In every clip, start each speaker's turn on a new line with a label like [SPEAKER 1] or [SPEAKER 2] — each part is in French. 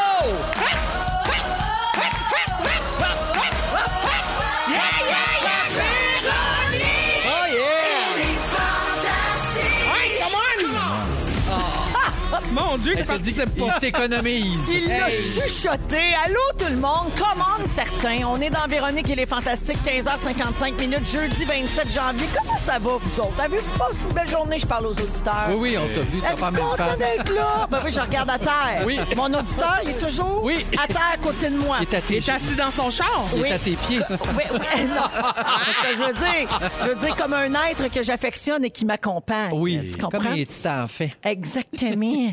[SPEAKER 1] Véro! Oh yeah!
[SPEAKER 2] Mon Dieu,
[SPEAKER 3] Ben,
[SPEAKER 1] Eh, Je
[SPEAKER 2] qu'il
[SPEAKER 1] te dis,
[SPEAKER 2] participe
[SPEAKER 1] il
[SPEAKER 2] pas.
[SPEAKER 1] s'économise.
[SPEAKER 3] Il l'a chuchoté. Allô tout le monde, commande certains. On est dans Véronique et les Fantastiques, 15h55 minutes, jeudi 27 janvier. Comment ça va, vous autres? Avez-vous pas une belle journée? Je parle aux auditeurs.
[SPEAKER 1] Oui, oui, on t'a vu, t'as
[SPEAKER 3] Êtes-vous
[SPEAKER 1] pas la même
[SPEAKER 3] content
[SPEAKER 1] face.
[SPEAKER 3] d'être là? Ben oui, je regarde à terre.
[SPEAKER 1] Oui.
[SPEAKER 3] Mon auditeur, il est toujours
[SPEAKER 1] Oui.
[SPEAKER 3] à terre à côté de moi.
[SPEAKER 1] Il est à tes,
[SPEAKER 2] Il est assis dans son char.
[SPEAKER 1] il est
[SPEAKER 3] Oui.
[SPEAKER 1] à tes pieds.
[SPEAKER 3] Oui, oui, non. Parce que je veux dire, je veux dire comme un être que j'affectionne et qui m'accompagne.
[SPEAKER 1] Oui,
[SPEAKER 3] tu
[SPEAKER 1] comme
[SPEAKER 3] comprends?
[SPEAKER 1] les petits enfants.
[SPEAKER 3] Exactement.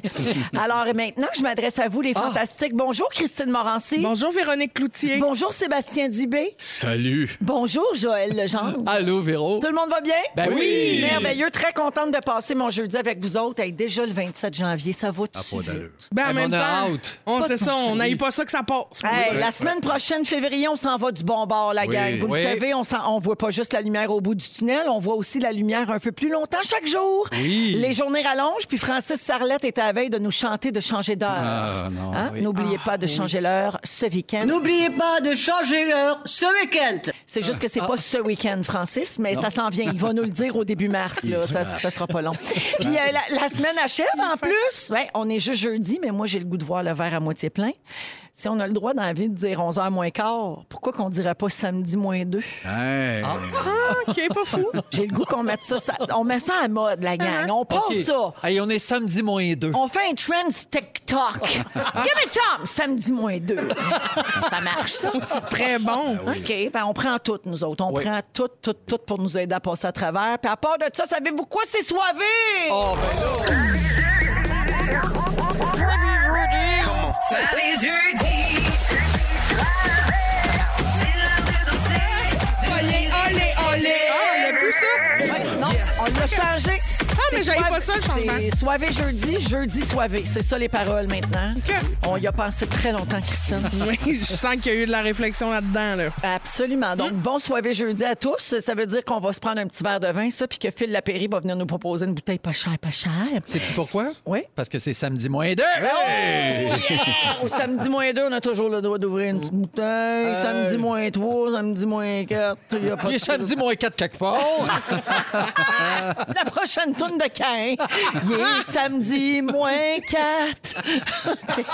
[SPEAKER 3] Alors, et maintenant, je m'adresse à vous,
[SPEAKER 1] Ah.
[SPEAKER 3] les fantastiques. Bonjour, Christine Morancy.
[SPEAKER 2] Bonjour Véronique Cloutier.
[SPEAKER 3] Bonjour Sébastien Dubé.
[SPEAKER 4] Salut.
[SPEAKER 3] Bonjour Joël Legendre.
[SPEAKER 1] Allô, Véro.
[SPEAKER 3] Tout le monde va bien?
[SPEAKER 1] Ah. Ben oui.
[SPEAKER 3] Merveilleux. Très contente de passer mon jeudi avec vous autres. Hey, déjà le 27 janvier, ça va tout
[SPEAKER 4] Ah, Pas d'allure.
[SPEAKER 2] Ben, en
[SPEAKER 1] Eh,
[SPEAKER 2] même
[SPEAKER 1] on a
[SPEAKER 2] temps,
[SPEAKER 1] hâte.
[SPEAKER 2] on
[SPEAKER 3] Pas
[SPEAKER 2] sait
[SPEAKER 3] de
[SPEAKER 2] ça, on
[SPEAKER 3] conseil.
[SPEAKER 2] n'aille pas ça que ça passe.
[SPEAKER 3] la semaine prochaine, février, on s'en va du bon bord, la
[SPEAKER 4] Oui.
[SPEAKER 3] gang. Vous
[SPEAKER 1] Oui.
[SPEAKER 3] le savez, on s'en- on voit pas juste la lumière au bout du tunnel, on voit aussi la lumière un peu plus longtemps chaque jour.
[SPEAKER 1] Oui.
[SPEAKER 3] Les journées rallongent, puis Francis Sarlette est à la veille de nous chanter de changer d'heure.
[SPEAKER 4] Ah, non,
[SPEAKER 3] Hein? N'oubliez pas de changer l'heure ce week-end.
[SPEAKER 5] N'oubliez pas de changer l'heure ce week-end.
[SPEAKER 3] C'est juste que c'est pas ce week-end, Francis, mais ça s'en vient. Il va nous le dire au début mars. Là. Ça, ça sera pas long. Puis euh, la, la semaine achève en plus. Ouais, on est juste jeudi, mais moi, j'ai le goût de voir le verre à moitié plein. Si on a le droit d'envie de dire 11h moins quart, pourquoi qu'on dirait pas samedi moins 2?
[SPEAKER 4] Hey.
[SPEAKER 2] Ah, OK, pas fou.
[SPEAKER 3] J'ai le goût qu'on mette ça, ça- On met ça à mode, la gang. On passe
[SPEAKER 1] OK.
[SPEAKER 3] ça.
[SPEAKER 1] Hey, on est samedi moins deux.
[SPEAKER 3] On fait un trend sur TikTok. Give me some! Samedi moins 2. ça marche, ça?
[SPEAKER 2] Très bon.
[SPEAKER 3] OK, ben on prend tout, nous autres. On prend tout, tout, tout pour nous aider à passer à travers. Puis à part de ça, savez-vous quoi? C'est soivé!
[SPEAKER 1] Oh, ben là.
[SPEAKER 2] Soyez olé, olé. Ah, on l'a vu ça?
[SPEAKER 3] Non, on l'a changé. Ah,
[SPEAKER 2] mais j'aille pas ça, le changement.
[SPEAKER 3] C'est soivé jeudi, jeudi soivé. C'est ça les paroles maintenant.
[SPEAKER 2] OK.
[SPEAKER 3] On y a pensé très longtemps, Christine.
[SPEAKER 2] Oui, je sens qu'il y a eu de la réflexion là-dedans. Là.
[SPEAKER 3] Absolument. Donc,
[SPEAKER 2] Hmm?
[SPEAKER 3] bon soirée jeudi à tous. Ça veut dire qu'on va se prendre un petit verre de vin, ça, puis que Phil Lapéry va venir nous proposer une bouteille pas chère, pas chère.
[SPEAKER 1] Sais-tu pourquoi?
[SPEAKER 3] Oui.
[SPEAKER 1] Parce que c'est samedi moins deux.
[SPEAKER 3] Au samedi moins 2, on a toujours le droit d'ouvrir une petite bouteille. Samedi moins 3, samedi moins 4. Y a pas
[SPEAKER 1] Il est
[SPEAKER 3] de-
[SPEAKER 1] samedi moins quatre quelque part.
[SPEAKER 3] La prochaine tourne de Cain. Il est samedi moins 4. OK.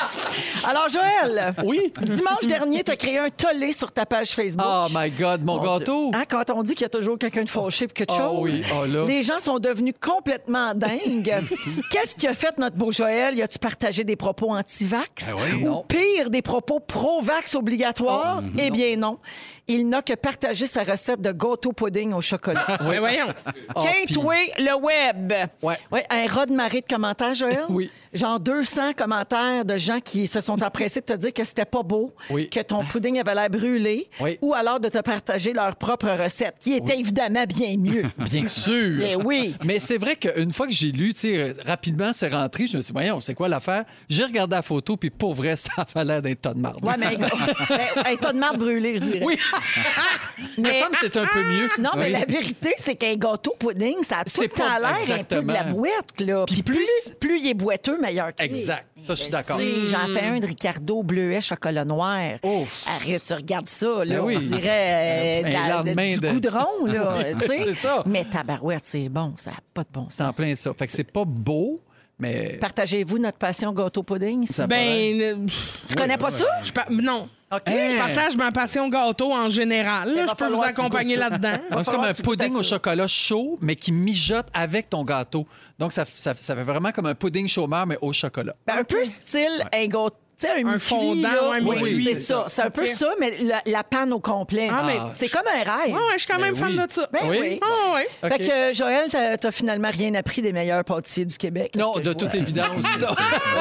[SPEAKER 3] Alors, Joël.
[SPEAKER 1] Oui.
[SPEAKER 3] Dimanche dernier, tu as créé un tollé sur ta page Facebook.
[SPEAKER 1] Oh my God, mon,
[SPEAKER 3] Mon
[SPEAKER 1] gâteau.
[SPEAKER 3] Dieu. Hein, quand on dit qu'il y a toujours quelqu'un de fauché pour quelque
[SPEAKER 1] Ah
[SPEAKER 3] chose,
[SPEAKER 1] oui, ah là.
[SPEAKER 3] les gens sont devenus complètement dingues. Qu'est-ce qui a fait notre beau Joël? Y a-tu partagé des propos anti-vax?
[SPEAKER 4] Ah oui.
[SPEAKER 3] Ou
[SPEAKER 1] Ben Non. Oh,
[SPEAKER 3] pire, des propos pro-vax obligatoires? eh bien non. Il n'a que partagé sa recette de gâteau pudding au chocolat.
[SPEAKER 2] Mais voyons.
[SPEAKER 1] Ah, puis-
[SPEAKER 3] Quintoué le web.
[SPEAKER 1] Ouais.
[SPEAKER 3] un raz de marée de commentaires, Joël.
[SPEAKER 1] Oui.
[SPEAKER 3] Genre 200 commentaires de gens qui se sont empressés de te dire que c'était pas beau,
[SPEAKER 1] Oui.
[SPEAKER 3] que ton pudding avait l'air brûlé,
[SPEAKER 1] Oui.
[SPEAKER 3] ou alors de te partager leur propre recette, qui était évidemment bien mieux.
[SPEAKER 1] Bien sûr.
[SPEAKER 3] Eh oui.
[SPEAKER 1] Mais c'est vrai qu'une fois que j'ai lu, tu sais, euh, rapidement, c'est rentré. Je me suis dit, voyons, c'est quoi l'affaire? J'ai regardé la photo, puis pour vrai, ça avait l'air d'un tas de marde.
[SPEAKER 3] Ouais, mais un- un tas de marde brûlée, je dirais.
[SPEAKER 1] Oui. Il me
[SPEAKER 3] Mais-
[SPEAKER 1] semble que c'est un peu mieux.
[SPEAKER 3] Non, mais
[SPEAKER 1] Oui.
[SPEAKER 3] la vérité, c'est qu'un gâteau pudding, ça a tout
[SPEAKER 1] C'est
[SPEAKER 3] le temps
[SPEAKER 1] pas-
[SPEAKER 3] l'air un peu de la
[SPEAKER 1] Exactement.
[SPEAKER 3] boîte, là.
[SPEAKER 1] Puis
[SPEAKER 3] Puis
[SPEAKER 1] plus-
[SPEAKER 3] plus, plus il est boiteux, meilleur qu'il est.
[SPEAKER 1] Exact. Ça, je suis d'accord.
[SPEAKER 3] Ben Si, J'en fais un de Ricardo bleuet chocolat noir.
[SPEAKER 1] Ouf.
[SPEAKER 3] Arrête, tu regardes ça, là,
[SPEAKER 1] Ben oui.
[SPEAKER 3] on dirait euh,
[SPEAKER 1] Un
[SPEAKER 3] de la- de-
[SPEAKER 1] lendemain
[SPEAKER 3] du
[SPEAKER 1] de-
[SPEAKER 3] goudron, là.
[SPEAKER 1] Oui,
[SPEAKER 3] tu sais.
[SPEAKER 1] c'est ça.
[SPEAKER 3] Mais tabarouette, c'est bon, ça n'a pas de bon
[SPEAKER 1] C'est
[SPEAKER 3] sens.
[SPEAKER 1] en plein ça. Fait que c'est pas beau, mais
[SPEAKER 3] Partagez-vous notre passion gâteau pudding?
[SPEAKER 1] ça paraît.
[SPEAKER 2] Ben, euh, pff,
[SPEAKER 3] tu connais pas ça?
[SPEAKER 2] je par- non.
[SPEAKER 3] OK. Ben,
[SPEAKER 2] Je partage ma passion gâteau en général. là.
[SPEAKER 3] va
[SPEAKER 2] Je peux vous
[SPEAKER 3] falloir que tu
[SPEAKER 2] accompagner
[SPEAKER 3] goûtes ça.
[SPEAKER 2] là-dedans.
[SPEAKER 1] Donc, Ah, c'est comme
[SPEAKER 3] falloir
[SPEAKER 1] un
[SPEAKER 3] que tu goûtes à
[SPEAKER 1] pudding au
[SPEAKER 3] ça.
[SPEAKER 1] chocolat chaud, mais qui mijote avec ton gâteau. Donc, ça, ça, ça fait vraiment comme un pudding chômeur, mais au chocolat.
[SPEAKER 3] Ben, un peu style un gâteau Tu sais, un, muesli,
[SPEAKER 2] fondant
[SPEAKER 3] là.
[SPEAKER 2] ou un
[SPEAKER 3] Oui,
[SPEAKER 2] muesli,
[SPEAKER 3] C'est
[SPEAKER 2] c'est
[SPEAKER 3] ça.
[SPEAKER 2] ça.
[SPEAKER 3] C'est un peu
[SPEAKER 2] Ok.
[SPEAKER 3] ça, mais la, la panne au complet.
[SPEAKER 2] Ah, mais-
[SPEAKER 3] c'est comme un rêve.
[SPEAKER 2] Ouais, ouais, je suis quand même
[SPEAKER 1] Ben
[SPEAKER 2] fan
[SPEAKER 1] oui.
[SPEAKER 2] de ça.
[SPEAKER 3] Ben
[SPEAKER 1] Oui.
[SPEAKER 3] oui.
[SPEAKER 2] Ah, ouais.
[SPEAKER 1] OK.
[SPEAKER 3] Fait que, euh, Joël, t'as t'as finalement rien appris des meilleurs pâtissiers du Québec. là,
[SPEAKER 1] Non,
[SPEAKER 3] ce que
[SPEAKER 1] de
[SPEAKER 3] je vois.
[SPEAKER 1] toute évidence. non.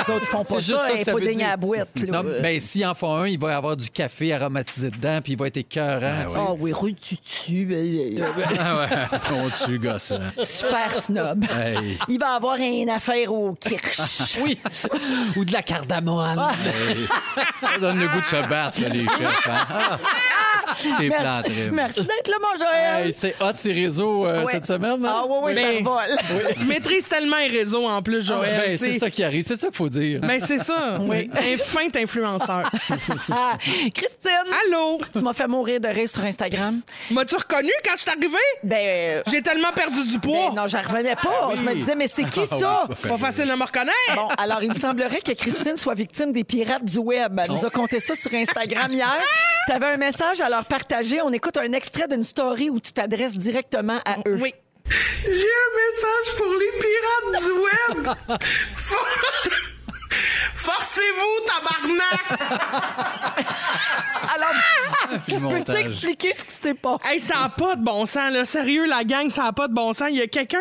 [SPEAKER 3] Les autres font pas
[SPEAKER 1] C'est juste
[SPEAKER 3] ça,
[SPEAKER 1] ça que
[SPEAKER 3] un
[SPEAKER 1] ça veut
[SPEAKER 3] pudding
[SPEAKER 1] dire.
[SPEAKER 3] à la boîte. là.
[SPEAKER 1] Non, ben, s'ils en font un, il va y avoir du café aromatisé dedans, puis il va être écœurant. tu sais.
[SPEAKER 3] Ah oui, rue Tutu, euh, euh,
[SPEAKER 4] Ben Ah ouais, on tue, gosse. hein.
[SPEAKER 3] super snob.
[SPEAKER 4] Hey.
[SPEAKER 3] Il va avoir une affaire au kirsch.
[SPEAKER 1] Oui, ou de la cardamone.
[SPEAKER 4] Ah. Ça donne le goût de se battre, ça, les chefs. hein.
[SPEAKER 1] Ah!
[SPEAKER 4] T'es
[SPEAKER 3] Merci,
[SPEAKER 4] planté.
[SPEAKER 3] merci d'être là, mon Joël. Ah
[SPEAKER 1] Hey, c'est hot, ces réseaux euh,
[SPEAKER 3] Ouais.
[SPEAKER 1] cette semaine. hein?
[SPEAKER 3] Ah oui, oui,
[SPEAKER 2] Mais-
[SPEAKER 3] ça vole.
[SPEAKER 2] Tu maîtrises tellement les réseaux en plus,
[SPEAKER 3] Ah,
[SPEAKER 2] Joël.
[SPEAKER 1] Ben,
[SPEAKER 2] tu sais.
[SPEAKER 1] c'est ça qui arrive, c'est ça qu'il faut dire.
[SPEAKER 2] Ben, c'est ça. Un fin influenceur.
[SPEAKER 3] Ah, Christine,
[SPEAKER 2] Allô?
[SPEAKER 3] tu m'as fait mourir de rire sur Instagram.
[SPEAKER 2] M'as-tu reconnu quand je suis arrivée?
[SPEAKER 3] Ben, euh,
[SPEAKER 2] J'ai Ah tellement perdu du
[SPEAKER 3] ben
[SPEAKER 2] poids.
[SPEAKER 3] non, j'en revenais pas. Je me disais, mais c'est qui ça?
[SPEAKER 2] pas facile de me reconnaître.
[SPEAKER 3] Bon, alors, il me semblerait que Christine soit victime des pirates du web. Elle nous a compté ça sur Instagram hier. Tu avais un message à leur partager. On écoute un extrait d'une story où tu t'adresses directement à eux.
[SPEAKER 2] Oui. J'ai un message pour les pirates du web. For- Forcez-vous, tabarnak!
[SPEAKER 3] Alors, peux-tu expliquer ce qui s'est passé?
[SPEAKER 2] Hey, ça a pas de bon sens, là. Sérieux, la gang, ça a pas de bon sens. Il y a quelqu'un,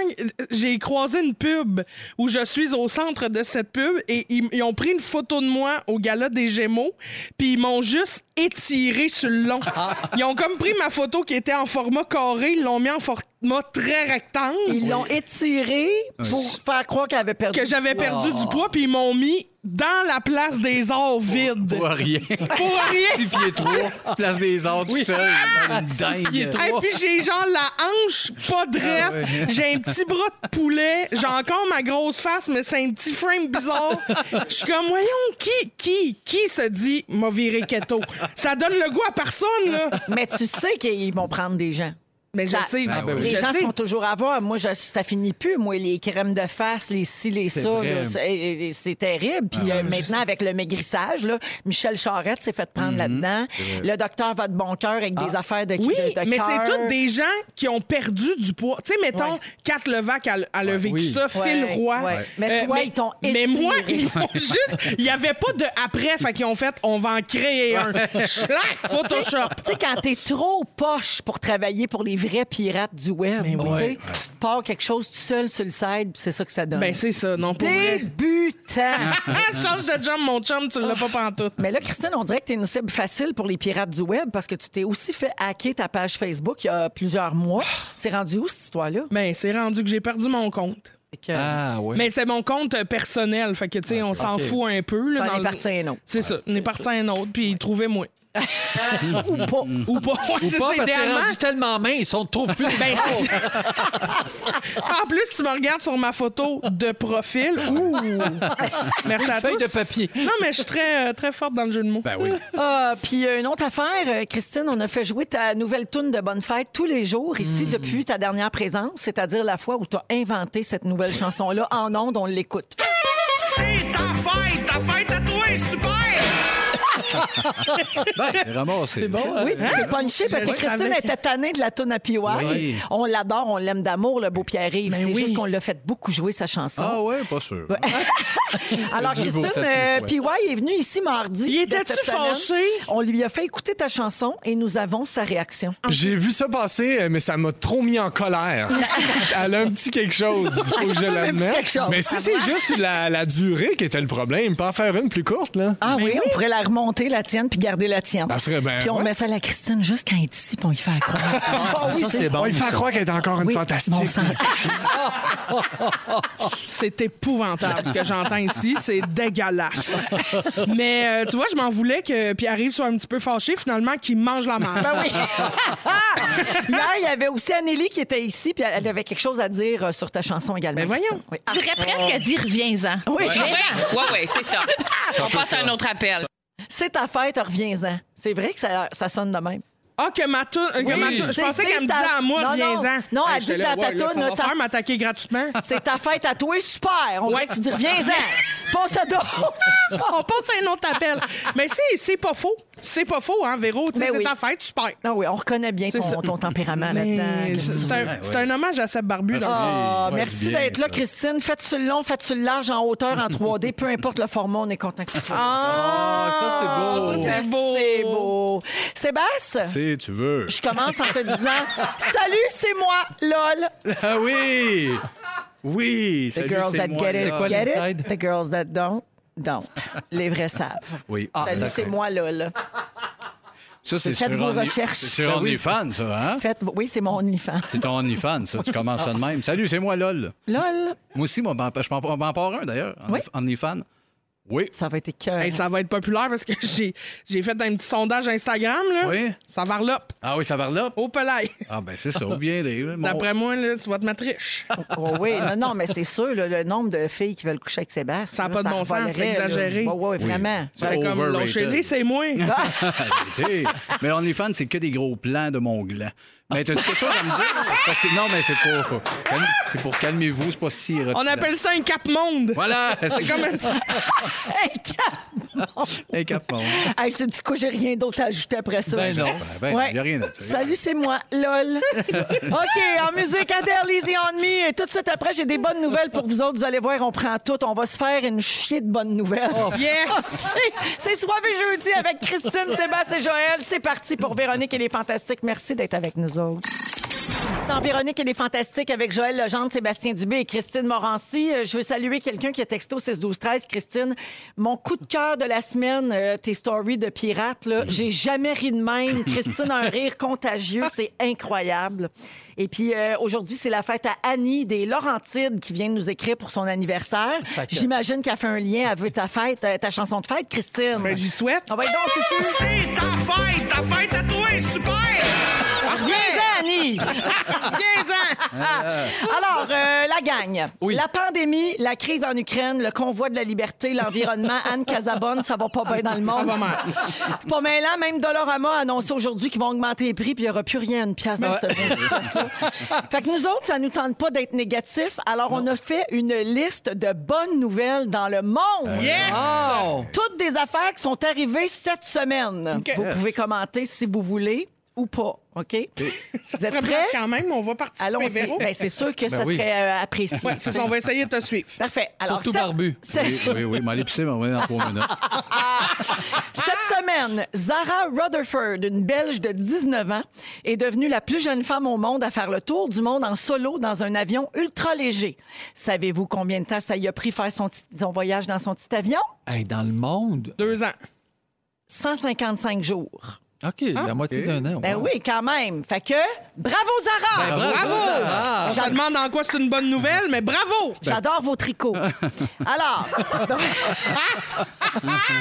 [SPEAKER 2] j'ai croisé une pub où je suis au centre de cette pub et ils, ils ont pris une photo de moi au gala des Gémeaux, puis ils m'ont juste étiré sur le long.
[SPEAKER 3] Ah.
[SPEAKER 2] Ils ont comme pris ma photo qui était en format carré, ils l'ont mis en format très rectangle.
[SPEAKER 3] Ils l'ont étirée pour faire croire qu'elle avait perdu.
[SPEAKER 2] que j'avais perdu du poids, puis ils m'ont mis dans la place des arts vide.
[SPEAKER 4] Pour rien.
[SPEAKER 2] Pour rien.
[SPEAKER 4] Six pieds trois, place des autres, tout seul.
[SPEAKER 1] Ah,
[SPEAKER 4] Une dingue.
[SPEAKER 2] Et puis j'ai genre la hanche pas droite, j'ai un petit bras de poulet, j'ai encore ma grosse face, mais c'est un petit frame bizarre. Je suis comme, voyons, qui, qui, qui se dit m'a viré keto? Ça donne le goût à personne, là.
[SPEAKER 3] Mais tu sais qu'ils vont prendre des gens.
[SPEAKER 2] Mais je
[SPEAKER 3] Ça-
[SPEAKER 2] sais,
[SPEAKER 1] Ah, ben oui.
[SPEAKER 3] Les
[SPEAKER 2] je
[SPEAKER 3] gens
[SPEAKER 2] sais.
[SPEAKER 3] sont toujours à voir. Moi, je- ça finit plus. Moi, les crèmes de face, les ci, les ça,
[SPEAKER 1] vrai. Ah
[SPEAKER 3] là, c'est eh, c'est terrible. Puis euh, maintenant, avec le maigrissage, là, Michel Charette s'est fait
[SPEAKER 1] Mhm.
[SPEAKER 3] prendre là-dedans. Le docteur va de bon cœur avec des affaires de
[SPEAKER 2] Ah. Oui,
[SPEAKER 3] de- de
[SPEAKER 2] mais c'est
[SPEAKER 3] cœur.
[SPEAKER 2] toutes des gens qui ont perdu du poids. Tu sais, mettons,
[SPEAKER 3] Ouais.
[SPEAKER 2] Kat Levac, elle, elle a vécu
[SPEAKER 1] oui.
[SPEAKER 2] ça, Phil
[SPEAKER 3] Ouais,
[SPEAKER 2] Roy. Euh,
[SPEAKER 3] ouais. Mais toi, ils t'ont
[SPEAKER 2] Mais moi,
[SPEAKER 3] étiré.
[SPEAKER 2] ils m'ont juste... Il n'y avait pas de après, fait qu'ils ont fait, on va en créer un. Schlack, Photoshop.
[SPEAKER 3] Tu sais, quand t'es trop poche pour travailler pour les vrais pirates du web, tu sais, tu te pars quelque chose tout seul sur le side, puis c'est ça que ça donne.
[SPEAKER 2] Ben, c'est ça, non, pour vrai.
[SPEAKER 3] Débutant!
[SPEAKER 2] Change de jump, mon chum, tu l'as pas pantoute.
[SPEAKER 3] Mais là, Christine, on dirait que t'es une cible facile pour les pirates du web parce que tu t'es aussi fait hacker ta page Facebook il y a plusieurs mois. C'est rendu où, cette histoire-là?
[SPEAKER 2] Ben, c'est rendu que j'ai perdu mon compte.
[SPEAKER 3] Fait que-
[SPEAKER 1] Ah oui.
[SPEAKER 2] Mais c'est mon compte euh, personnel, fait que, tu sais, on s'en fout un peu.
[SPEAKER 3] T'en
[SPEAKER 2] Là,
[SPEAKER 3] es
[SPEAKER 2] le-
[SPEAKER 3] parti à un autre.
[SPEAKER 2] C'est ça, on est parti à un autre, puis trouvez-moi.
[SPEAKER 3] Ou euh, pas.
[SPEAKER 2] Ou pas,
[SPEAKER 1] Ou
[SPEAKER 2] c'est
[SPEAKER 1] pas,
[SPEAKER 2] ça,
[SPEAKER 1] parce que t'es
[SPEAKER 2] idéalement.
[SPEAKER 1] rendu tellement mince, on te trouve plus.
[SPEAKER 2] Ben, c'est ça. Ah, en plus, tu me regardes sur ma photo de profil. Ouh! Merci à
[SPEAKER 1] feuille de
[SPEAKER 2] tous.
[SPEAKER 1] papier.
[SPEAKER 2] Non, mais je suis très, euh, très forte dans le jeu de mots.
[SPEAKER 4] Ben oui.
[SPEAKER 3] Ah, Puis euh, une autre affaire, euh, Christine, on a fait jouer ta nouvelle toune de Bonne Fête tous les jours ici depuis ta dernière présence, c'est-à-dire la fois où t'as inventé cette nouvelle chanson-là en ondes, on l'écoute.
[SPEAKER 2] C'est ta fête! Ta fête à toi! Super!
[SPEAKER 4] Ben, c'est ramassé. C'est bon.
[SPEAKER 3] Oui, c'est punché parce
[SPEAKER 2] Je
[SPEAKER 3] que
[SPEAKER 2] le
[SPEAKER 3] Christine
[SPEAKER 2] savais.
[SPEAKER 3] était tannée de la toune à PY.
[SPEAKER 4] Oui.
[SPEAKER 3] On l'adore, on l'aime d'amour, le beau Pierre-Yves.
[SPEAKER 2] Ben
[SPEAKER 3] C'est
[SPEAKER 2] oui.
[SPEAKER 3] juste qu'on l'a fait beaucoup jouer, sa chanson.
[SPEAKER 4] Ah ouais, pas sûr.
[SPEAKER 3] Alors,
[SPEAKER 4] Du beau
[SPEAKER 3] Christine,
[SPEAKER 4] sept
[SPEAKER 3] euh,
[SPEAKER 4] mille
[SPEAKER 3] PY est venu ici mardi.
[SPEAKER 2] Il
[SPEAKER 3] de
[SPEAKER 2] était-tu
[SPEAKER 3] cette semaine.
[SPEAKER 2] fâché?
[SPEAKER 3] On lui a fait écouter ta chanson et nous avons sa réaction.
[SPEAKER 6] J'ai vu ça passer, euh, mais ça m'a trop mis en colère. Elle a un petit quelque chose, faut
[SPEAKER 3] Un
[SPEAKER 6] que je
[SPEAKER 3] petit quelque
[SPEAKER 6] l'admette.
[SPEAKER 3] chose.
[SPEAKER 6] Mais si c'est juste la, la durée qui était le problème, pas en faire une plus courte, là.
[SPEAKER 3] Ah oui, on pourrait la remonter, la tienne, puis garder la tienne.
[SPEAKER 6] Ça serait bien,
[SPEAKER 3] Puis on
[SPEAKER 6] ouais.
[SPEAKER 3] met ça à la Christine juste quand elle est ici, puis on lui fait à croire. Ah oui,
[SPEAKER 7] Ça, c'est bon.
[SPEAKER 6] On lui fait
[SPEAKER 7] ça.
[SPEAKER 6] croire qu'elle est encore une
[SPEAKER 3] oui, bon
[SPEAKER 6] fantastique.
[SPEAKER 3] sang.
[SPEAKER 2] C'est épouvantable ce que j'entends ici. C'est dégueulasse. Mais euh, tu vois, je m'en voulais que Pierre-Yves soit un petit peu fâché, finalement, qu'il mange la merde.
[SPEAKER 3] Ben oui. Hier, il y avait aussi Anneli qui était ici, puis elle avait quelque chose à dire euh, sur ta chanson également.
[SPEAKER 2] Ben voyons.
[SPEAKER 3] Christine. Oui. Ah,
[SPEAKER 8] Je voudrais presque dire reviens-en.
[SPEAKER 3] oui.
[SPEAKER 8] Oui, oui, c'est ça. On passe à un autre appel.
[SPEAKER 3] C'est ta fête, reviens-en. C'est vrai que ça, ça sonne de même.
[SPEAKER 2] Ah, que ma toune. euh, que ma toune- Je
[SPEAKER 3] C'est-
[SPEAKER 2] pensais
[SPEAKER 3] c'est
[SPEAKER 2] qu'elle me
[SPEAKER 3] ta-
[SPEAKER 2] disait à moi,
[SPEAKER 3] Non, non.
[SPEAKER 2] reviens-en.
[SPEAKER 3] Non, elle
[SPEAKER 2] Hey, j'étais
[SPEAKER 3] dit
[SPEAKER 2] là,
[SPEAKER 3] dans ta
[SPEAKER 2] ouais, là,
[SPEAKER 3] toune, là,
[SPEAKER 2] faut
[SPEAKER 3] ta-
[SPEAKER 2] faire m'attaquer gratuitement.
[SPEAKER 3] C'est ta fête à toi, super. On dirait que tu dis reviens-en. Passe à d'autres.
[SPEAKER 2] On passe à un autre appel. Mais c'est, c'est pas faux. C'est pas faux, hein, Véro? Tu sais,
[SPEAKER 3] Ben
[SPEAKER 2] c'est
[SPEAKER 3] oui.
[SPEAKER 2] ta fête, super.
[SPEAKER 3] Ah oui, on reconnaît bien
[SPEAKER 2] C'est
[SPEAKER 3] ton,
[SPEAKER 2] ça.
[SPEAKER 3] ton tempérament
[SPEAKER 2] Mais
[SPEAKER 3] là-dedans.
[SPEAKER 2] C'est un,
[SPEAKER 4] Ouais,
[SPEAKER 2] c'est
[SPEAKER 4] ouais.
[SPEAKER 2] un hommage à Seb Barbu.
[SPEAKER 4] Merci.
[SPEAKER 2] dans-
[SPEAKER 3] Ah,
[SPEAKER 4] Ouais,
[SPEAKER 3] merci
[SPEAKER 4] c'est bien,
[SPEAKER 3] d'être là,
[SPEAKER 4] ça.
[SPEAKER 3] Christine. Faites sur le long, faites sur le large, en hauteur, en 3D, peu importe le format, on est content que tu sois. là.
[SPEAKER 1] Ah, ça, c'est beau.
[SPEAKER 2] ça, c'est beau.
[SPEAKER 3] C'est beau. Sébastien,
[SPEAKER 4] Si tu veux.
[SPEAKER 3] je commence en te disant Salut, c'est moi, LOL.
[SPEAKER 4] Ah oui! Oui,
[SPEAKER 3] The
[SPEAKER 4] salut,
[SPEAKER 3] girls
[SPEAKER 4] c'est
[SPEAKER 3] that
[SPEAKER 4] moi.
[SPEAKER 3] get it,
[SPEAKER 1] C'est quoi
[SPEAKER 3] get
[SPEAKER 1] l'inside?
[SPEAKER 3] it. The girls that don't, don't. Les vrais savent.
[SPEAKER 4] Oui.
[SPEAKER 2] Ah,
[SPEAKER 3] Salut,
[SPEAKER 4] d'accord.
[SPEAKER 3] c'est moi, LOL.
[SPEAKER 4] Ça, c'est
[SPEAKER 3] Faites
[SPEAKER 4] sur
[SPEAKER 3] vos
[SPEAKER 4] Only-
[SPEAKER 3] recherches.
[SPEAKER 4] C'est sur
[SPEAKER 3] Ben oui.
[SPEAKER 4] OnlyFans, ça, hein?
[SPEAKER 3] Faites... Oui, c'est mon OnlyFans.
[SPEAKER 4] C'est ton OnlyFans, ça. Tu commences ça de même. Salut, c'est moi, LOL.
[SPEAKER 3] LOL,
[SPEAKER 4] Moi aussi, moi, m'en- je m'en on m'en part un, d'ailleurs.
[SPEAKER 3] Oui.
[SPEAKER 4] OnlyFans. Oui.
[SPEAKER 3] ça va être écœurant.
[SPEAKER 2] Hey, ça va être populaire parce que j'ai j'ai fait un petit sondage Instagram. Là.
[SPEAKER 4] Oui.
[SPEAKER 2] Ça va varlope.
[SPEAKER 4] Ah oui, ça va là.
[SPEAKER 2] Au pelay.
[SPEAKER 4] Ah ben c'est ça, bien des... mon-
[SPEAKER 2] D'après moi, là, tu vas te mettre riche.
[SPEAKER 3] Oh oui, non, non, mais c'est sûr, là, le nombre de filles qui veulent coucher avec Sébastien.
[SPEAKER 2] Ça a
[SPEAKER 3] là,
[SPEAKER 2] pas de bon sens,
[SPEAKER 3] revalerait,
[SPEAKER 2] c'est exagéré.
[SPEAKER 3] là. Ouais, ouais,
[SPEAKER 4] Oui.
[SPEAKER 3] vraiment.
[SPEAKER 4] C'est
[SPEAKER 2] C'est comme
[SPEAKER 4] overrated.
[SPEAKER 2] lâchez-les, c'est moi.
[SPEAKER 4] Arrêtez. Mais OnlyFans, c'est que des gros plans de mon gland. Mais t'as quelque chose à me dire? Fait que c'est- non, mais c'est pour... calme- C'est pour calmer-vous, c'est pas si érotisant.
[SPEAKER 2] On appelle ça un cap monde.
[SPEAKER 4] Voilà, c'est
[SPEAKER 2] C'est
[SPEAKER 4] comme
[SPEAKER 2] comme un-
[SPEAKER 3] Hey, calme.
[SPEAKER 4] un capon.
[SPEAKER 3] Hey, c'est du coup, j'ai rien d'autre à ajouter après ça.
[SPEAKER 1] Ben non.
[SPEAKER 4] Ben, ben, y a rien à dire.
[SPEAKER 3] Salut, c'est moi, lol. OK, en musique, Adele, Easy on Me. Et tout de suite après, j'ai des bonnes nouvelles pour vous autres. Vous allez voir, on prend tout. On va se faire une chier de bonnes nouvelles.
[SPEAKER 2] Yes!
[SPEAKER 3] C'est- c'est soir et jeudi avec Christine, Sébastien et Joël. C'est parti pour Véronique et les Fantastiques. Merci d'être avec nous autres. Dans Véronique et les Fantastiques avec Joël Legendre, Sébastien Dubé et Christine Morancy. Euh, Je veux saluer quelqu'un qui a texto 16 12 13 Christine, mon coup de cœur de la semaine, euh, tes stories de pirates, là. j'ai jamais ri de même. Christine a un rire contagieux, c'est incroyable. Et puis euh, aujourd'hui, c'est la fête à Annie des Laurentides qui vient de nous écrire pour son anniversaire. J'imagine qu'elle fait un lien, elle veut ta fête, euh, ta chanson de fête, Christine.
[SPEAKER 2] Ben, J'y souhaite.
[SPEAKER 3] Ah ben donc, Fufu.
[SPEAKER 6] C'est ta fête! Ta fête à toi! Super!
[SPEAKER 2] Viens-en!
[SPEAKER 3] Ah, Annie!
[SPEAKER 2] Viens-en!
[SPEAKER 3] Alors, euh, la gang. La pandémie, la crise en Ukraine, le convoi de la liberté, l'environnement, Anne Casabonne, ça va pas bien dans le monde.
[SPEAKER 2] Ça va mal.
[SPEAKER 3] C'est pas mêlant. Même Dolorama a annoncé aujourd'hui qu'ils vont augmenter les prix, puis il n'y aura plus rien à une pièce
[SPEAKER 2] Ben
[SPEAKER 3] dans cette petite place-là. Fait que nous autres, ça nous tente pas d'être négatifs. Alors, on a fait une liste de bonnes nouvelles dans le monde.
[SPEAKER 2] Euh, Yes!
[SPEAKER 3] Toutes des affaires qui sont arrivées cette semaine. Vous pouvez commenter si vous voulez ou pas, OK?
[SPEAKER 2] Ça
[SPEAKER 3] Vous êtes prêts?
[SPEAKER 2] serait bien quand même, on va participer,
[SPEAKER 3] Allons-y.
[SPEAKER 2] Véro.
[SPEAKER 3] Ben, c'est sûr que ça
[SPEAKER 1] oui.
[SPEAKER 3] serait euh, apprécié.
[SPEAKER 2] Ouais, c'est ça, on va essayer de te suivre.
[SPEAKER 3] Parfait. Alors,
[SPEAKER 1] Surtout
[SPEAKER 3] cette-
[SPEAKER 1] barbu.
[SPEAKER 3] cette-
[SPEAKER 4] Oui, oui, oui, m'aller pisser, mais on va dans trois minutes.
[SPEAKER 3] Cette semaine, Zara Rutherford, une Belge de 19 ans, est devenue la plus jeune femme au monde à faire le tour du monde en solo dans un avion ultra léger. Savez-vous combien de temps ça y a pris faire son, petit- son voyage dans son petit avion?
[SPEAKER 1] Hey, dans le monde.
[SPEAKER 2] Deux ans.
[SPEAKER 3] 155 jours.
[SPEAKER 1] OK, la moitié d'un an.
[SPEAKER 3] Ben
[SPEAKER 1] wow.
[SPEAKER 3] oui, quand même. Fait que, bravo Zara!
[SPEAKER 1] Ah. Ben, bravo!
[SPEAKER 2] Bravo!
[SPEAKER 1] Zara.
[SPEAKER 2] On se demande en quoi c'est une bonne nouvelle, mais bravo!
[SPEAKER 3] J'adore vos tricots. Alors.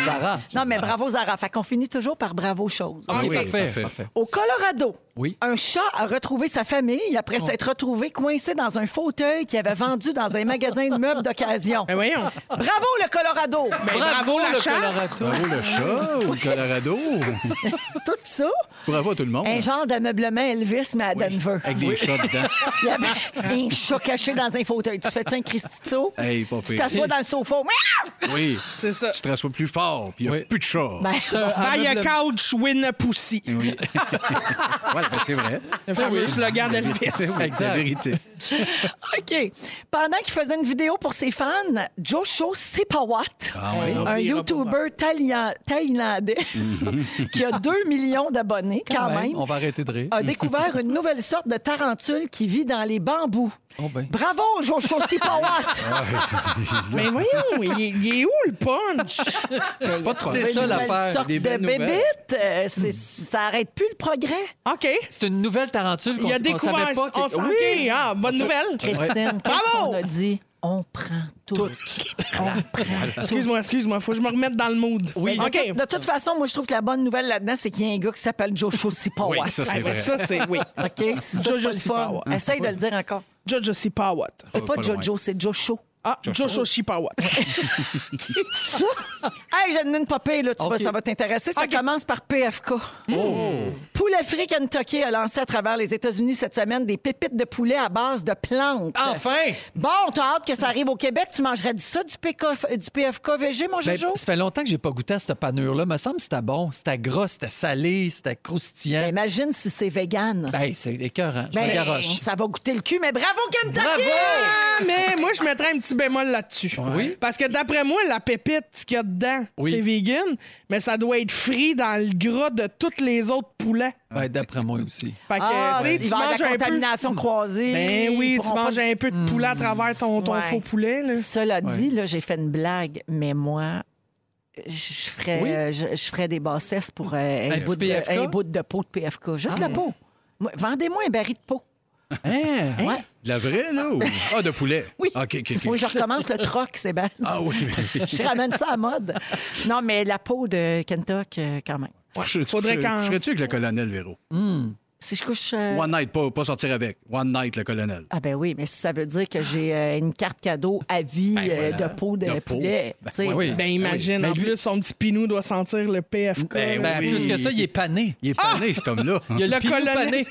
[SPEAKER 3] Zara. Non, mais bravo, Zara. Fait qu'on finit toujours par bravo chose.
[SPEAKER 1] Ah,
[SPEAKER 2] Ah,
[SPEAKER 1] oui,
[SPEAKER 2] oui,
[SPEAKER 1] parfait,
[SPEAKER 4] parfait.
[SPEAKER 1] parfait.
[SPEAKER 3] Au Colorado,
[SPEAKER 1] Oui.
[SPEAKER 3] un chat a retrouvé sa famille après s'être retrouvé coincé dans un fauteuil qu'il avait vendu dans un magasin de meubles d'occasion.
[SPEAKER 2] Ben voyons.
[SPEAKER 3] Bravo, le Colorado!
[SPEAKER 2] Ben, bravo, la
[SPEAKER 1] le
[SPEAKER 2] chatte.
[SPEAKER 1] Colorado.
[SPEAKER 4] Bravo le chat ou le Colorado.
[SPEAKER 3] Tout ça,
[SPEAKER 4] Bravo à tout le monde.
[SPEAKER 3] un genre d'ameublement Elvis, mais à Denver.
[SPEAKER 4] Avec des chats dedans.
[SPEAKER 3] Il y avait un chat caché dans un fauteuil. Tu fais-tu un Christito?
[SPEAKER 4] Hey, pas
[SPEAKER 3] tu
[SPEAKER 4] pire.
[SPEAKER 3] t'assois dans le sofa. Miaou!
[SPEAKER 4] Oui.
[SPEAKER 2] C'est ça.
[SPEAKER 4] Tu te rassois plus fort, puis il n'y a
[SPEAKER 1] Oui.
[SPEAKER 4] plus de chat.
[SPEAKER 3] Ben,
[SPEAKER 2] Buy Ah, a
[SPEAKER 1] Meuble-
[SPEAKER 2] couch, win a pussy.
[SPEAKER 4] Eh Oui. ouais, ben, c'est vrai.
[SPEAKER 2] Le fameux slogan d'Elvis.
[SPEAKER 4] C'est la
[SPEAKER 1] Exact.
[SPEAKER 4] vérité.
[SPEAKER 3] OK. Pendant qu'il faisait une vidéo pour ses fans, Josho Sipawat, un
[SPEAKER 2] dira
[SPEAKER 3] YouTuber thaïla- thaïlandais qui a 2 millions d'abonnés quand,
[SPEAKER 1] Quand même,
[SPEAKER 3] même,
[SPEAKER 1] on va arrêter de rire.
[SPEAKER 3] a découvert une nouvelle sorte de tarentule qui vit dans les bambous.
[SPEAKER 1] Oh ben. Ah
[SPEAKER 3] Bravo, Josho Sipawat!
[SPEAKER 2] Mais voyons, il est, il est où le punch?
[SPEAKER 4] Pas de
[SPEAKER 1] C'est ça
[SPEAKER 3] Nouvelle
[SPEAKER 1] l'affaire.
[SPEAKER 3] sorte de bébite. Euh, c'est- ça arrête plus le progrès.
[SPEAKER 2] OK.
[SPEAKER 1] C'est une nouvelle tarentule qu'on
[SPEAKER 2] Il a
[SPEAKER 1] ne savait
[SPEAKER 2] découvert.
[SPEAKER 1] pas.
[SPEAKER 2] on
[SPEAKER 1] qu'il-
[SPEAKER 2] s'en-
[SPEAKER 1] Oui.
[SPEAKER 2] OK, ah, bonne nouvelle.
[SPEAKER 3] Christine, qu'est-ce
[SPEAKER 2] Bravo!
[SPEAKER 3] qu'on a dit? On prend tout. On prend tout.
[SPEAKER 2] Excuse-moi, excuse-moi. Faut que je me remette dans le mood. Oui,
[SPEAKER 3] De
[SPEAKER 2] OK.
[SPEAKER 3] toute- De toute façon, moi, je trouve que la bonne nouvelle là-dedans, c'est qu'il y a un gars qui s'appelle Joshua Sipawat.
[SPEAKER 4] Oui, ça, c'est
[SPEAKER 2] Ah, ben,
[SPEAKER 4] vrai.
[SPEAKER 2] Ça, c'est. Oui.
[SPEAKER 3] OK? C'est ça, c'est
[SPEAKER 2] Jojo
[SPEAKER 3] pas le fun.
[SPEAKER 2] Sipawat.
[SPEAKER 3] Essaye de le dire encore.
[SPEAKER 2] Jojo Sipawat.
[SPEAKER 3] C'est pas
[SPEAKER 4] Oh, pas
[SPEAKER 3] Jojo, c'est Joshua.
[SPEAKER 2] Ah, Joshua Shipawa.
[SPEAKER 3] Hey, j'en ai une popée, là, tu
[SPEAKER 1] OK. Oh.
[SPEAKER 3] vois, ça va t'intéresser. Ça commence par PFK. Poulet frit Kentucky a lancé à travers les États-Unis cette semaine des pépites de poulet à base de plantes.
[SPEAKER 1] Enfin!
[SPEAKER 3] Bon, t'as hâte que ça arrive au Québec. Tu mangerais du ça, du, PK, du PFK VG, mon
[SPEAKER 1] Ben,
[SPEAKER 3] Jojo?
[SPEAKER 1] ça fait longtemps que j'ai pas goûté à cette panure-là. Me semble que c'était bon, c'était gros, c'était salé, c'était
[SPEAKER 3] Ben,
[SPEAKER 1] croustillant.
[SPEAKER 3] imagine si c'est vegan.
[SPEAKER 1] Ben, c'est écœurant. Je me
[SPEAKER 3] Ben,
[SPEAKER 1] garoche.
[SPEAKER 3] ça va goûter le cul, mais bravo Kentucky!
[SPEAKER 2] Ah, mais moi, je mettrais un petit bémol là-dessus.
[SPEAKER 1] Oui.
[SPEAKER 2] Parce que d'après moi, la pépite, ce qu'il y a dedans,
[SPEAKER 1] Oui.
[SPEAKER 2] c'est vegan, mais ça doit être frit dans le gras de tous les autres poulets.
[SPEAKER 1] Ben, d'après moi aussi.
[SPEAKER 2] Fait que,
[SPEAKER 3] Ah,
[SPEAKER 2] tu sais,
[SPEAKER 3] il va
[SPEAKER 2] tu
[SPEAKER 3] y avoir
[SPEAKER 2] manges
[SPEAKER 3] de la
[SPEAKER 2] un peu.
[SPEAKER 3] contamination croisée.
[SPEAKER 2] Ben oui,
[SPEAKER 3] Ils
[SPEAKER 2] tu
[SPEAKER 3] pourront pas
[SPEAKER 2] manges un peu de poulet à travers ton, ton
[SPEAKER 3] Ouais.
[SPEAKER 2] faux poulet. Là. Ben,
[SPEAKER 3] Cela dit, là, j'ai fait une blague, mais moi, je ferais, euh, je, je ferais des bassesses pour euh, un,
[SPEAKER 1] Un
[SPEAKER 3] bout
[SPEAKER 1] petit
[SPEAKER 3] de,
[SPEAKER 1] PFK?
[SPEAKER 3] un bout de peau de PFK. Juste la peau. Moi, Vendez-moi un baril de peau.
[SPEAKER 1] Hein?
[SPEAKER 3] Ouais.
[SPEAKER 4] De la vraie, là? ou- Ah, de poulet.
[SPEAKER 3] Oui.
[SPEAKER 4] OK, OK, OK.
[SPEAKER 3] Faut que je recommence le troc, Sébastien.
[SPEAKER 4] Ah oui, oui.
[SPEAKER 3] Je ramène ça à mode. Non, mais la peau de Kentucky, euh, quand même.
[SPEAKER 4] Je-
[SPEAKER 2] Faudrait
[SPEAKER 4] je-
[SPEAKER 2] quand-
[SPEAKER 4] je Serais-tu avec le colonel, Véro?
[SPEAKER 3] Si je couche. euh,
[SPEAKER 4] One night, pas, pas sortir avec. One night, le colonel.
[SPEAKER 3] Ah ben oui, mais si ça veut dire que j'ai euh, une carte cadeau à vie
[SPEAKER 4] Ben
[SPEAKER 3] euh,
[SPEAKER 4] voilà.
[SPEAKER 3] de peau de,
[SPEAKER 4] De peau.
[SPEAKER 3] poulet. tu sais.
[SPEAKER 1] oui, oui.
[SPEAKER 2] Ben imagine,
[SPEAKER 1] Ben
[SPEAKER 2] en
[SPEAKER 1] lui-
[SPEAKER 2] plus, son petit pinou doit sentir le PFK.
[SPEAKER 4] Ben
[SPEAKER 1] Ben,
[SPEAKER 4] oui.
[SPEAKER 1] plus que ça, il est pané.
[SPEAKER 4] Il est pané, cet homme-là.
[SPEAKER 1] Il y a le,
[SPEAKER 2] Le
[SPEAKER 1] pinou
[SPEAKER 2] colonel-
[SPEAKER 1] pané.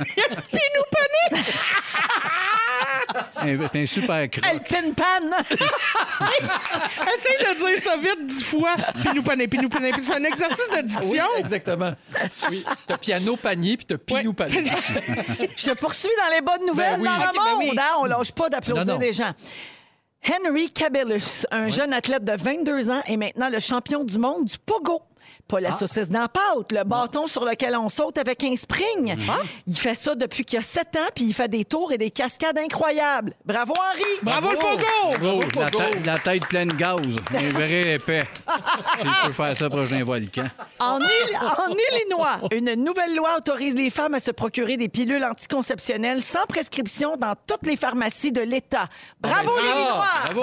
[SPEAKER 4] Un- C'est un super
[SPEAKER 3] Ah, le
[SPEAKER 4] croc.
[SPEAKER 3] pin-pan!
[SPEAKER 2] Essaye de dire ça vite dix fois. Pinou pané, pinou pané. C'est un exercice de
[SPEAKER 1] Oui,
[SPEAKER 2] diction.
[SPEAKER 1] exactement. Oui. T'as piano panier puis t'as pinou panier.
[SPEAKER 3] Je poursuis dans les bonnes nouvelles
[SPEAKER 1] Ben oui.
[SPEAKER 3] dans le
[SPEAKER 1] Ok,
[SPEAKER 3] monde.
[SPEAKER 2] ben oui.
[SPEAKER 3] hein. On lâche pas d'applaudir
[SPEAKER 1] Non, non.
[SPEAKER 3] des gens. Henry Cabellus, un jeune athlète de 22 ans, est maintenant le champion du monde du pogo. Pas la saucisse dans la pâte, le bâton sur lequel on saute avec un spring. Il fait ça depuis qu'il a 7 ans, puis il fait des tours et des cascades incroyables. Bravo, Henry!
[SPEAKER 2] Bravo, le pogo!
[SPEAKER 4] Oh, de la, tête- de la tête pleine de gaz. Un vrai épais. S'il peut faire ça proche d'un volcan.
[SPEAKER 3] En, Ill- en Illinois, une nouvelle loi autorise les femmes à se procurer des pilules anticonceptionnelles sans prescription dans toutes les pharmacies de l'État. Bravo,
[SPEAKER 1] ben ça,
[SPEAKER 3] l'Illinois!
[SPEAKER 4] Bravo.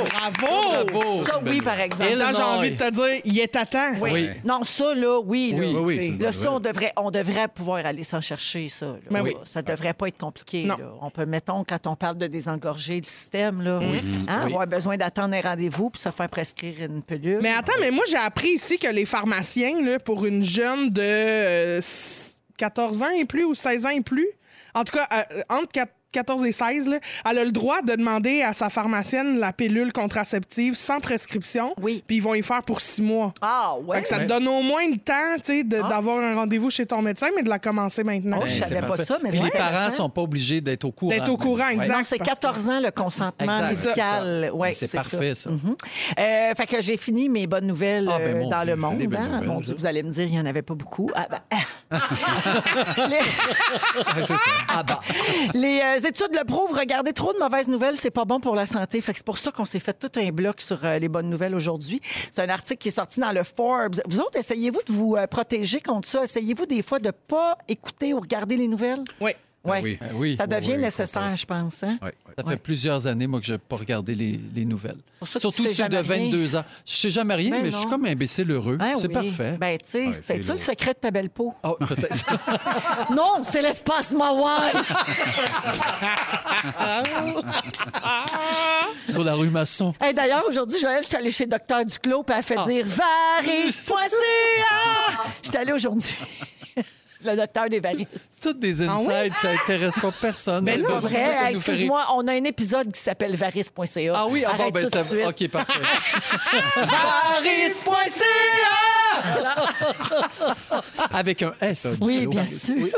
[SPEAKER 2] Bravo!
[SPEAKER 1] Bravo.
[SPEAKER 3] Ça, oui, par exemple.
[SPEAKER 1] Et
[SPEAKER 2] Là, j'ai envie de te dire, il est à temps.
[SPEAKER 3] Oui.
[SPEAKER 1] Oui.
[SPEAKER 3] Non, ça, là, oui. Là,
[SPEAKER 1] Oui,
[SPEAKER 4] oui,
[SPEAKER 3] T'sais,
[SPEAKER 4] c'est une
[SPEAKER 3] là,
[SPEAKER 4] bonne
[SPEAKER 3] ça, on devrait, on devrait pouvoir aller s'en chercher, ça. là.
[SPEAKER 2] Ben oui.
[SPEAKER 3] Ça devrait pas être compliqué.
[SPEAKER 2] Non.
[SPEAKER 3] là. On peut, mettons, quand on parle de désengorger le système, là, hein, avoir besoin d'attendre un rendez-vous pour se faire prescrire une pilule.
[SPEAKER 2] Mais attends, mais moi, j'ai appris ici que les pharmaciens, là, pour une jeune de euh, s- 14 ans et plus ou 16 ans et plus, en tout cas, euh, entre quat- 14 et 16, là, elle a le droit de demander à sa pharmacienne la pilule contraceptive sans prescription.
[SPEAKER 3] Oui.
[SPEAKER 2] Puis ils vont y faire pour six mois.
[SPEAKER 3] Ah, ouais. Ah.
[SPEAKER 2] Fait que ça te
[SPEAKER 1] Ouais.
[SPEAKER 2] donne au moins le temps, tu sais, de- d'avoir un rendez-vous chez ton médecin, mais de la commencer maintenant.
[SPEAKER 3] Oh, je
[SPEAKER 1] Ben,
[SPEAKER 3] savais
[SPEAKER 1] c'est
[SPEAKER 3] pas
[SPEAKER 1] parfait.
[SPEAKER 3] ça, mais
[SPEAKER 1] Puis
[SPEAKER 3] c'est
[SPEAKER 1] les parents
[SPEAKER 3] intéressant.
[SPEAKER 1] sont pas obligés d'être au courant.
[SPEAKER 2] D'être au courant,
[SPEAKER 1] Ouais.
[SPEAKER 2] exact.
[SPEAKER 3] Non, c'est
[SPEAKER 2] parce que-
[SPEAKER 3] 14 ans le consentement
[SPEAKER 1] Exact, c'est
[SPEAKER 3] médical.
[SPEAKER 1] ça.
[SPEAKER 3] Ouais,
[SPEAKER 1] C'est
[SPEAKER 3] ça.
[SPEAKER 1] parfait, ça.
[SPEAKER 3] Mhm. Euh, fait que j'ai fini mes bonnes nouvelles
[SPEAKER 1] Ah, ben,
[SPEAKER 3] euh,
[SPEAKER 1] mon
[SPEAKER 3] dans
[SPEAKER 1] Dieu,
[SPEAKER 3] le
[SPEAKER 4] c'était des
[SPEAKER 3] monde.
[SPEAKER 4] belles
[SPEAKER 3] hein.
[SPEAKER 4] nouvelles,
[SPEAKER 3] Mon Dieu,
[SPEAKER 4] ça.
[SPEAKER 3] vous allez me dire, il n'y en avait pas beaucoup. Ah, ben, Les-
[SPEAKER 4] Ah, c'est ça.
[SPEAKER 1] Ah bah.
[SPEAKER 3] Les euh, études le prouvent. Regarder trop de mauvaises nouvelles, c'est pas bon pour la santé. Fait que c'est pour ça qu'on s'est fait tout un bloc sur euh, les bonnes nouvelles aujourd'hui. C'est un article qui est sorti dans le Forbes. Vous autres, essayez-vous de vous euh, protéger contre ça? Essayez-vous des fois de pas écouter ou regarder les nouvelles?
[SPEAKER 2] Oui.
[SPEAKER 3] Ouais.
[SPEAKER 4] oui.
[SPEAKER 1] Ben oui.
[SPEAKER 3] Ça devient
[SPEAKER 4] Oui, oui,
[SPEAKER 3] nécessaire, je pense. hein?
[SPEAKER 4] Ouais, ouais.
[SPEAKER 1] Ça fait plusieurs années, moi, que je n'ai pas regardé les, les nouvelles.
[SPEAKER 3] Pour ça que
[SPEAKER 1] Surtout
[SPEAKER 3] tu sais
[SPEAKER 1] ceux de
[SPEAKER 3] jamais rien.
[SPEAKER 1] 22 ans. Je sais jamais rien,
[SPEAKER 3] Ben
[SPEAKER 1] mais je suis
[SPEAKER 3] non.
[SPEAKER 1] comme un imbécile heureux.
[SPEAKER 3] Ah
[SPEAKER 1] c'est
[SPEAKER 3] oui.
[SPEAKER 1] parfait.
[SPEAKER 3] Ben, tu sais, c'est
[SPEAKER 4] c'est
[SPEAKER 3] peut-être ça le
[SPEAKER 4] lourd.
[SPEAKER 3] secret de ta belle peau.
[SPEAKER 1] Oh, peut-être.
[SPEAKER 3] Non, c'est l'espace Mawai.
[SPEAKER 1] Sur la rue Masson.
[SPEAKER 3] Hey, D'ailleurs, aujourd'hui, Joël, je suis allée chez Docteur Duclos, puis elle a fait
[SPEAKER 1] Ah.
[SPEAKER 3] dire varice.ca. Je suis allée aujourd'hui. Le docteur des varices.
[SPEAKER 1] C'est toutes des
[SPEAKER 3] Ah
[SPEAKER 1] insides, ça intéresse pas personne.
[SPEAKER 2] Ben
[SPEAKER 1] Mais bon,
[SPEAKER 2] non,
[SPEAKER 3] Vrai,
[SPEAKER 1] ça
[SPEAKER 3] hey,
[SPEAKER 1] nous fait rire.
[SPEAKER 3] excuse-moi, on a un épisode qui s'appelle varice.ca.
[SPEAKER 1] Ah oui, ah bon,
[SPEAKER 3] Arrête
[SPEAKER 1] ben
[SPEAKER 3] tout de
[SPEAKER 1] ça
[SPEAKER 3] suite.
[SPEAKER 1] va. OK, parfait. Avec un S.
[SPEAKER 3] Oui, bien sûr.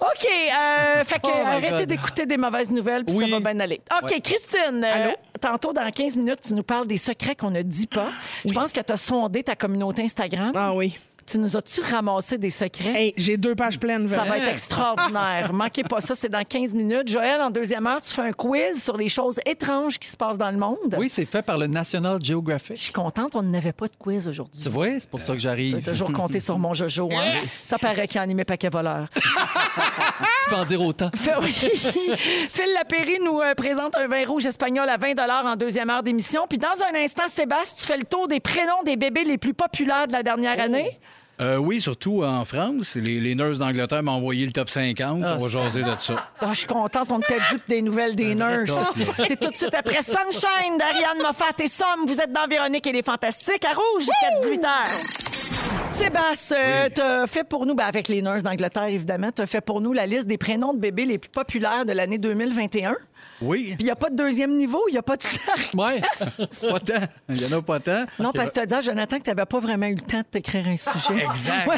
[SPEAKER 3] OK, euh, fait que
[SPEAKER 1] Oh my
[SPEAKER 3] arrêtez
[SPEAKER 1] God.
[SPEAKER 3] d'écouter des mauvaises nouvelles, puis
[SPEAKER 1] Oui.
[SPEAKER 3] ça va bien aller. OK, Christine, euh,
[SPEAKER 2] Allô?
[SPEAKER 3] tantôt, dans 15 minutes, tu nous parles des secrets qu'on ne dit pas. Je pense que tu as sondé ta communauté Instagram.
[SPEAKER 2] Ah oui.
[SPEAKER 3] Tu nous as-tu ramassé des secrets?
[SPEAKER 2] Hey, j'ai deux pages pleines.
[SPEAKER 3] Ça va
[SPEAKER 2] Véro.
[SPEAKER 3] être extraordinaire. Manquez pas ça, c'est dans 15 minutes. Joël, en deuxième heure, tu fais un quiz sur les choses étranges qui se passent dans le monde.
[SPEAKER 1] Oui, c'est fait par le National
[SPEAKER 3] Je
[SPEAKER 1] Geographic.
[SPEAKER 3] suis contente, on n'avait pas de quiz aujourd'hui.
[SPEAKER 1] Tu vois, c'est pour ça que
[SPEAKER 3] Je vais
[SPEAKER 1] j'arrive.
[SPEAKER 3] Euh, toujours compter sur mon Jojo. Hein? Ça paraît qu'il a animé paquet voleur.
[SPEAKER 1] Tu peux en dire autant.
[SPEAKER 3] Fait- oui. Phil Lapéry nous euh, présente un vin rouge espagnol à 20 en deuxième heure d'émission. Puis dans un instant, Sébastien, tu fais le tour des prénoms des bébés les plus populaires de la dernière année.
[SPEAKER 4] Euh, oui, surtout en France. Les, les nurses d'Angleterre m'ont envoyé le top 50. On va jaser de ça.
[SPEAKER 3] Ah, je suis contente, on t'a dupe des nouvelles des
[SPEAKER 2] Ben,
[SPEAKER 3] nurses. C'est tout de suite après Sunshine d'Ariane Moffat et Somme. Vous êtes dans Véronique et les Fantastiques à Rouge jusqu'à 18h. Sébastien, tu as fait pour nous, ben, avec les nurses d'Angleterre évidemment, tu as fait pour nous la liste des prénoms de bébés les plus populaires de l'année 2021.
[SPEAKER 4] Oui.
[SPEAKER 3] Puis il n'y a pas de deuxième niveau, il n'y a pas de cercle.
[SPEAKER 1] Ouais.
[SPEAKER 4] Pas tant. Il n'y en a pas tant.
[SPEAKER 3] Non, parce que tu as dit à Jonathan que tu n'avais pas vraiment eu le temps de t'écrire un
[SPEAKER 2] Ah,
[SPEAKER 3] sujet.
[SPEAKER 4] Exact.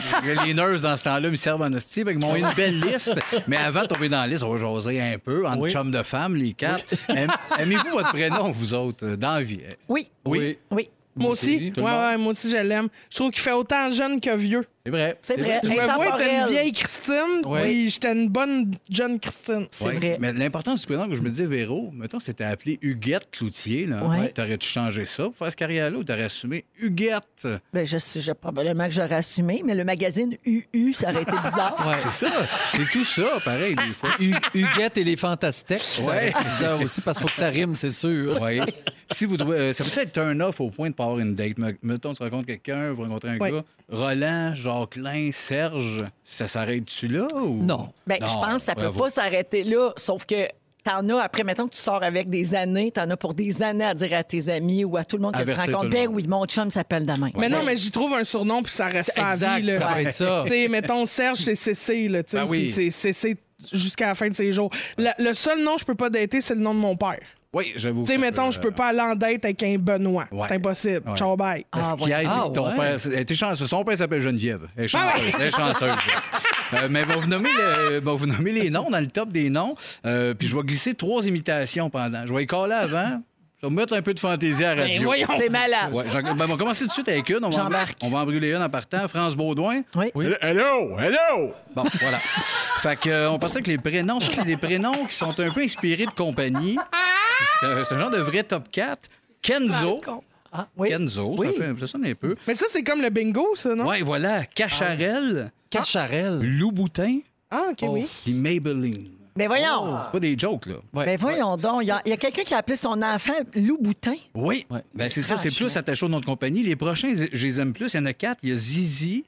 [SPEAKER 4] Les nurses, dans ce temps-là, me servent en hostie. Fait qu'ils m'ont une belle liste. Mais avant de tomber dans la liste, on va jaser un peu. Entre
[SPEAKER 1] Oui.
[SPEAKER 4] chums de femmes, les quatre. Aim- Aimez-vous votre prénom, vous autres, euh, dans la vie?
[SPEAKER 3] Oui.
[SPEAKER 1] Oui.
[SPEAKER 3] Oui.
[SPEAKER 2] Moi aussi.
[SPEAKER 1] Tout
[SPEAKER 2] Ouais,
[SPEAKER 1] le monde.
[SPEAKER 2] ouais, moi aussi, je l'aime. Je trouve qu'il fait autant jeune que vieux.
[SPEAKER 4] C'est vrai.
[SPEAKER 3] C'est vrai.
[SPEAKER 2] Je me vois être une
[SPEAKER 3] Intemporel.
[SPEAKER 2] vieille Christine,
[SPEAKER 1] Ouais.
[SPEAKER 2] puis j'étais une bonne jeune Christine.
[SPEAKER 3] C'est
[SPEAKER 4] Ouais.
[SPEAKER 3] vrai.
[SPEAKER 4] Mais l'importance du prénom que je me disais, Véro, mettons, c'était appelé Huguette Cloutier. Là.
[SPEAKER 3] Ouais.
[SPEAKER 4] T'aurais-tu changé ça pour faire ce carrière-là ou t'aurais assumé Huguette?
[SPEAKER 3] Ben, je, je- probablement que j'aurais assumé, mais le magazine UU, ça aurait été bizarre.
[SPEAKER 1] Ouais.
[SPEAKER 4] C'est ça. C'est tout ça, pareil, des fois.
[SPEAKER 1] Hu- Huguette et les Fantastiques. ça
[SPEAKER 4] Ouais.
[SPEAKER 1] va être bizarre aussi parce qu'il faut que ça rime, c'est sûr.
[SPEAKER 4] Oui. Si vous trouvez, euh, ça peut être un off au point de pas avoir une date. Me- Mettons, tu rencontres quelqu'un, vous rencontrez un
[SPEAKER 2] Ouais.
[SPEAKER 4] gars, Roland, Jacqueline, Serge, ça s'arrête-tu là ou?
[SPEAKER 1] Non.
[SPEAKER 3] Ben, je pense que ça peut
[SPEAKER 4] bravo.
[SPEAKER 3] pas s'arrêter là, sauf que t'en as, après, mettons que tu sors avec des années, t'en as pour des années à dire à tes amis ou à tout le monde que tu
[SPEAKER 4] Avertir tout
[SPEAKER 3] rencontres,
[SPEAKER 4] le
[SPEAKER 3] ben
[SPEAKER 4] monde.
[SPEAKER 3] oui, mon chum s'appelle demain.
[SPEAKER 2] Mais non, mais j'y trouve un surnom, puis ça reste ça à la
[SPEAKER 1] Exact,
[SPEAKER 2] vie. là.
[SPEAKER 1] ça va être ça.
[SPEAKER 2] Tu sais, mettons, Serge, c'est CC, là, tu sais,
[SPEAKER 4] Ben oui.
[SPEAKER 2] puis c'est CC jusqu'à la fin de ses jours. Le, le seul nom que je peux pas dater, c'est le nom de mon père.
[SPEAKER 4] Oui, j'avoue. euh,
[SPEAKER 2] Tu sais, mettons, je peux pas aller en date avec un Benoît.
[SPEAKER 4] Ouais.
[SPEAKER 2] C'est impossible.
[SPEAKER 4] Ouais.
[SPEAKER 2] Ciao, bye.
[SPEAKER 4] Parce qu'il y a
[SPEAKER 1] Ah,
[SPEAKER 4] dit que ton
[SPEAKER 1] ouais.
[SPEAKER 4] père. Elle était chanceuse. Son père s'appelle Geneviève. Elle est chanceuse. Elle est chanceuse. Euh, mais va vous, nommer le- va vous nommer les noms dans le top des noms. Euh, puis je vais glisser trois imitations pendant. Je vais y coller avant. Je vais mettre un peu de fantaisie à la
[SPEAKER 2] Ben,
[SPEAKER 4] radio.
[SPEAKER 2] voyons.
[SPEAKER 3] C'est malade.
[SPEAKER 4] Ouais, j'en- ben, on va commencer tout de suite avec une. On va, en,
[SPEAKER 3] J'embarque.
[SPEAKER 4] on va en brûler une en partant. France Baudouin.
[SPEAKER 3] Oui.
[SPEAKER 4] Hello! Hello! Bon, voilà. fait que, euh, on partit avec les prénoms. Ça, c'est des prénoms qui sont un peu inspirés de compagnie. Puis C'est un, c'est un genre de vrai top 4. Kenzo.
[SPEAKER 3] oui.
[SPEAKER 4] Kenzo, ça,
[SPEAKER 3] Oui.
[SPEAKER 4] fait- ça sonne un peu.
[SPEAKER 2] Mais ça, c'est comme le bingo, ça, non?
[SPEAKER 4] Ouais, voilà. Cacharel,
[SPEAKER 3] Ah
[SPEAKER 1] Cacharel.
[SPEAKER 4] Louboutin,
[SPEAKER 2] Ah, OK, oui.
[SPEAKER 4] puis Maybelline.
[SPEAKER 3] Mais Ben voyons!
[SPEAKER 4] C'est pas des jokes, là.
[SPEAKER 1] Ouais.
[SPEAKER 3] Ben voyons donc, il y a, il y a quelqu'un qui a appelé son enfant Lou Boutin.
[SPEAKER 4] Oui.
[SPEAKER 1] Ouais.
[SPEAKER 4] Ben, c'est ça, c'est
[SPEAKER 3] Franchement.
[SPEAKER 4] plus attaché au nom de compagnie. Les prochains, je les aime plus. Il y en a quatre. Il y a Zizi.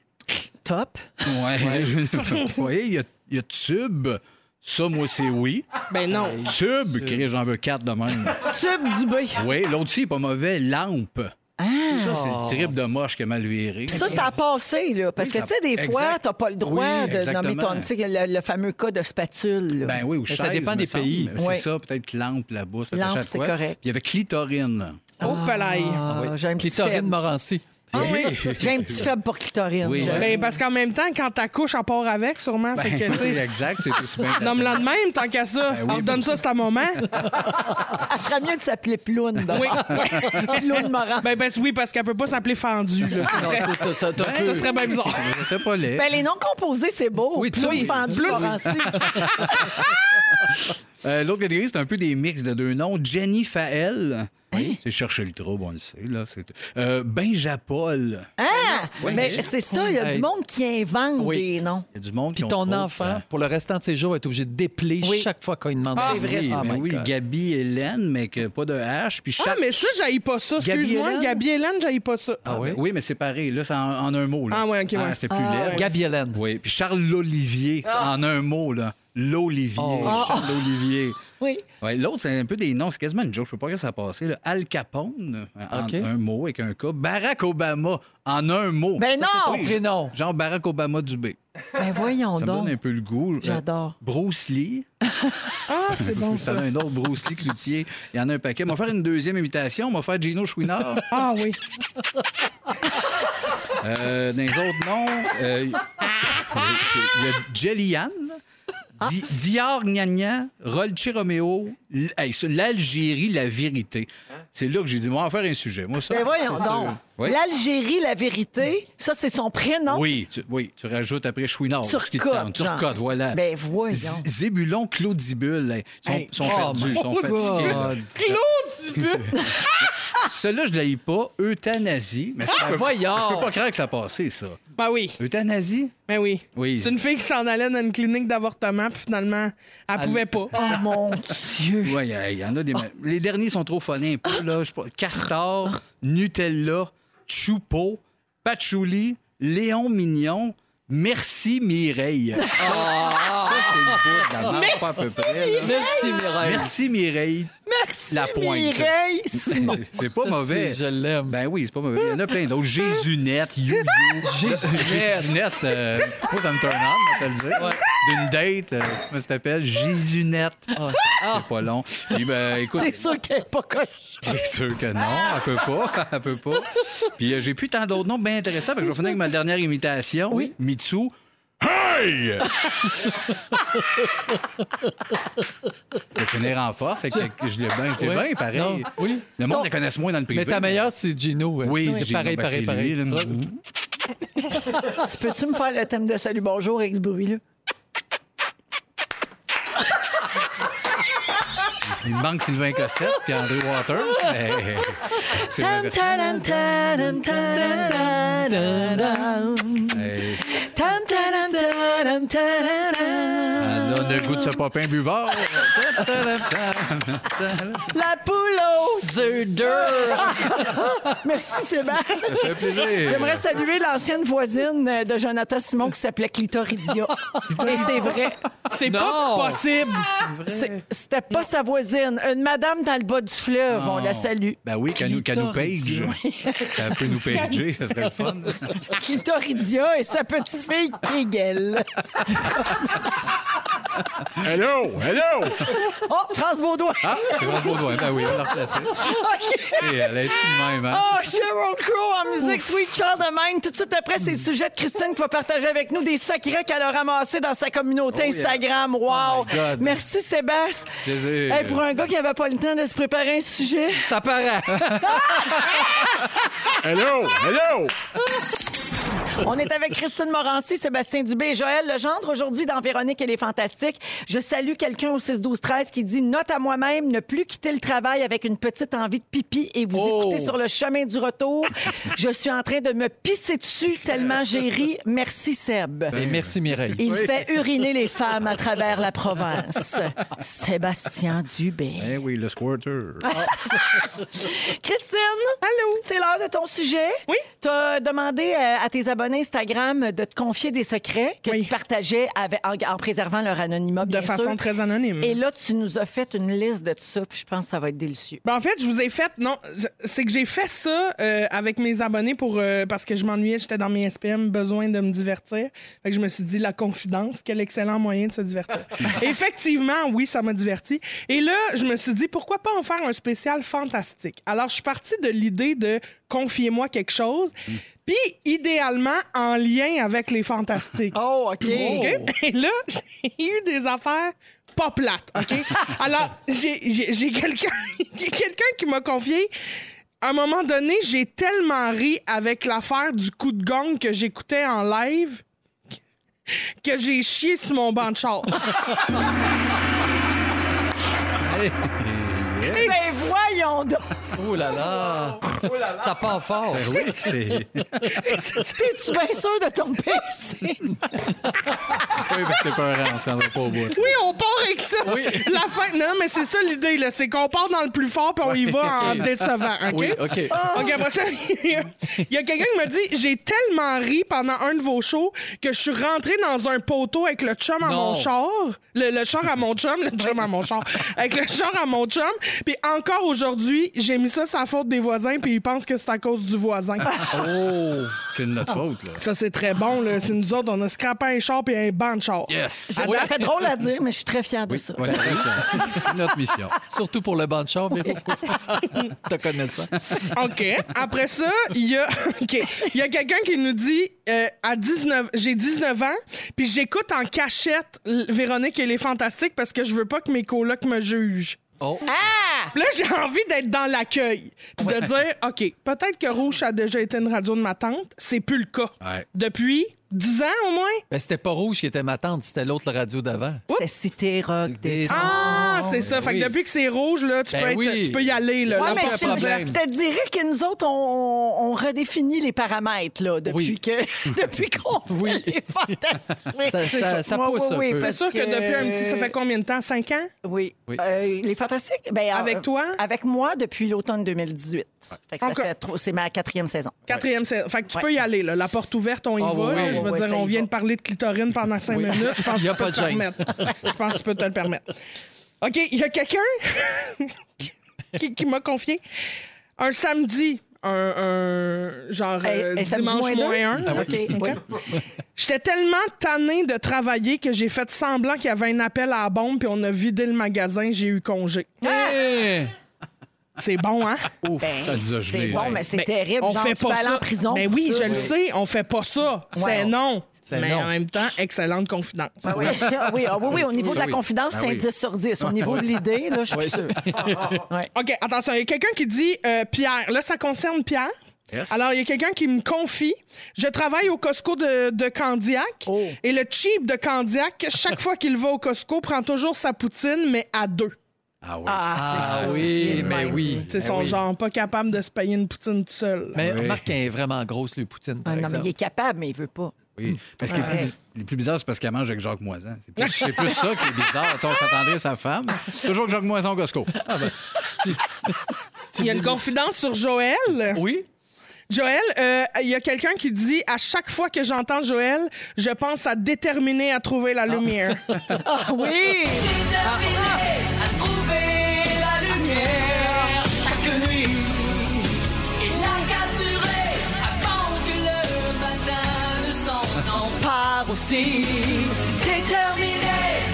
[SPEAKER 3] Top.
[SPEAKER 4] Ouais. Vous voyez, il y a, il y a Tube. Ça, moi, c'est oui.
[SPEAKER 2] Ben non.
[SPEAKER 4] Tube, Chris, j'en veux quatre de même.
[SPEAKER 3] Tube Dubé.
[SPEAKER 4] Oui, l'autre aussi, est pas mauvais. Lampe. Ça, c'est le trip de moche qui a mal viré.
[SPEAKER 3] Ça, ça a passé, là. Parce
[SPEAKER 4] Oui,
[SPEAKER 3] que,
[SPEAKER 4] ça-
[SPEAKER 3] tu sais, des
[SPEAKER 4] exact.
[SPEAKER 3] fois, t'as pas le droit
[SPEAKER 4] Oui,
[SPEAKER 3] de nommer
[SPEAKER 4] exactement.
[SPEAKER 3] ton. Tu sais, le, le fameux cas de spatule. là.
[SPEAKER 4] Ben oui, ou
[SPEAKER 1] ça
[SPEAKER 4] chaise,
[SPEAKER 1] dépend
[SPEAKER 4] me
[SPEAKER 1] des
[SPEAKER 4] semble.
[SPEAKER 1] pays.
[SPEAKER 4] Mais C'est
[SPEAKER 3] Oui.
[SPEAKER 4] ça, peut-être que lampe là-bas. c'est attaché
[SPEAKER 3] Lampe,
[SPEAKER 4] à
[SPEAKER 3] c'est
[SPEAKER 4] quoi.
[SPEAKER 3] correct.
[SPEAKER 4] Puis il y avait clitorine.
[SPEAKER 2] Oh, palaille.
[SPEAKER 3] Ah, J'ai un petit
[SPEAKER 1] Clitorine
[SPEAKER 3] faible.
[SPEAKER 1] Morancy.
[SPEAKER 3] Ah oui, J'ai un petit faible pour clitorine.
[SPEAKER 4] Oui.
[SPEAKER 3] Je-
[SPEAKER 2] Ben, parce qu'en même temps, quand t'accouches, à part avec, sûrement.
[SPEAKER 4] Ben,
[SPEAKER 2] fait que, tu
[SPEAKER 4] oui,
[SPEAKER 2] sais,
[SPEAKER 4] exact, c'est aussi bien.
[SPEAKER 2] nomme-le de même, tant qu'à ça.
[SPEAKER 4] Ben oui,
[SPEAKER 2] On te donne
[SPEAKER 4] ben-
[SPEAKER 2] ça, c'est à moment.
[SPEAKER 3] Elle serait mieux de s'appeler Ploune. donc.
[SPEAKER 2] Oui.
[SPEAKER 3] Ploune Morin.
[SPEAKER 2] Ben, ben oui, parce qu'elle peut pas s'appeler fendue, là.
[SPEAKER 3] Ah,
[SPEAKER 2] Ça
[SPEAKER 1] Non,
[SPEAKER 2] serait,
[SPEAKER 1] c'est ça, ça, t'as un
[SPEAKER 2] ça
[SPEAKER 1] peu-
[SPEAKER 2] serait bien bizarre.
[SPEAKER 4] Je sais pas, les.
[SPEAKER 3] Ben, les noms composés, c'est beau.
[SPEAKER 1] Oui,
[SPEAKER 3] Ploune
[SPEAKER 1] oui.
[SPEAKER 3] fendue,
[SPEAKER 2] Ploune.
[SPEAKER 3] Morancy.
[SPEAKER 4] Euh, L'autre catégorie, c'est un peu des mix de deux noms. Jenny Fael. C'est chercher le trouble, on le sait. Là. c'est- Euh, Benjapol.
[SPEAKER 3] Hein?
[SPEAKER 4] Oui.
[SPEAKER 3] Mais c'est ça, il y a du
[SPEAKER 1] Hey.
[SPEAKER 3] monde qui invente
[SPEAKER 1] Oui.
[SPEAKER 3] des noms.
[SPEAKER 4] Il y a du monde qui
[SPEAKER 1] Puis
[SPEAKER 4] ont
[SPEAKER 1] ton
[SPEAKER 4] trop de
[SPEAKER 1] enfant,
[SPEAKER 4] temps.
[SPEAKER 1] pour le restant de ses jours, est obligé de déplier
[SPEAKER 3] Oui.
[SPEAKER 1] chaque fois qu'on lui demande
[SPEAKER 3] Ah,
[SPEAKER 1] ça.
[SPEAKER 3] c'est vrai,
[SPEAKER 4] Oui,
[SPEAKER 3] ça.
[SPEAKER 1] Ah,
[SPEAKER 4] ben
[SPEAKER 1] my
[SPEAKER 4] oui,
[SPEAKER 1] God.
[SPEAKER 4] Gabi Hélène, mais que pas de H. Puis
[SPEAKER 2] Ah,
[SPEAKER 4] chaque-
[SPEAKER 2] mais ça, j'aille pas ça.
[SPEAKER 4] Gabi
[SPEAKER 2] Excuse-moi,
[SPEAKER 4] Hélène?
[SPEAKER 2] Gabi Hélène, j'aille pas ça.
[SPEAKER 1] Ah oui?
[SPEAKER 4] Ben oui, mais c'est pareil. Là, c'est en, en un mot. là.
[SPEAKER 2] Ah ouais, ok, ouais.
[SPEAKER 4] c'est plus laid.
[SPEAKER 1] Gabi Hélène.
[SPEAKER 4] Oui, puis Charles l'Olivier, en un mot, là. L'Olivier, Charles l'Olivier.
[SPEAKER 3] Oui.
[SPEAKER 4] Ouais, L'autre, c'est un peu des noms, c'est quasiment une joke, je ne sais pas quand ça a passé. là. Al Capone, en
[SPEAKER 1] OK.
[SPEAKER 4] un mot, avec un K. Barack Obama, en un mot.
[SPEAKER 3] Ben non!
[SPEAKER 4] Oui,
[SPEAKER 1] Prénom.
[SPEAKER 4] Genre Barack Obama du B.
[SPEAKER 3] Ben voyons
[SPEAKER 4] Ça me
[SPEAKER 3] donc.
[SPEAKER 4] donne un peu le goût. Euh,
[SPEAKER 3] J'adore.
[SPEAKER 4] Bruce Lee.
[SPEAKER 2] Ah, c'est bon,
[SPEAKER 4] Ça
[SPEAKER 2] ça.
[SPEAKER 4] a un autre Bruce Lee Cloutier. Il y en a un paquet. On va faire une deuxième imitation. On va faire Gino Chouinard.
[SPEAKER 2] Ah oui.
[SPEAKER 4] Euh, dans les autres noms, euh, il y a Jellian, Di- Dior Gnagna, Rolci Romeo, l- hey, ça, l'Algérie, la vérité. C'est là que j'ai dit, moi, on va faire un sujet. Moi, ça,
[SPEAKER 3] Ben voyons
[SPEAKER 4] c'est
[SPEAKER 3] donc.
[SPEAKER 4] ça. Oui.
[SPEAKER 3] L'Algérie, la vérité, ça, c'est son prénom.
[SPEAKER 4] Oui, tu, oui, tu rajoutes après Chouinard. ce qui te
[SPEAKER 3] Turcotte,
[SPEAKER 4] tente.
[SPEAKER 3] genre.
[SPEAKER 4] Turcotte, voilà.
[SPEAKER 3] Ben voyons.
[SPEAKER 4] Z- Zébulon, Claudibule, hey, sont,
[SPEAKER 3] Hey,
[SPEAKER 4] sont
[SPEAKER 1] oh
[SPEAKER 4] perdus,
[SPEAKER 1] my
[SPEAKER 4] sont fatigués. là.
[SPEAKER 1] God.
[SPEAKER 4] Ceux-là, je ne l'ai pas. Euthanasie. Mais ça,
[SPEAKER 3] Ben
[SPEAKER 4] je peux,
[SPEAKER 1] voyons.
[SPEAKER 4] je peux pas croire que ça a passé, ça.
[SPEAKER 2] Ben oui.
[SPEAKER 4] Euthanasie?
[SPEAKER 2] Ben oui.
[SPEAKER 4] Oui.
[SPEAKER 2] C'est une fille qui s'en allait dans une clinique d'avortement, puis finalement, elle pouvait pas.
[SPEAKER 3] Oh mon Dieu.
[SPEAKER 4] Oui, il y a- il y, en a des. ma- Les derniers sont trop phonés un peu, là. Je sais pas. Castor, Nutella, Chupo, Patchouli, Léon Mignon, merci Mireille. Ça, ça, c'est le bout de la marque, pas à peu près. là.
[SPEAKER 1] Merci, Mireille.
[SPEAKER 4] Merci Mireille.
[SPEAKER 3] Merci,
[SPEAKER 4] La pointe.
[SPEAKER 3] Mireille Simon.
[SPEAKER 4] C'est pas
[SPEAKER 1] Ça,
[SPEAKER 4] mauvais.
[SPEAKER 1] c'est- Je l'aime.
[SPEAKER 4] Ben oui, c'est pas mauvais. Il y en a plein d'autres. Jésunette, You You. Jésunette. euh, moi, ça me turn on, on va te le dire. D'une date, euh, comment ça s'appelle? Jésunette. C'est pas long. Puis, ben, écoute,
[SPEAKER 3] C'est sûr qu'elle n'est pas cochon.
[SPEAKER 4] c'est sûr que non,
[SPEAKER 1] Ah!
[SPEAKER 4] elle peut pas, elle peut pas. Puis euh, j'ai plus tant d'autres noms bien intéressants, parce que je vais finir avec ma dernière imitation. Oui. Mitsu. Hey! je vais finir en force, avec, avec- je l'ai bien, je l'ai
[SPEAKER 1] Oui.
[SPEAKER 4] bien, pareil.
[SPEAKER 1] Non, oui.
[SPEAKER 4] Le monde la connaisse moins dans le privé.
[SPEAKER 1] Mais ta meilleure, c'est Gino. hein.
[SPEAKER 4] Oui,
[SPEAKER 1] C'est
[SPEAKER 4] j'ai-
[SPEAKER 1] pareil,
[SPEAKER 4] ben,
[SPEAKER 1] pareil,
[SPEAKER 4] c'est
[SPEAKER 1] pareil.
[SPEAKER 4] lui, là. Mmh.
[SPEAKER 3] Tu Peux-tu me faire le thème de Salut, bonjour, ex brûleux
[SPEAKER 4] Il me manque Sylvain Cossette puis André Waters. mais C'est ma version. Hey. Ah, donne le goût de ce popin buvard.
[SPEAKER 3] La poule aux œufs durs. Merci, Sébastien.
[SPEAKER 4] Ça fait plaisir.
[SPEAKER 3] J'aimerais saluer l'ancienne voisine de Jonathan Simon qui s'appelait Clitoridia. Et c'est vrai.
[SPEAKER 2] C'est
[SPEAKER 1] Non.
[SPEAKER 2] pas possible.
[SPEAKER 3] C'est- C'était pas sa voisine. Une madame dans le bas du fleuve. On la salue.
[SPEAKER 4] Ben oui, qu'elle nous, qu'elle nous page. Ça peut nous pager, ça serait le fun.
[SPEAKER 3] Clitoridia et sa petite fille Kegel.
[SPEAKER 4] Hello! Hello!
[SPEAKER 3] Oh, France Baudouin.
[SPEAKER 4] Ah, c'est vraiment beau, ouais. Ben oui, on l'a replacé.
[SPEAKER 3] OK.
[SPEAKER 4] Et euh, elle est de même, hein?
[SPEAKER 3] Oh, Sheryl Crow en musique, Sweet Child of Mine. Tout de suite après, c'est le sujet de Christine qui va partager avec nous des secrets qu'elle a ramassés dans sa
[SPEAKER 4] Oh,
[SPEAKER 3] communauté Instagram. Wow!
[SPEAKER 1] God.
[SPEAKER 3] Merci, Sébastien.
[SPEAKER 4] Plaisir.
[SPEAKER 3] Hey, pour un gars qui n'avait pas le temps de se préparer un sujet.
[SPEAKER 1] Ça paraît. Ah!
[SPEAKER 6] Hello! Hello!
[SPEAKER 3] On est avec Christine Morancy, Sébastien Dubé et Joël Legendre aujourd'hui dans Véronique et les Fantastiques. Je salue quelqu'un au 6-12-13 qui dit Note à moi-même, ne plus quitter le travail avec une petite envie de pipi et vous
[SPEAKER 1] Oh!
[SPEAKER 3] écouter sur le chemin du retour. Je suis en train de me pisser dessus tellement j'ai ri. Merci, Seb.
[SPEAKER 1] Et merci, Mireille.
[SPEAKER 3] Il fait uriner les femmes à travers la province. Sébastien Dubé.
[SPEAKER 4] Ben oui, le squirter. Ah
[SPEAKER 3] Christine! Allô? C'est l'heure de ton sujet.
[SPEAKER 2] Oui.
[SPEAKER 3] Tu as demandé euh, à tes abonnés Instagram de te confier des secrets que
[SPEAKER 2] Oui.
[SPEAKER 3] tu partageais avec- en, en préservant leur anonymat,
[SPEAKER 2] De
[SPEAKER 3] bien
[SPEAKER 2] façon
[SPEAKER 3] sûr.
[SPEAKER 2] très anonyme.
[SPEAKER 3] Et là, tu nous as fait une liste de tout ça, puis je pense que ça va être délicieux.
[SPEAKER 2] Ben, en fait, je vous ai fait. Non, je- c'est que j'ai fait ça euh, avec mes abonnés pour euh, parce que je m'ennuyais, j'étais dans mes SPM, besoin de me divertir. Fait que je me suis dit, la confidence, quel excellent moyen de se divertir. Effectivement, oui, ça m'a diverti. Et là, je me suis dit, pourquoi pas en faire un spécial fantastique? Alors, je suis partie de l'idée de confiez-moi quelque chose, puis idéalement en lien avec les fantastiques.
[SPEAKER 3] Oh, OK.
[SPEAKER 2] OK? Et là, j'ai eu des affaires pas plates, OK? Alors, j'ai j'ai- j'ai quelqu'un j'ai quelqu'un qui m'a confié. À un moment donné, j'ai tellement ri avec l'affaire du coup de gong que j'écoutais en live que j'ai chié sur mon banc de char.
[SPEAKER 3] Ben voyons donc!
[SPEAKER 1] Oh là là. Ça part fort.
[SPEAKER 4] Ben Oui, c'est. Oui,
[SPEAKER 3] T'es-tu bien sûr de ton PC?
[SPEAKER 2] Ah
[SPEAKER 4] parce que t'es pas on s'en va pas au bout.
[SPEAKER 2] Oui, on part avec ça. La fin. Non, mais c'est ça l'idée, là. C'est qu'on part dans le plus fort puis on y va en décevant, OK?
[SPEAKER 1] Oui, OK.
[SPEAKER 2] OK, après ça, il y a- il y a quelqu'un qui m'a dit J'ai tellement ri pendant un de vos shows que je suis rentré dans un poteau avec le chum à
[SPEAKER 1] Non.
[SPEAKER 2] mon char. Le, le char à mon chum, le chum à mon char. Avec le char à mon chum. Puis encore aujourd'hui, j'ai mis ça sur la faute des voisins, puis ils pensent que c'est à cause du voisin.
[SPEAKER 1] Ah.
[SPEAKER 4] Oh! C'est de notre faute, là.
[SPEAKER 2] ça, c'est très bon, là. C'est nous autres, on a scrapé un char puis un banc de char.
[SPEAKER 4] Yes!
[SPEAKER 3] Ça serait drôle à dire, mais je suis très fière de ça.
[SPEAKER 4] Ouais, c'est c'est notre mission.
[SPEAKER 1] ben Surtout pour le banc de chambre. Véro. Te connaissant.
[SPEAKER 2] OK. Après ça, il y a, OK. Il y a quelqu'un qui nous dit euh, à 19 j'ai 19 ans, puis j'écoute en cachette l- Véronique et les Fantastiques parce que je veux pas que mes colocs me jugent.
[SPEAKER 1] Oh.
[SPEAKER 3] Ah!
[SPEAKER 2] Là, j'ai envie d'être dans l'accueil. Puis de dire, OK, peut-être que Rouge a déjà été une radio de ma tante. C'est plus le cas.
[SPEAKER 4] Ouais.
[SPEAKER 2] Depuis 10 ans au moins?
[SPEAKER 1] Ben, c'était pas rouge qui était ma tante, c'était l'autre la radio d'avant.
[SPEAKER 3] C'était Cité Rock des
[SPEAKER 1] Des-
[SPEAKER 3] temps.
[SPEAKER 2] Ah, c'est ça.
[SPEAKER 1] ben
[SPEAKER 2] Fait
[SPEAKER 1] oui.
[SPEAKER 2] que depuis que c'est rouge, là, tu,
[SPEAKER 1] Ben
[SPEAKER 2] peux, être-
[SPEAKER 1] oui.
[SPEAKER 2] tu peux y aller. Là,
[SPEAKER 3] Ouais,
[SPEAKER 2] là,
[SPEAKER 3] mais
[SPEAKER 2] pas de
[SPEAKER 3] je,
[SPEAKER 2] problème.
[SPEAKER 3] je te dirais que nous autres, on, on redéfinit les paramètres là, depuis
[SPEAKER 1] Oui.
[SPEAKER 3] que depuis qu'on
[SPEAKER 1] Oui.
[SPEAKER 3] fait les fantastiques.
[SPEAKER 1] Ça- ça- ça pousse un peu.
[SPEAKER 2] C'est
[SPEAKER 3] parce
[SPEAKER 2] sûr que depuis un petit, ça fait combien de temps? 5 ans?
[SPEAKER 3] Oui.
[SPEAKER 1] Oui.
[SPEAKER 3] Euh, les fantastiques. ben,
[SPEAKER 2] Avec
[SPEAKER 3] euh,
[SPEAKER 2] toi?
[SPEAKER 3] Avec moi depuis l'automne 2018. Fait que ça
[SPEAKER 2] Encore-
[SPEAKER 3] fait trop- c'est ma quatrième saison.
[SPEAKER 2] Quatrième saison. Fait que tu
[SPEAKER 3] Ouais.
[SPEAKER 2] peux y aller. Là. La porte ouverte, on y
[SPEAKER 1] Ah,
[SPEAKER 2] va.
[SPEAKER 1] oui,
[SPEAKER 2] là.
[SPEAKER 1] oui.
[SPEAKER 2] je veux
[SPEAKER 3] Ouais,
[SPEAKER 2] dire,
[SPEAKER 3] ça
[SPEAKER 2] on
[SPEAKER 3] y
[SPEAKER 2] vient
[SPEAKER 3] va.
[SPEAKER 2] de parler de clitorine pendant cinq minutes. Je pense
[SPEAKER 1] Il y a
[SPEAKER 2] que tu
[SPEAKER 1] pas
[SPEAKER 2] peux
[SPEAKER 1] de
[SPEAKER 2] te le
[SPEAKER 1] gêne.
[SPEAKER 2] permettre. Je pense que tu peux te le permettre. OK, il y a quelqu'un qui, qui m'a confié un samedi, un, un genre
[SPEAKER 3] Hey,
[SPEAKER 2] euh,
[SPEAKER 3] hey, ça me dit
[SPEAKER 2] dimanche
[SPEAKER 3] moins deux?
[SPEAKER 2] moins un.
[SPEAKER 3] Ah oui. OK,
[SPEAKER 2] OK.
[SPEAKER 3] oui.
[SPEAKER 2] J'étais tellement tannée de travailler que j'ai fait semblant qu'il y avait un appel à la bombe, puis on a vidé le magasin, j'ai eu congé.
[SPEAKER 1] Eh!
[SPEAKER 2] C'est bon, hein?
[SPEAKER 4] Ouf, ça nous a
[SPEAKER 3] C'est
[SPEAKER 4] gelé.
[SPEAKER 3] bon, mais c'est
[SPEAKER 2] Ben,
[SPEAKER 3] terrible.
[SPEAKER 2] On
[SPEAKER 3] genre,
[SPEAKER 2] fait
[SPEAKER 3] tu
[SPEAKER 2] pas
[SPEAKER 3] peux aller
[SPEAKER 2] ça.
[SPEAKER 3] en prison.
[SPEAKER 2] Mais
[SPEAKER 3] pour
[SPEAKER 2] oui,
[SPEAKER 3] ça. Ah
[SPEAKER 2] je le sais, on fait pas ça. C'est non.
[SPEAKER 1] C'est
[SPEAKER 2] Mais
[SPEAKER 1] non.
[SPEAKER 2] en même temps, excellente confidence.
[SPEAKER 3] Ah oui. Ah oui, ah oui, oui, au niveau de la
[SPEAKER 1] oui.
[SPEAKER 3] confidence, c'est un 10 sur 10. Au niveau de l'idée, là, je suis plus sûre. Ouais.
[SPEAKER 2] OK, attention, il y a quelqu'un qui dit euh, Pierre. Là, ça concerne Pierre.
[SPEAKER 4] Yes.
[SPEAKER 2] Alors, il y a quelqu'un qui me confie. Je travaille au Costco de, de Candiac.
[SPEAKER 3] Oh.
[SPEAKER 2] Et le cheap de Candiac, chaque fois qu'il va au Costco, prend toujours sa poutine, mais à deux.
[SPEAKER 4] Ah oui.
[SPEAKER 3] Ah,
[SPEAKER 1] Ah
[SPEAKER 3] c'est ça, c'est
[SPEAKER 1] oui,
[SPEAKER 3] le
[SPEAKER 1] mais
[SPEAKER 3] même.
[SPEAKER 1] oui.
[SPEAKER 2] C'est son
[SPEAKER 1] Ben oui.
[SPEAKER 2] genre pas capable de se payer une poutine tout seul.
[SPEAKER 1] Mais
[SPEAKER 4] Oui.
[SPEAKER 1] remarque qu'elle est vraiment grosse, le Poutine.
[SPEAKER 3] Ah
[SPEAKER 1] Par
[SPEAKER 3] non, mais
[SPEAKER 1] exemple.
[SPEAKER 3] il est capable, mais il veut pas.
[SPEAKER 4] Oui. Mais ce qui est
[SPEAKER 3] Ouais.
[SPEAKER 4] plus, biz- le plus bizarre, c'est parce qu'elle mange avec Jacques Moisan. C'est plus, c'est plus ça qui est bizarre. Tu sais, on s'attendrait à sa femme. C'est Toujours que Jacques Moisan au Costco. Ah ben,
[SPEAKER 2] Il y a une confidence sur Joël.
[SPEAKER 1] Oui?
[SPEAKER 2] Joël, euh, il y a quelqu'un qui dit à chaque fois que j'entends Joël, je pense à déterminer à trouver la lumière.
[SPEAKER 3] Ah oui!
[SPEAKER 5] À trouver la lumière chaque nuit et la capturer avant que le matin ne s'en empare aussi. Déterminé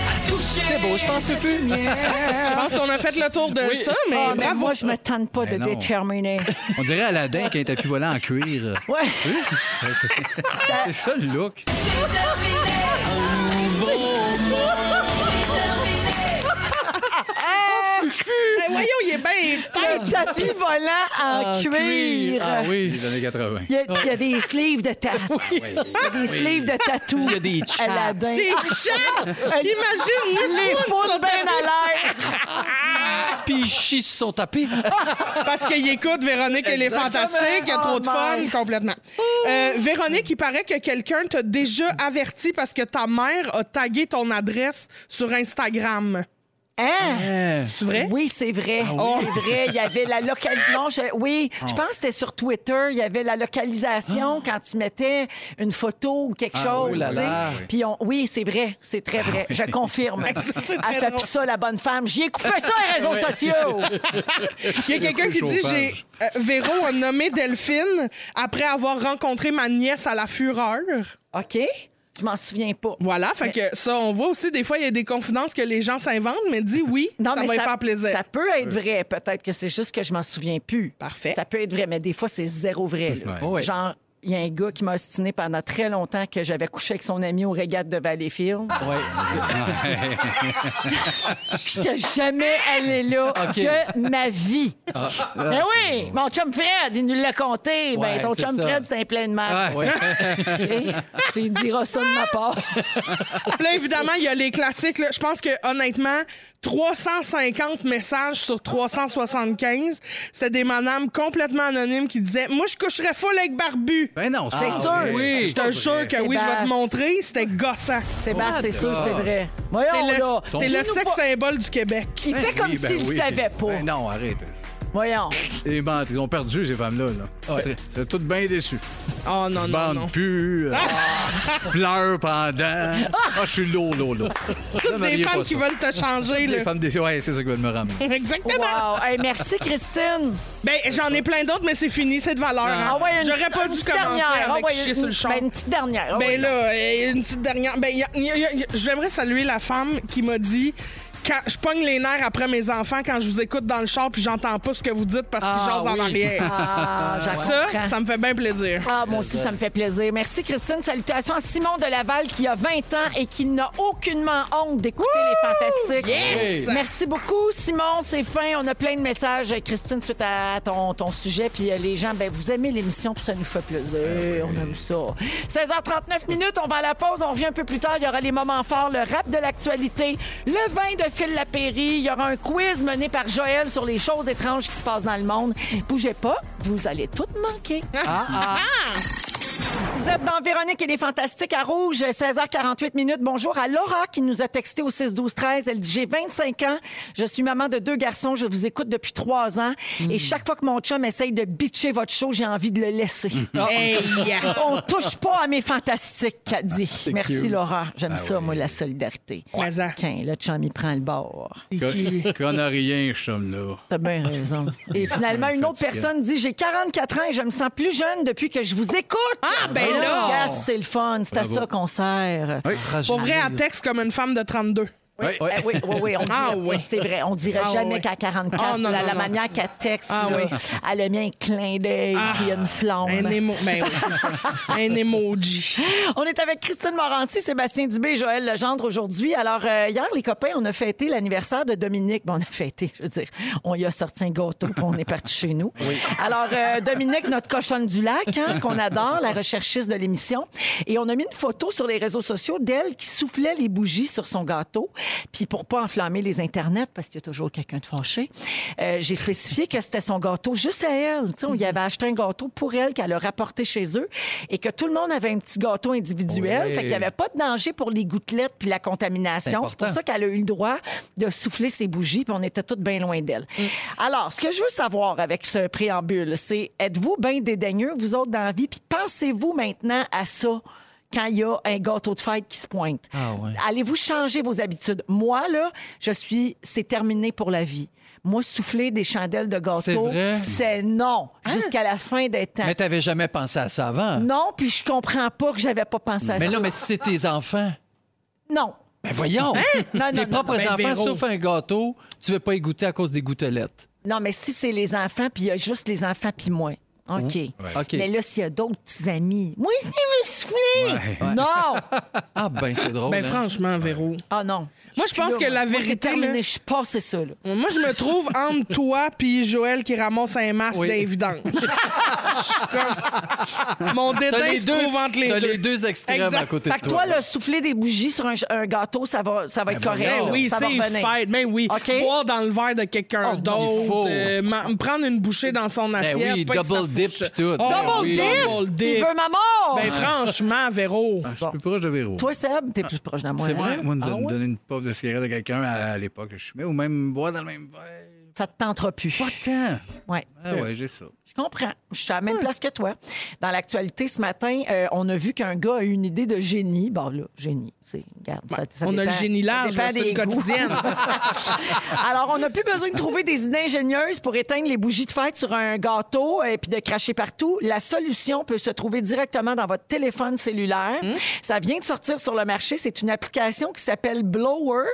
[SPEAKER 5] à toucher.
[SPEAKER 1] C'est beau, je pense que plus.
[SPEAKER 2] Je pense qu'on a fait le tour de ça, mais
[SPEAKER 3] Ah, mais
[SPEAKER 2] bravo.
[SPEAKER 3] moi, je me tente pas
[SPEAKER 4] Mais
[SPEAKER 3] de
[SPEAKER 4] non.
[SPEAKER 3] déterminer.
[SPEAKER 4] On dirait Aladdin qui a un tapis volant en cuir.
[SPEAKER 3] Ouais.
[SPEAKER 4] C'est c'est ça le look.
[SPEAKER 2] Mais Ben, voyons, il est bien.
[SPEAKER 3] Un tapis volant en
[SPEAKER 1] En
[SPEAKER 3] cuir.
[SPEAKER 1] Ah oui.
[SPEAKER 4] Les années 80.
[SPEAKER 3] Il y, a, il y a des sleeves de tatou. Il y a des sleeves de tatou.
[SPEAKER 1] Il y a des chaps.
[SPEAKER 3] Aladdin. Ah,
[SPEAKER 2] C'est chasse! Imagine,
[SPEAKER 3] Les
[SPEAKER 2] sur
[SPEAKER 3] fautes bien
[SPEAKER 2] le
[SPEAKER 3] à l'air.
[SPEAKER 1] Puis ils chient sur son tapis.
[SPEAKER 2] Parce qu'il écoute Véronique, elle est fantastique, il y a trop de
[SPEAKER 3] Oh,
[SPEAKER 2] fun,
[SPEAKER 3] my.
[SPEAKER 2] complètement. Euh, Véronique, il paraît que quelqu'un t'a déjà averti parce que ta mère a tagué ton adresse sur Instagram.
[SPEAKER 3] Hein?
[SPEAKER 1] Hein?
[SPEAKER 2] C'est vrai? Ah
[SPEAKER 3] Oui, c'est vrai. C'est vrai. Il y avait la localisation. Oui, je pense que c'était sur Twitter. Il y avait la
[SPEAKER 2] Ah.
[SPEAKER 3] localisation quand tu mettais une photo ou quelque chose.
[SPEAKER 1] oh là
[SPEAKER 3] tu sais.
[SPEAKER 1] là, oui.
[SPEAKER 3] Puis on... oui, c'est vrai. C'est très vrai. Je confirme.
[SPEAKER 2] Ah C'est très
[SPEAKER 3] Elle fait
[SPEAKER 2] drôle.
[SPEAKER 3] pis ça, la bonne femme. J'y ai coupé ça, les réseaux sociaux.
[SPEAKER 2] Il y a quelqu'un qui dit j'ai
[SPEAKER 4] chauffage.
[SPEAKER 2] euh, Véro a nommé Delphine après avoir rencontré ma nièce à la fureur.
[SPEAKER 3] OK? Je m'en souviens pas.
[SPEAKER 2] Voilà, fait que ça, on voit aussi, des fois, il y a des confidences que les gens s'inventent, mais dis oui, ça va lui faire plaisir.
[SPEAKER 3] ça peut être vrai. Peut-être que c'est juste que je m'en souviens plus.
[SPEAKER 2] Parfait.
[SPEAKER 3] Ça peut être vrai, mais des fois, c'est zéro vrai. là.
[SPEAKER 4] Ouais.
[SPEAKER 1] Ouais.
[SPEAKER 3] Genre, il y a un gars qui m'a ostiné pendant très longtemps que j'avais couché avec son ami au régate de Valleyfield.
[SPEAKER 1] Oui.
[SPEAKER 3] Je t'ai jamais allé là
[SPEAKER 1] OK.
[SPEAKER 3] de ma vie.
[SPEAKER 2] Ah.
[SPEAKER 3] ben oui, mon chum Fred, il nous l'a conté.
[SPEAKER 1] Ouais,
[SPEAKER 3] ben, ton
[SPEAKER 1] c'est
[SPEAKER 3] chum
[SPEAKER 1] ça.
[SPEAKER 3] Fred, c'est un plein de merde.
[SPEAKER 1] Ouais.
[SPEAKER 3] Tu lui diras ça de ma part.
[SPEAKER 2] Là, évidemment, il y a les classiques. là. Je pense que, honnêtement, 350 messages sur 375, c'était des madames complètement anonymes qui disaient Moi, je coucherais full avec Barbu.
[SPEAKER 4] Ben non,
[SPEAKER 3] C'est
[SPEAKER 4] ah,
[SPEAKER 3] sûr.
[SPEAKER 4] oui.
[SPEAKER 2] Je te jure que
[SPEAKER 3] C'est
[SPEAKER 2] oui, je vais
[SPEAKER 3] basse.
[SPEAKER 2] te montrer, c'était gossant.
[SPEAKER 3] Sébastien, c'est sûr, c'est vrai. Voyons,
[SPEAKER 2] Ah.
[SPEAKER 3] là.
[SPEAKER 2] T'es le, t'es le
[SPEAKER 3] dis-nous
[SPEAKER 2] sexe
[SPEAKER 3] pas-
[SPEAKER 2] symbole du Québec.
[SPEAKER 3] Il fait comme
[SPEAKER 4] Oui, ben
[SPEAKER 3] s'il
[SPEAKER 4] oui.
[SPEAKER 3] savait pas.
[SPEAKER 4] Ben non, arrête.
[SPEAKER 3] Voyons.
[SPEAKER 4] Ils mentent. Ils ont perdu, ces femmes-là. Là. C'est- C'est toutes bien déçues.
[SPEAKER 2] Oh non,
[SPEAKER 4] Je
[SPEAKER 2] non, non.
[SPEAKER 4] bande plus. euh, pleure pendant. Ah, je suis lourd, lourd, lourd.
[SPEAKER 2] Toutes des femmes qui veulent te changer,
[SPEAKER 4] Les
[SPEAKER 2] là.
[SPEAKER 4] femmes déçues. Ouais, c'est ça qui veulent me ramener.
[SPEAKER 2] Exactement.
[SPEAKER 3] Wow. Hey, merci, Christine.
[SPEAKER 2] Ben, j'en ai plein d'autres, mais c'est fini, c'est de valeur. hein.
[SPEAKER 3] Ah ouais, une
[SPEAKER 2] J'aurais
[SPEAKER 3] petite-
[SPEAKER 2] pas
[SPEAKER 3] une
[SPEAKER 2] dû
[SPEAKER 3] petite
[SPEAKER 2] commencer
[SPEAKER 3] dernière. Ah
[SPEAKER 2] avec
[SPEAKER 3] ouais,
[SPEAKER 2] chier
[SPEAKER 3] une-
[SPEAKER 2] sur le champ.
[SPEAKER 3] ben, une petite dernière. Ah ouais.
[SPEAKER 2] Ben là, euh, une petite dernière. Ben, y a- y a- y a- j'aimerais saluer la femme qui m'a dit quand je pogne les nerfs après mes enfants quand je vous écoute dans le char puis j'entends pas ce que vous dites parce
[SPEAKER 1] Ah,
[SPEAKER 2] qu'ils jasent
[SPEAKER 1] oui.
[SPEAKER 2] en arrière.
[SPEAKER 3] Ah, j'en comprends.
[SPEAKER 2] Ça, ça me fait bien plaisir.
[SPEAKER 3] Ah, moi aussi, ça me fait plaisir. Merci, Christine. Salutations à Simon de Laval qui a 20 ans et qui n'a aucunement honte d'écouter les Fantastiques.
[SPEAKER 2] Yes!
[SPEAKER 3] Merci beaucoup, Simon. C'est fin. On a plein de messages, Christine, suite à ton, ton sujet. Puis euh, les gens, ben, vous aimez l'émission, puis ça nous fait plaisir. On aime ça. 16h39 minutes, on va à la pause. On revient un peu plus tard. Il y aura les moments forts, le rap de l'actualité, le vin de Phil Lapéry. Il y aura un quiz mené par Joël sur les choses étranges qui se passent dans le monde. Bougez pas, vous allez tout manquer. Vous êtes dans Véronique et les Fantastiques à Rouge, 16h48 minutes. Bonjour à Laura qui nous a texté au 6 12 13. Elle dit j'ai 25 ans, je suis maman de deux garçons, je vous écoute depuis trois ans et chaque fois que mon chum essaye de bitcher votre show, j'ai envie de le laisser.
[SPEAKER 2] Hey, yeah.
[SPEAKER 3] On touche pas à mes fantastiques, qu'a dit. Merci
[SPEAKER 1] cute.
[SPEAKER 3] Laura, j'aime ça moi la solidarité.
[SPEAKER 2] Ouais. Mais, hein.
[SPEAKER 3] Tiens, le chum il prend le bord.
[SPEAKER 4] Qu'on- Qu'on a rien, ce chum-là.
[SPEAKER 3] T'as bien raison. Et finalement, une autre
[SPEAKER 4] Fatigué.
[SPEAKER 3] personne dit J'ai 44 ans et je me sens plus jeune depuis que je vous écoute. Ah,
[SPEAKER 2] ben là!
[SPEAKER 3] c'est le fun. C'est à ça qu'on sert. Oui.
[SPEAKER 2] Pour vrai, elle texte comme une femme de 32.
[SPEAKER 3] Oui.
[SPEAKER 4] Oui.
[SPEAKER 3] eh oui, oui, oui, on dirait,
[SPEAKER 2] Ah oui.
[SPEAKER 3] C'est vrai, on dirait
[SPEAKER 2] Ah
[SPEAKER 3] jamais
[SPEAKER 2] oui.
[SPEAKER 3] qu'à 44,
[SPEAKER 2] Ah non,
[SPEAKER 3] la,
[SPEAKER 2] non,
[SPEAKER 3] la
[SPEAKER 2] non.
[SPEAKER 3] manière qu'elle texte,
[SPEAKER 2] Ah
[SPEAKER 3] là,
[SPEAKER 2] oui.
[SPEAKER 3] elle a mis un clin d'œil puis une flamme.
[SPEAKER 2] Un, émo... ben oui, c'est ça. un emoji.
[SPEAKER 3] On est avec Christine Morancy, Sébastien Dubé et Joël Legendre aujourd'hui. Alors, euh, hier, les copains, on a fêté l'anniversaire de Dominique. Bon, on a fêté, je veux dire, on y a sorti un gâteau puis on est parti chez nous. Alors, euh, Dominique, notre cochonne du lac, hein, qu'on adore, la recherchiste de l'émission. Et on a mis une photo sur les réseaux sociaux d'elle qui soufflait les bougies sur son gâteau. Puis pour pas enflammer les internets, parce qu'il y a toujours quelqu'un de fâché, euh, j'ai spécifié que c'était son gâteau juste à elle. Tu sais, on y avait acheté un gâteau pour elle qu'elle a rapporté chez eux et que tout le monde avait un petit gâteau individuel.
[SPEAKER 1] Oui.
[SPEAKER 3] Fait qu'il n'y avait Euh, pas de danger pour les gouttelettes puis la contamination.
[SPEAKER 1] C'est
[SPEAKER 3] C'est pour ça
[SPEAKER 1] important.
[SPEAKER 3] qu'elle a eu le droit de souffler ses bougies puis on était toutes bien loin d'elle.
[SPEAKER 1] Mm.
[SPEAKER 3] Alors, ce que je veux savoir avec ce préambule, c'est êtes-vous bien dédaigneux, vous autres, dans la vie? Puis pensez-vous maintenant à ça? quand il y a un gâteau de fête qui se pointe.
[SPEAKER 1] Ah ouais.
[SPEAKER 3] Allez-vous changer vos habitudes? Moi, là, je suis... C'est terminé pour la vie. Moi, souffler des chandelles de
[SPEAKER 1] C'est
[SPEAKER 3] gâteau,
[SPEAKER 1] vrai? Hein?
[SPEAKER 3] c'est non. Jusqu'à la fin des temps.
[SPEAKER 1] Mais t'avais jamais pensé à ça avant.
[SPEAKER 3] Non, puis je comprends pas que j'avais pas pensé à
[SPEAKER 1] Mais
[SPEAKER 3] ça.
[SPEAKER 1] non, mais si c'est tes enfants.
[SPEAKER 3] Non.
[SPEAKER 1] Ben voyons!
[SPEAKER 3] Non, non,
[SPEAKER 1] Tes
[SPEAKER 3] non,
[SPEAKER 1] propres
[SPEAKER 3] non.
[SPEAKER 2] Ben,
[SPEAKER 1] enfants
[SPEAKER 2] Véro.
[SPEAKER 1] souffrent un gâteau, tu veux pas y goûter à cause des gouttelettes.
[SPEAKER 3] Non, mais si c'est les enfants, puis il y a juste les enfants, puis moi.
[SPEAKER 2] Mmh.
[SPEAKER 3] OK.
[SPEAKER 1] OK.
[SPEAKER 3] Mais là, s'il y a d'autres petits amis, moi, je veux souffler. Non.
[SPEAKER 1] Ah ben, c'est drôle.
[SPEAKER 2] Ben
[SPEAKER 1] hein?
[SPEAKER 2] franchement, Véro.
[SPEAKER 3] Ah non.
[SPEAKER 2] Moi, je
[SPEAKER 3] suis
[SPEAKER 2] pense
[SPEAKER 3] là,
[SPEAKER 2] que la
[SPEAKER 3] Moi, c'est
[SPEAKER 2] vérité,
[SPEAKER 3] terminé.
[SPEAKER 2] là-
[SPEAKER 3] Je suis passé ça, là.
[SPEAKER 2] Moi, je me trouve entre toi puis Joël qui ramasse un masque
[SPEAKER 1] Oui.
[SPEAKER 2] d'invidence. Je suis comme- Mon
[SPEAKER 1] T'as
[SPEAKER 2] dédain
[SPEAKER 1] les
[SPEAKER 2] se
[SPEAKER 1] deux,
[SPEAKER 2] trouve entre les
[SPEAKER 1] t'as
[SPEAKER 2] deux.
[SPEAKER 1] les deux extrêmes
[SPEAKER 2] Exact.
[SPEAKER 1] à côté
[SPEAKER 3] Fait
[SPEAKER 1] de
[SPEAKER 3] que toi,
[SPEAKER 1] toi.
[SPEAKER 3] le souffler des bougies sur un, un gâteau, ça va, ça va être correct.
[SPEAKER 2] Ben
[SPEAKER 3] là.
[SPEAKER 2] oui,
[SPEAKER 3] ça
[SPEAKER 2] c'est
[SPEAKER 3] va revenir.
[SPEAKER 2] fête. Ben oui.
[SPEAKER 3] OK.
[SPEAKER 2] Boire dans le verre de quelqu'un
[SPEAKER 3] Oh,
[SPEAKER 1] non, il faut.
[SPEAKER 2] d'autre. euh, m'en- prendre une bouchée dans son
[SPEAKER 1] Ben
[SPEAKER 2] assiette.
[SPEAKER 1] oui,
[SPEAKER 2] pas que ça
[SPEAKER 1] double dip
[SPEAKER 2] fouche.
[SPEAKER 1] pis tout.
[SPEAKER 2] Oh,
[SPEAKER 1] Ben oui.
[SPEAKER 2] Double
[SPEAKER 3] Il
[SPEAKER 2] dip.
[SPEAKER 3] veut ma mort.
[SPEAKER 2] Ben franchement, Véro.
[SPEAKER 4] Je suis plus proche de Véro.
[SPEAKER 3] toi, Seb, t'es plus proche de moi.
[SPEAKER 4] C'est
[SPEAKER 3] hein?
[SPEAKER 4] vrai?
[SPEAKER 2] Ah
[SPEAKER 4] Moi, de me donner une pop de cigarette à quelqu'un à, à l'époque que je fumais, ou même boire dans le même verre.
[SPEAKER 3] Ça te tentera plus.
[SPEAKER 4] Pas tant.
[SPEAKER 3] Ouais.
[SPEAKER 4] Ah ouais, j'ai ça.
[SPEAKER 3] Je comprends. Je suis à la même place que toi. Dans l'actualité, ce matin, euh, on a vu qu'un gars a eu une idée de génie. Bon, là, génie, c'est... Regarde, ça, ça
[SPEAKER 2] on a
[SPEAKER 3] dépend-
[SPEAKER 2] le génie
[SPEAKER 3] ça
[SPEAKER 2] large,
[SPEAKER 3] dépend
[SPEAKER 2] là, c'est
[SPEAKER 3] des
[SPEAKER 2] une
[SPEAKER 3] goûts.
[SPEAKER 2] quotidienne.
[SPEAKER 3] Alors, on n'a plus besoin de trouver des idées ingénieuses pour éteindre les bougies de fête sur un gâteau euh, et puis de cracher partout. La solution peut se trouver directement dans votre téléphone cellulaire.
[SPEAKER 2] Hmm?
[SPEAKER 3] Ça vient de sortir sur le marché. C'est une application qui s'appelle Blower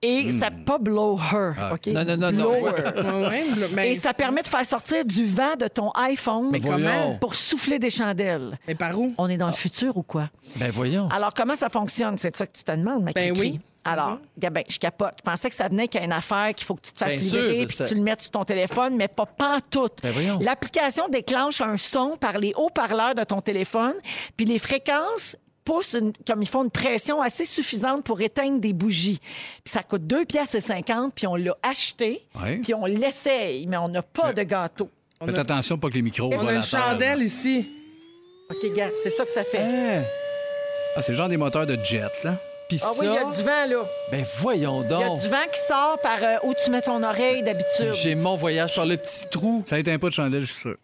[SPEAKER 3] et
[SPEAKER 2] Hmm.
[SPEAKER 3] ça pas Blower,
[SPEAKER 2] Ah,
[SPEAKER 3] ok?
[SPEAKER 1] non, non, non, non.
[SPEAKER 3] Blower.
[SPEAKER 2] Ouais, ouais, mais,
[SPEAKER 3] Et ça permet de faire sortir du vent de ton iPhone
[SPEAKER 1] comment?
[SPEAKER 3] pour souffler des chandelles.
[SPEAKER 2] mais par où?
[SPEAKER 3] On est dans le futur ou quoi?
[SPEAKER 1] Ben voyons.
[SPEAKER 3] Alors, comment ça fonctionne? C'est ça que tu te demandes, mec.
[SPEAKER 2] Ben
[SPEAKER 3] écrit.
[SPEAKER 2] oui.
[SPEAKER 3] Alors,
[SPEAKER 1] Mm-hmm.
[SPEAKER 3] ben, je capote. Je pensais que ça venait qu'il y a une affaire qu'il faut que tu te fasses
[SPEAKER 1] Bien sûr,
[SPEAKER 3] livrer
[SPEAKER 1] mais
[SPEAKER 3] puis
[SPEAKER 1] ça-
[SPEAKER 3] que tu le mettes sur ton téléphone, mais pas pantoute.
[SPEAKER 1] Ben voyons.
[SPEAKER 3] L'application déclenche un son par les haut-parleurs de ton téléphone, puis les fréquences poussent une- comme ils font une pression assez suffisante pour éteindre des bougies. Puis ça coûte 2 pièces et 50 puis on l'a acheté,
[SPEAKER 4] Ouais.
[SPEAKER 3] puis on l'essaye, mais on n'a pas
[SPEAKER 1] Euh.
[SPEAKER 3] de gâteau.
[SPEAKER 4] Faites attention pas que les micros.
[SPEAKER 2] On
[SPEAKER 4] volent
[SPEAKER 2] a
[SPEAKER 4] à
[SPEAKER 2] une
[SPEAKER 4] terre.
[SPEAKER 2] chandelle ici.
[SPEAKER 3] OK, gars, c'est ça que ça fait.
[SPEAKER 1] Euh,
[SPEAKER 4] Ah, c'est le genre des moteurs de jet, là.
[SPEAKER 1] Puis
[SPEAKER 3] Ah
[SPEAKER 1] ça,
[SPEAKER 3] oui, il y a du vent, là.
[SPEAKER 1] ben voyons
[SPEAKER 3] Il y a
[SPEAKER 1] donc.
[SPEAKER 3] du vent qui sort par euh, où tu mets ton oreille d'habitude.
[SPEAKER 1] J'ai mon voyage par le petit trou.
[SPEAKER 4] Ça éteint pas de chandelle, je suis sûr.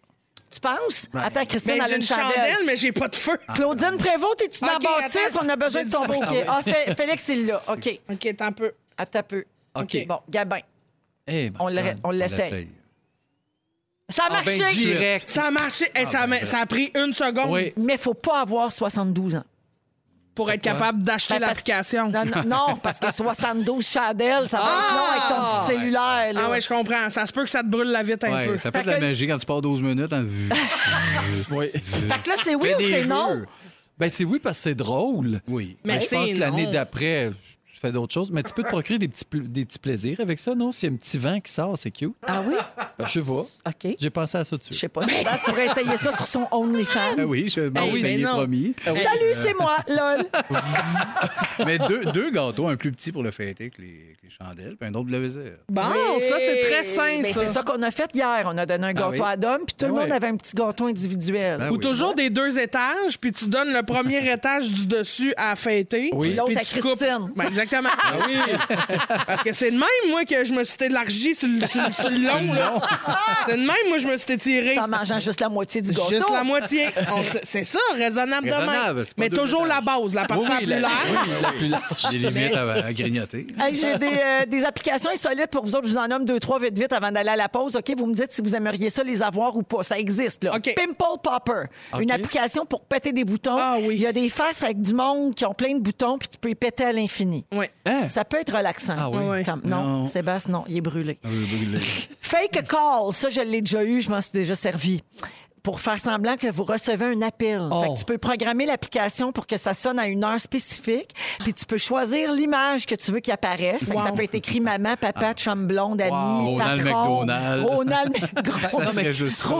[SPEAKER 3] Tu penses? Attends, Christine,
[SPEAKER 2] Ben,
[SPEAKER 3] elle a
[SPEAKER 2] j'ai
[SPEAKER 3] une chandelle.
[SPEAKER 2] mais j'ai pas de feu.
[SPEAKER 1] Ah.
[SPEAKER 3] Claudine Prévost, t'es-tu dans
[SPEAKER 2] Ok,
[SPEAKER 3] Baptiste?
[SPEAKER 2] attends.
[SPEAKER 3] On a besoin de ton
[SPEAKER 2] J'ai du
[SPEAKER 3] bouquet. Ah, Fé- Félix, il l'a. OK.
[SPEAKER 2] OK, attends un peu.
[SPEAKER 3] Attends un peu.
[SPEAKER 1] OK.
[SPEAKER 3] Bon, Gabin,
[SPEAKER 1] Eh, ben,
[SPEAKER 3] on le- on l'essaye.
[SPEAKER 4] Essaye.
[SPEAKER 3] Ça a
[SPEAKER 1] Ah, ben,
[SPEAKER 3] marché,
[SPEAKER 1] direct.
[SPEAKER 2] Ça a marché. Hey, ça, a, ça a pris une seconde.
[SPEAKER 1] Ah, ben, Oui.
[SPEAKER 3] mais faut pas avoir 72 ans.
[SPEAKER 2] pour être capable d'acheter
[SPEAKER 3] Ben, parce-
[SPEAKER 2] l'application.
[SPEAKER 3] Non, non, non, parce que 72 chandelles, ça va être long avec ton petit cellulaire. là.
[SPEAKER 2] Ah ouais, je comprends. Ça se peut que ça te brûle la vite un
[SPEAKER 4] Ouais,
[SPEAKER 2] peu.
[SPEAKER 4] ça fait de
[SPEAKER 3] Fait
[SPEAKER 4] la
[SPEAKER 3] que-
[SPEAKER 4] magie quand tu pars 12 minutes. hein.
[SPEAKER 1] Oui.
[SPEAKER 3] Fait que là, c'est oui
[SPEAKER 4] Fais
[SPEAKER 3] ou
[SPEAKER 4] des
[SPEAKER 3] c'est non?
[SPEAKER 4] vœux.
[SPEAKER 1] Ben c'est oui parce que c'est drôle.
[SPEAKER 4] Oui.
[SPEAKER 1] Mais
[SPEAKER 2] Mais
[SPEAKER 1] je pense
[SPEAKER 2] c'est
[SPEAKER 1] que l'année
[SPEAKER 2] non.
[SPEAKER 1] d'après, tu fais d'autres choses. Mais tu peux te procurer des petits, pl- des petits plaisirs avec ça, non? S'il y a un petit vent qui sort, c'est cute.
[SPEAKER 3] Ah oui?
[SPEAKER 1] Ben, je sais pas.
[SPEAKER 3] OK.
[SPEAKER 1] J'ai pensé à ça dessus.
[SPEAKER 3] Je sais pas, Sébastien pourrait essayer ça sur son OnlyFans.
[SPEAKER 4] Ah oui, je
[SPEAKER 2] Ah
[SPEAKER 4] m'en
[SPEAKER 2] oui, mais non. Ah
[SPEAKER 4] promis.
[SPEAKER 3] Salut, c'est moi, lol.
[SPEAKER 4] Mais deux, deux gâteaux, un plus petit pour le fêter que les, que les chandelles, puis un autre pour le dessert.
[SPEAKER 2] Bon, ça, c'est très sain,
[SPEAKER 3] Ben,
[SPEAKER 2] ça.
[SPEAKER 3] c'est ça qu'on a fait hier. On a donné un gâteau
[SPEAKER 4] oui?
[SPEAKER 3] à Dom, puis tout le
[SPEAKER 4] Ben
[SPEAKER 3] monde
[SPEAKER 4] ouais.
[SPEAKER 3] avait un petit gâteau individuel.
[SPEAKER 4] Ben
[SPEAKER 2] Ou
[SPEAKER 4] oui.
[SPEAKER 2] toujours des deux étages, puis tu donnes le premier étage du dessus à fêter.
[SPEAKER 1] Oui.
[SPEAKER 2] puis
[SPEAKER 3] L'autre à
[SPEAKER 2] tu
[SPEAKER 3] Christine.
[SPEAKER 2] Ben, exactement. Parce que c'est de même, moi, que je me suis élargi sur le, sur le- sur le long. là. C'est de même, moi, je me suis étiré.
[SPEAKER 3] en mangeant juste la moitié du gâteau.
[SPEAKER 2] Juste la moitié. On s- C'est ça, raisonnable, de
[SPEAKER 4] Raisonnable,
[SPEAKER 2] même.
[SPEAKER 4] c'est pas
[SPEAKER 2] Mais
[SPEAKER 4] deux
[SPEAKER 2] toujours la
[SPEAKER 4] étages.
[SPEAKER 2] base, la partie
[SPEAKER 1] Oui,
[SPEAKER 2] la
[SPEAKER 1] oui,
[SPEAKER 2] plus
[SPEAKER 1] la-
[SPEAKER 2] large.
[SPEAKER 1] oui, la plus large.
[SPEAKER 4] J'ai les limites à, à grignoter.
[SPEAKER 3] Hey, J'ai des, euh, des applications insolites pour vous autres. Je vous en nomme deux, trois, vite, vite, avant d'aller à la pause. OK, vous me dites si vous aimeriez ça, les avoir ou pas. Ça existe, là.
[SPEAKER 2] OK.
[SPEAKER 3] Pimple Popper, une application pour péter des boutons.
[SPEAKER 2] Ah oui.
[SPEAKER 3] Il y a des faces avec du monde qui ont plein de boutons, puis tu peux les péter à l'infini.
[SPEAKER 2] Oui.
[SPEAKER 1] Hein?
[SPEAKER 3] Ça peut être relaxant.
[SPEAKER 1] Ah oui.
[SPEAKER 2] Ouais.
[SPEAKER 3] Comme- non, Sébastien, non, il est brûlé.
[SPEAKER 4] Puis
[SPEAKER 3] Fake a call, ça, je l'ai déjà eu, je m'en suis déjà servi. Pour faire semblant que vous recevez un appel.
[SPEAKER 1] Oh.
[SPEAKER 3] Fait que tu peux programmer l'application pour que ça sonne à une heure spécifique, puis tu peux choisir l'image que tu veux qu'il apparaisse. Fait que ça peut être écrit maman, papa, chum blonde, ami,
[SPEAKER 4] Ronald
[SPEAKER 3] patron,
[SPEAKER 4] McDonald.
[SPEAKER 3] Ronald McDonald.
[SPEAKER 4] Ça serait juste ça.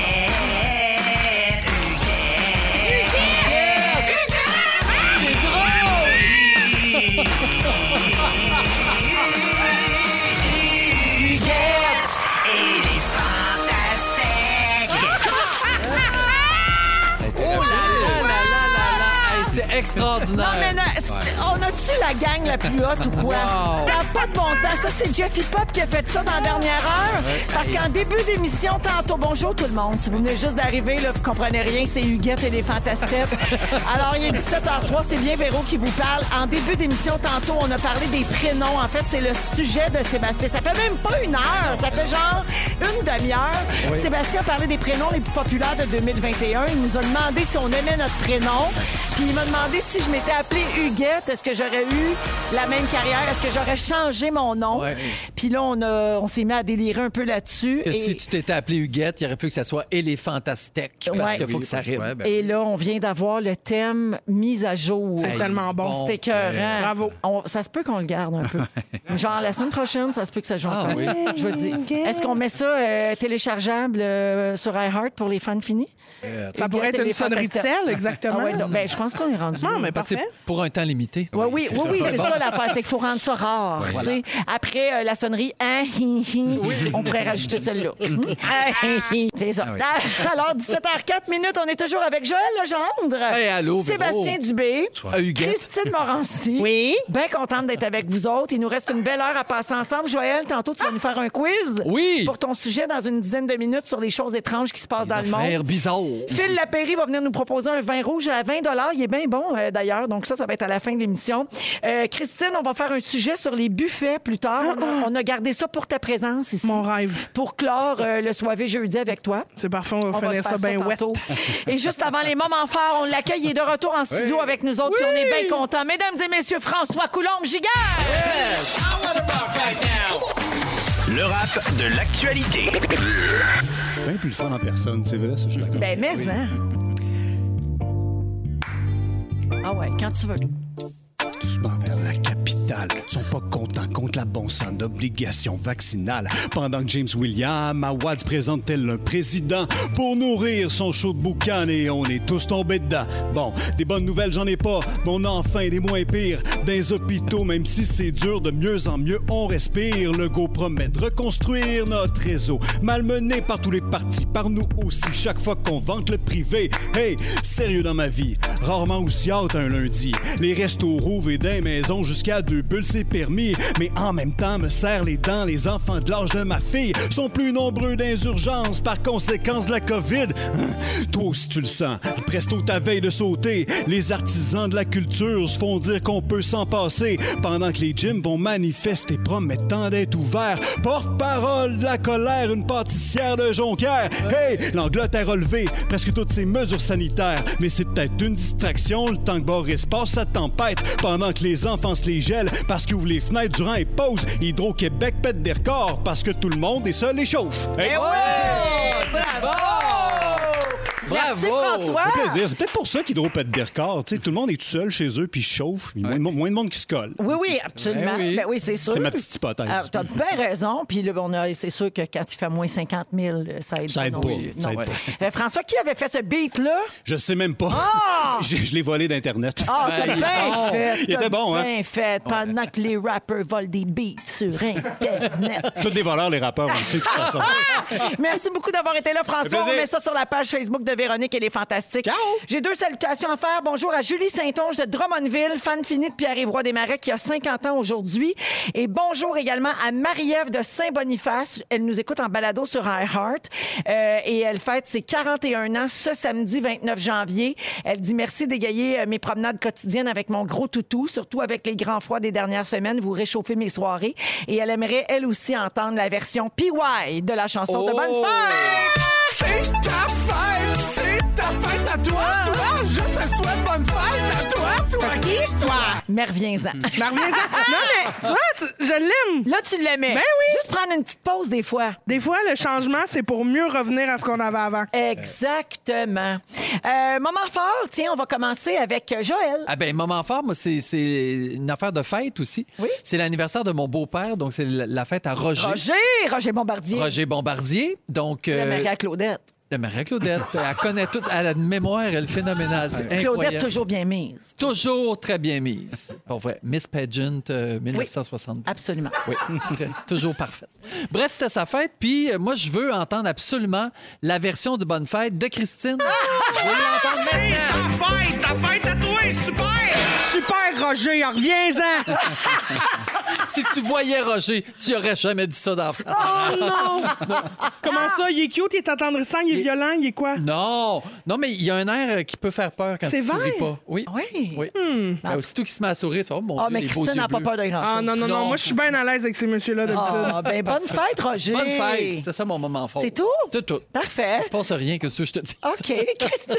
[SPEAKER 1] Hey, c'est extraordinaire.
[SPEAKER 3] Non, mais non, c'est- on a-tu la gang la plus haute ou quoi?
[SPEAKER 1] Wow.
[SPEAKER 3] Ça n'a pas de bon sens. Ça, c'est Jeffy Pop qui a fait ça dans la dernière heure. Parce qu'en début d'émission, tantôt, bonjour tout le monde. Si vous venez juste d'arriver, là, vous comprenez rien, c'est Huguette et les Fantastiques. Alors, il est 17h03, c'est bien Véro qui vous parle. En début d'émission, tantôt, on a parlé des prénoms. En fait, c'est le sujet de Sébastien. Ça fait même pas une heure, ça fait genre une demi-heure. Sébastien a parlé des prénoms les plus populaires de 2021. Il nous a demandé si on aimait notre prénom. Puis il m'a demandé si je m'étais appelée Huguette, est-ce que j'aurais eu la même carrière? Est-ce que j'aurais changé mon nom?
[SPEAKER 1] Ouais.
[SPEAKER 3] Puis là, on, a- on s'est mis à délirer un peu là-dessus.
[SPEAKER 1] Que
[SPEAKER 3] Et,
[SPEAKER 1] Si tu t'étais appelé Huguette, il aurait fallu que ça soit et les Fantastiques. Parce
[SPEAKER 3] Ouais.
[SPEAKER 1] qu'il faut que ben, ça rime.
[SPEAKER 3] et là, on vient d'avoir le thème mise à jour.
[SPEAKER 2] C'est tellement bon. euh,
[SPEAKER 3] C'était écœurant.
[SPEAKER 2] Bravo.
[SPEAKER 3] On- ça se peut qu'on le garde un peu. Genre, la semaine prochaine, ça se peut que ça joue
[SPEAKER 1] Ah
[SPEAKER 3] encore.
[SPEAKER 1] oui.
[SPEAKER 3] Je veux dire. Est-ce qu'on met ça euh, téléchargeable euh, sur iHeart pour les fans finis?
[SPEAKER 2] Euh, Ça pourrait être une sonnerie de sel,
[SPEAKER 3] Ah
[SPEAKER 2] exactement.
[SPEAKER 3] ouais, donc, ben, je pense qu'on est rendu.
[SPEAKER 2] non,
[SPEAKER 3] là.
[SPEAKER 2] mais
[SPEAKER 1] Parce que
[SPEAKER 2] parfait.
[SPEAKER 1] c'est pour un temps limité.
[SPEAKER 3] Ouais, oui, oui, oui, c'est ça l'affaire, c'est qu'il faut rendre ça rare. tu sais. Après euh, la sonnerie, hein, hi, hi, on pourrait rajouter celle-là. Hein, hi, hi. c'est ça.
[SPEAKER 1] Ah
[SPEAKER 3] Ah, Alors, 17h04 minutes, on est toujours avec Joël Legendre,
[SPEAKER 1] Hey, allô, Véro.
[SPEAKER 3] Sébastien Dubé,
[SPEAKER 1] Ah, Huguette.
[SPEAKER 3] Christine Morancy. Oui. Bien contente d'être avec vous autres. Il nous reste une belle heure à passer ensemble. Joël, tantôt, tu vas nous faire un quiz.
[SPEAKER 1] Oui.
[SPEAKER 3] Pour ton sujet dans une dizaine de minutes sur les choses étranges qui se passent dans le monde.
[SPEAKER 1] Frère bizarre.
[SPEAKER 3] Phil Lapéry va venir nous proposer un vin rouge à 20 Il est bien bon, euh, d'ailleurs. Donc, ça, ça va être à la fin de l'émission. Euh, Christine, on va faire un sujet sur les buffets plus tard. On a- On a gardé ça pour ta présence ici.
[SPEAKER 2] Ah, Mon rêve.
[SPEAKER 3] Pour clore euh, le soirée jeudi avec toi.
[SPEAKER 2] C'est parfait, on va
[SPEAKER 3] On va
[SPEAKER 2] finir
[SPEAKER 3] se faire
[SPEAKER 2] ça bien wet.
[SPEAKER 3] tantôt. Et juste avant les moments forts, on l'accueille. Il est de retour en studio avec nous autres. puis On est bien contents. Mesdames et messieurs, François Coulombe-Giguère!
[SPEAKER 7] Le rap de l'actualité.
[SPEAKER 6] Bien plus le fun en personne, c'est vrai, ça, je suis d'accord.
[SPEAKER 3] Ben, mais, hein? Ah ouais, quand tu veux.
[SPEAKER 6] Tu m'en
[SPEAKER 7] nationale. Sont pas contents contre la bon sens d'obligation vaccinale. Pendant que James William à Watts présente tel un président pour nourrir son show de boucan et on est tous tombés dedans. Bon, des bonnes nouvelles, j'en ai pas, mais on a enfin des moins pires. Dans les hôpitaux, même si c'est dur, de mieux en mieux, on respire. Le go promet de reconstruire notre réseau, malmené par tous les partis, par nous aussi, chaque fois qu'on vante le privé. Hey, sérieux dans ma vie, rarement aussi hâte un lundi. Les restos rouvrent et des maisons jusqu'à deux bulles, c'est permis. Mais en même temps, me serre les dents, les enfants de l'âge de ma fille sont plus nombreux dans les urgences par conséquence de la COVID. Hein? Toi aussi, tu le sens. Presto ta veille de sauter. Les artisans de la culture se font dire qu'on peut s'en passer pendant que les gyms vont manifester promettant d'être ouverts. Porte-parole de la colère, une pâtissière de Jonquière. Hey, l'Anglotte a relevé presque toutes ces mesures sanitaires. Mais c'est peut-être une distraction, le temps que Boris passe sa tempête pendant que les enfants se les gèlent parce qu'ils ouvrent les fenêtres durant les pauses. Hydro-Québec pète des records parce que tout le monde est seul et chauffe. Hey!
[SPEAKER 3] Merci,
[SPEAKER 1] Bravo!
[SPEAKER 3] François!
[SPEAKER 7] Ça fait plaisir. C'est peut-être pour ça qu'Hydro pète des records. Tu sais, tout le monde est tout seul chez eux, puis ils chauffent. puis Moins, moins de monde qui se colle.
[SPEAKER 3] Oui, oui, absolument.
[SPEAKER 1] Ben oui.
[SPEAKER 3] Ben oui, c'est sûr.
[SPEAKER 7] C'est ma petite hypothèse.
[SPEAKER 3] Ah, T'as bien raison. Puis là, ben, on a- c'est sûr que quand il fait moins 50 000, euh, ça aide
[SPEAKER 7] Ça aide
[SPEAKER 3] non
[SPEAKER 7] pas.
[SPEAKER 3] plus.
[SPEAKER 7] Ça
[SPEAKER 3] Non.
[SPEAKER 7] aide
[SPEAKER 3] Euh, François, qui avait fait ce beat-là?
[SPEAKER 7] Je sais même pas.
[SPEAKER 3] Ah!
[SPEAKER 7] je je l'ai volé d'Internet.
[SPEAKER 3] Ah,
[SPEAKER 1] Ben,
[SPEAKER 3] t'as
[SPEAKER 1] il est
[SPEAKER 3] bien
[SPEAKER 1] bon.
[SPEAKER 3] fait.
[SPEAKER 7] Il
[SPEAKER 3] t'as
[SPEAKER 7] était bon, hein?
[SPEAKER 3] bien fait. Pendant que les rappers volent des beats sur Internet.
[SPEAKER 7] Tous des voleurs, les rappeurs, on le sait de toute façon.
[SPEAKER 3] Ah! Merci beaucoup d'avoir été là,
[SPEAKER 7] Ça fait
[SPEAKER 3] François. On
[SPEAKER 7] plaisir.
[SPEAKER 3] met ça sur la page Facebook de Véronique. Elle est fantastique. J'ai deux salutations à faire. Bonjour à Julie Saint-Onge de Drummondville, fan finie de Pierre-Évroy Desmarais, qui a 50 ans aujourd'hui. Et bonjour également à Marie-Ève de Saint-Boniface. Elle nous écoute en balado sur iHeart. Euh, et elle fête ses 41 ans ce samedi 29 janvier. Elle dit merci d'égayer euh, mes promenades quotidiennes avec mon gros toutou, surtout avec les grands froids des dernières semaines. Vous réchauffez mes soirées. Et elle aimerait, elle aussi, entendre la version PY de la chanson sont de
[SPEAKER 2] Oh!
[SPEAKER 3] bonne fête!
[SPEAKER 6] C'est ta fête, c'est ta fête à toi. Toi, je te souhaite bonne fête à toi, toi qui, toi.
[SPEAKER 3] Mais reviens-en.
[SPEAKER 2] Mais reviens-en. non, mais tu vois, c'est- je l'aime.
[SPEAKER 3] Là, tu l'aimais.
[SPEAKER 2] Ben oui.
[SPEAKER 3] Juste prendre une petite pause des fois.
[SPEAKER 2] Des fois, le changement, c'est pour mieux revenir à ce qu'on avait avant.
[SPEAKER 3] Exactement. Euh, moment fort, tiens, on va commencer avec euh, Joël.
[SPEAKER 1] Ah ben moment fort, moi, c'est, c'est une affaire de fête aussi.
[SPEAKER 3] Oui.
[SPEAKER 1] C'est l'anniversaire de mon beau-père, donc c'est la, la fête à Roger.
[SPEAKER 3] Roger, Roger Bombardier.
[SPEAKER 1] Roger Bombardier. Donc,
[SPEAKER 3] La
[SPEAKER 1] euh,
[SPEAKER 3] Maria Claudette.
[SPEAKER 1] de Marie-Claudette. elle connaît tout. Elle a une mémoire, elle est phénoménale. C'est incroyable.
[SPEAKER 3] Claudette toujours bien mise.
[SPEAKER 1] Toujours très bien mise. Pour vrai. Miss Pageant euh, 1972.
[SPEAKER 3] Absolument.
[SPEAKER 1] Oui, très- toujours parfaite. Bref, c'était sa fête, puis euh, moi, je veux entendre absolument la version de Bonne Fête de Christine.
[SPEAKER 3] Ah!
[SPEAKER 1] Je veux l'entendre maintenant.
[SPEAKER 6] Ta fête, ta fête à toi, super.
[SPEAKER 2] Super, Roger, reviens-en.
[SPEAKER 1] Si tu voyais Roger, tu aurais jamais dit ça d'enfant.
[SPEAKER 2] Oh non! Comment ça? Il est cute, il est attendrissant, il est violent, il est quoi?
[SPEAKER 1] Non! Non, mais il y a un air euh, qui peut faire peur quand
[SPEAKER 2] C'est
[SPEAKER 1] tu souris
[SPEAKER 2] vrai?
[SPEAKER 1] pas. Oui.
[SPEAKER 3] Oui. Hmm.
[SPEAKER 1] Oui. Ben, aussitôt qu'il se met à sourire, tu vas, oh mon
[SPEAKER 3] Ah,
[SPEAKER 1] Dieu,
[SPEAKER 3] mais
[SPEAKER 1] les beaux
[SPEAKER 3] Christine
[SPEAKER 1] yeux
[SPEAKER 3] n'a pas
[SPEAKER 1] bleus.
[SPEAKER 3] peur de grand
[SPEAKER 2] Ah non, non, non, moi je suis bien à l'aise avec ces messieurs-là d'habitude.
[SPEAKER 3] Ah, ben bonne fête, Roger.
[SPEAKER 1] Bonne fête! C'était ça mon moment fort.
[SPEAKER 3] C'est tout?
[SPEAKER 1] C'est tout.
[SPEAKER 3] Parfait.
[SPEAKER 1] Il se passe rien que ce que je te dis.
[SPEAKER 3] OK, Christine.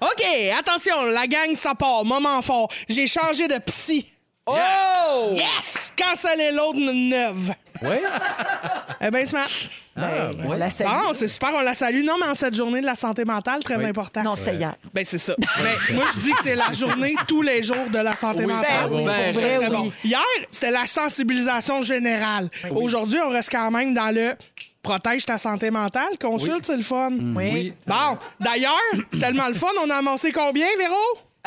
[SPEAKER 2] OK, attention, la gang, ça part. Moment fort. J'ai changé de psy.
[SPEAKER 1] Oh!
[SPEAKER 2] Yes! Canceller l'autre n- neuve.
[SPEAKER 1] Oui?
[SPEAKER 2] Eh bien, smart.
[SPEAKER 3] Ben, on
[SPEAKER 1] ouais.
[SPEAKER 3] la salue.
[SPEAKER 2] Bon, Ah, c'est super, on la salue. Non, mais en cette journée de la santé mentale, très important.
[SPEAKER 3] Non, c'était hier.
[SPEAKER 2] Ben, c'est ça. Ben, moi, je dis que c'est la journée tous les jours de la santé mentale.
[SPEAKER 3] ben oui,
[SPEAKER 2] Ça,
[SPEAKER 1] Ben,
[SPEAKER 3] pour
[SPEAKER 2] c'était
[SPEAKER 3] vrai,
[SPEAKER 2] bon.
[SPEAKER 3] oui.
[SPEAKER 2] Hier, c'était la sensibilisation générale. Aujourd'hui, on reste quand même dans le protège ta santé mentale, consulte, c'est le fun.
[SPEAKER 3] Oui.
[SPEAKER 2] Bon, d'ailleurs, c'est tellement le fun, on a amassé combien, Véro?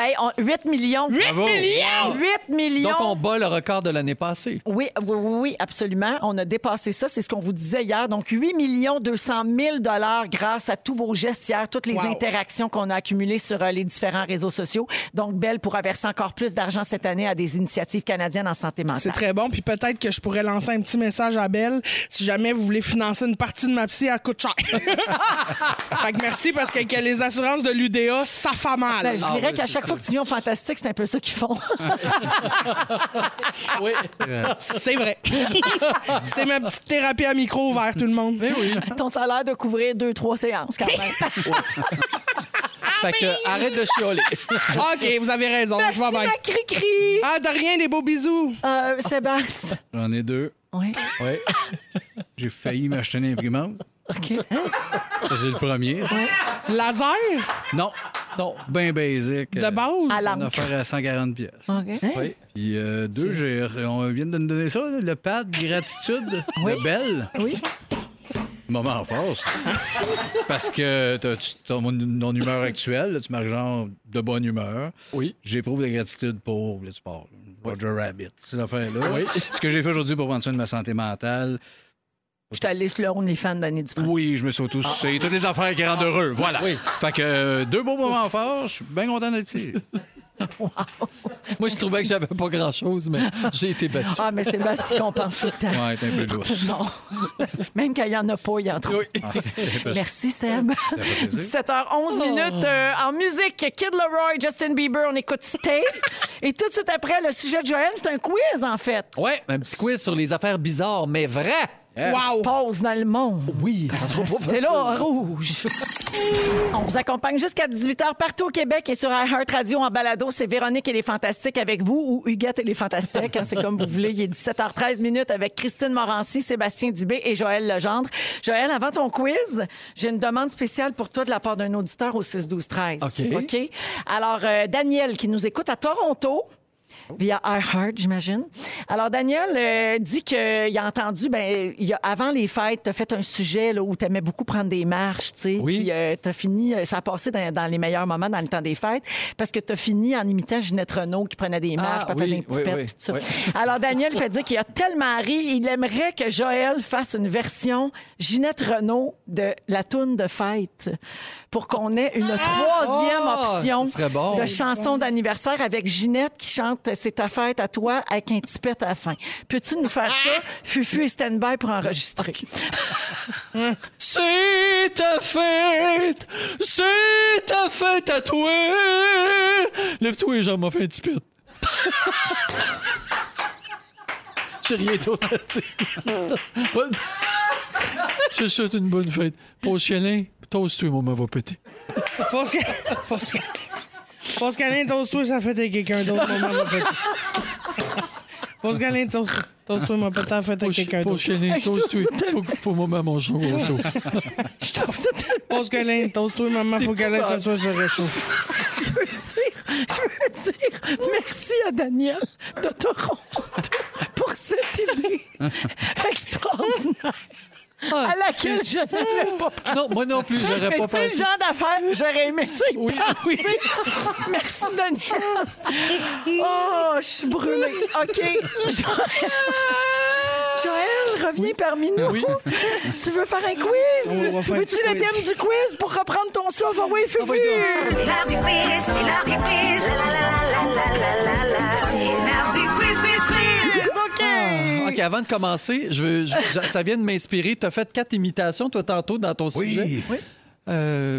[SPEAKER 3] Hey, on- 8 millions.
[SPEAKER 2] 8 millions!
[SPEAKER 3] 8 millions.
[SPEAKER 1] Donc, on bat le record de l'année passée.
[SPEAKER 3] Oui, oui, oui, oui, absolument. On a dépassé ça. C'est ce qu'on vous disait hier. Donc, 8 200 000 dollars grâce à tous vos gestes hier, toutes les
[SPEAKER 2] Wow.
[SPEAKER 3] interactions qu'on a accumulées sur euh, les différents réseaux sociaux. Donc, Belle pourra verser encore plus d'argent cette année à des initiatives canadiennes en santé mentale.
[SPEAKER 2] C'est très bon. Puis peut-être que je pourrais lancer un petit message à Belle si jamais vous voulez financer une partie de ma psy à coûte cher. fait que merci parce que, que les assurances de l'UDA, ça fait mal.
[SPEAKER 3] Ben, je
[SPEAKER 1] Ah,
[SPEAKER 3] dirais
[SPEAKER 1] oui,
[SPEAKER 3] qu'à chaque
[SPEAKER 1] c'est ça.
[SPEAKER 3] fois que tu viens au Fantastique, c'est un peu ça qu'ils font.
[SPEAKER 1] Oui.
[SPEAKER 2] C'est vrai. C'est ma petite thérapie à micro ouvert, tout le monde.
[SPEAKER 3] Ben Ton salaire de couvrir deux, trois séances quand même. Ah,
[SPEAKER 1] fait que euh, arrête de chialer.
[SPEAKER 2] OK, vous avez raison.
[SPEAKER 3] Merci,
[SPEAKER 2] je vais bien.
[SPEAKER 3] ma cri-cri.
[SPEAKER 2] Ah, de rien, des beaux bisous.
[SPEAKER 3] Euh, Sébastien.
[SPEAKER 4] J'en ai deux.
[SPEAKER 3] Oui,
[SPEAKER 4] Oui. J'ai failli m'acheter une imprimante.
[SPEAKER 3] OK.
[SPEAKER 4] Ça, C'est le premier. ça.
[SPEAKER 2] Laser?
[SPEAKER 4] Non. Non, bien basic.
[SPEAKER 2] De base.
[SPEAKER 3] À la-
[SPEAKER 4] On euh, a affaire à 140 pièces.
[SPEAKER 3] OK.
[SPEAKER 4] Oui. Puis euh, deux, j'ai- on vient de nous donner ça, là, le pad gratitude de Belle.
[SPEAKER 3] Oui.
[SPEAKER 4] Moment fort. ça. Parce que t'as- tu- ton, ton humeur actuelle, là, tu marques genre de bonne humeur.
[SPEAKER 1] Oui.
[SPEAKER 4] J'éprouve de la gratitude pour le sport. là, Roger Rabbit, ces affaires-là. Oui. Ce que j'ai fait aujourd'hui pour prendre soin de ma santé mentale.
[SPEAKER 3] Je suis allée sur le OnlyFans d'Annie Dufresne.
[SPEAKER 4] Oui, je me suis auto Toutes les affaires qui rendent heureux. Voilà. Fait que euh, deux beaux moments forts. Je suis bien content d'être ici.
[SPEAKER 1] Moi, je trouvais que j'avais pas grand-chose, mais j'ai été battu.
[SPEAKER 3] Ah, mais c'est bien si qu'on pense tout le temps.
[SPEAKER 4] Ouais, t'es un peu
[SPEAKER 3] Pour
[SPEAKER 4] lourd.
[SPEAKER 3] tout le monde. Même quand il n'y en a Ah, pas, il y en trouve. Merci, Seb. 17h11 minutes euh, en musique. Kid Leroy, Justin Bieber, on écoute Stay. Et tout de suite après, le sujet de Joël, c'est un quiz, en fait.
[SPEAKER 1] Ouais, un petit quiz sur les affaires bizarres, mais vraies.
[SPEAKER 2] Wow!
[SPEAKER 3] Pause dans le monde.
[SPEAKER 1] Oui, ça se trouve pas
[SPEAKER 3] C'était là, rouge. On vous accompagne jusqu'à 18h partout au Québec et sur iHeart Radio en balado. C'est Véronique et les Fantastiques avec vous ou Huguette et les Fantastiques. hein, c'est comme vous voulez. Il est 17h13 minutes avec Christine Morancy, Sébastien Dubé et Joël Legendre. Joël, avant ton quiz, j'ai une demande spéciale pour toi de la part d'un auditeur au 6-12-13.
[SPEAKER 1] OK.
[SPEAKER 3] OK. Alors, euh, Daniel qui nous écoute à Toronto. Via iHeart, j'imagine. Alors, Daniel euh, dit qu'il a entendu, ben, il y a- avant les fêtes, tu as fait un sujet là, où tu aimais beaucoup prendre des marches, tu sais.
[SPEAKER 1] Oui.
[SPEAKER 3] Puis euh, t'as fini, euh, ça a passé dans, dans les meilleurs moments, dans le temps des fêtes, parce que tu as fini en imitant Ginette Renault qui prenait des marches,
[SPEAKER 1] Ah,
[SPEAKER 3] puis elle faisait
[SPEAKER 1] oui, oui,
[SPEAKER 3] un
[SPEAKER 1] oui,
[SPEAKER 3] petit pet, puis tout
[SPEAKER 1] oui.
[SPEAKER 3] ça. Alors, Daniel fait dire qu'il a tellement ri, il aimerait que Joël fasse une version Ginette Renault de la toune de fête pour qu'on ait une troisième
[SPEAKER 1] Ah!
[SPEAKER 3] option
[SPEAKER 1] Ce serait bon.
[SPEAKER 3] de chanson d'anniversaire avec Ginette qui chante C'est ta fête à toi avec un petit pet à la fin. Peux-tu nous faire ça? Fufu et stand-by pour enregistrer.
[SPEAKER 1] C'est ta fête! C'est ta fête à toi! Lève-toi et j'en fait un petit pit. J'ai rien d'autre à dire. Bonne- Je te souhaite une bonne fête. Pour Chélin, toast-toi, mon mauvais petit.
[SPEAKER 2] Parce que. Parce que. Parce qu'Alain Toast-toi, ça fait avec quelqu'un d'autre, mon maman, ma petite. Parce qu'Alain Toast- Toast-toi, ma petite, ça fait avec
[SPEAKER 1] Pour
[SPEAKER 2] quelqu'un d'autre.
[SPEAKER 1] Chélin,
[SPEAKER 3] Hey, je trouve
[SPEAKER 1] toast-toi.
[SPEAKER 3] ça tellement-
[SPEAKER 1] Faut, faut maman manger au resto.
[SPEAKER 3] Je trouve ça tellement-
[SPEAKER 2] Parce qu'Alain Toast-toi, maman, faut qu'Alain s'assoie sur le chaud.
[SPEAKER 3] Je veux dire, je veux dire merci à Daniel de Toronto pour cette idée extraordinaire à laquelle je n'avais pas pensé.
[SPEAKER 1] Ah, Non, moi non plus, j'aurais
[SPEAKER 3] Mais
[SPEAKER 1] pas
[SPEAKER 3] tu sais, le
[SPEAKER 1] pensé.
[SPEAKER 3] genre d'affaires, j'aurais aimé ça y penser. Merci, Daniel. Oh, je suis brûlée. OK. Joël, Joël, reviens parmi nous. Tu veux faire un
[SPEAKER 2] On va
[SPEAKER 3] quiz?
[SPEAKER 2] faire un
[SPEAKER 3] Veux-tu
[SPEAKER 2] petit
[SPEAKER 3] le
[SPEAKER 2] quiz.
[SPEAKER 3] thème du quiz pour reprendre ton souffle? Oui,
[SPEAKER 1] Ah,
[SPEAKER 3] Fufu!
[SPEAKER 1] ben,
[SPEAKER 9] C'est l'heure du quiz, c'est l'heure du quiz. La, la, la, la, la, la, la. C'est l'heure du quiz, quiz, quiz.
[SPEAKER 3] Ah, OK.
[SPEAKER 1] OK, avant de commencer, je veux, je- je- ça vient de m'inspirer. Tu as fait quatre imitations, toi, tantôt, dans ton sujet. Oui.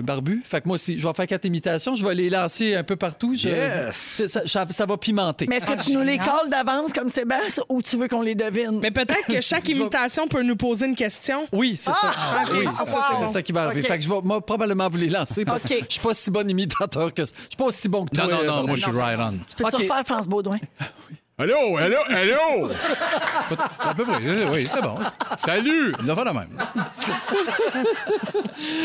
[SPEAKER 1] barbu. Fait que moi aussi, je vais faire quatre imitations. Je vais les lancer un peu partout. Je-
[SPEAKER 4] Yes.
[SPEAKER 1] c'est- ça, ça- ça va pimenter.
[SPEAKER 3] Mais est-ce que tu nous les calls d'avance comme Sébastien ou tu veux qu'on les devine?
[SPEAKER 2] Mais peut-être que chaque imitation peut nous poser une question.
[SPEAKER 1] Oui, c'est
[SPEAKER 3] Ah,
[SPEAKER 1] ça.
[SPEAKER 2] ok.
[SPEAKER 1] Oui, c'est ça,
[SPEAKER 3] Wow.
[SPEAKER 1] c'est ça qui va arriver.
[SPEAKER 3] Ok.
[SPEAKER 1] Fait que je vais moi, probablement vous les lancer parce
[SPEAKER 3] Ok.
[SPEAKER 1] que je suis pas si bon imitateur que ça. Je suis pas aussi bon que toi.
[SPEAKER 4] Non, non,
[SPEAKER 1] euh,
[SPEAKER 4] non,
[SPEAKER 1] Barbu.
[SPEAKER 4] moi, je suis right on.
[SPEAKER 3] Peux-tu
[SPEAKER 1] OK.
[SPEAKER 3] refaire France Baudouin?
[SPEAKER 4] Allô, allô, allô! À peu près, c'est- oui, c'est bon. Salut! Il va faire la même.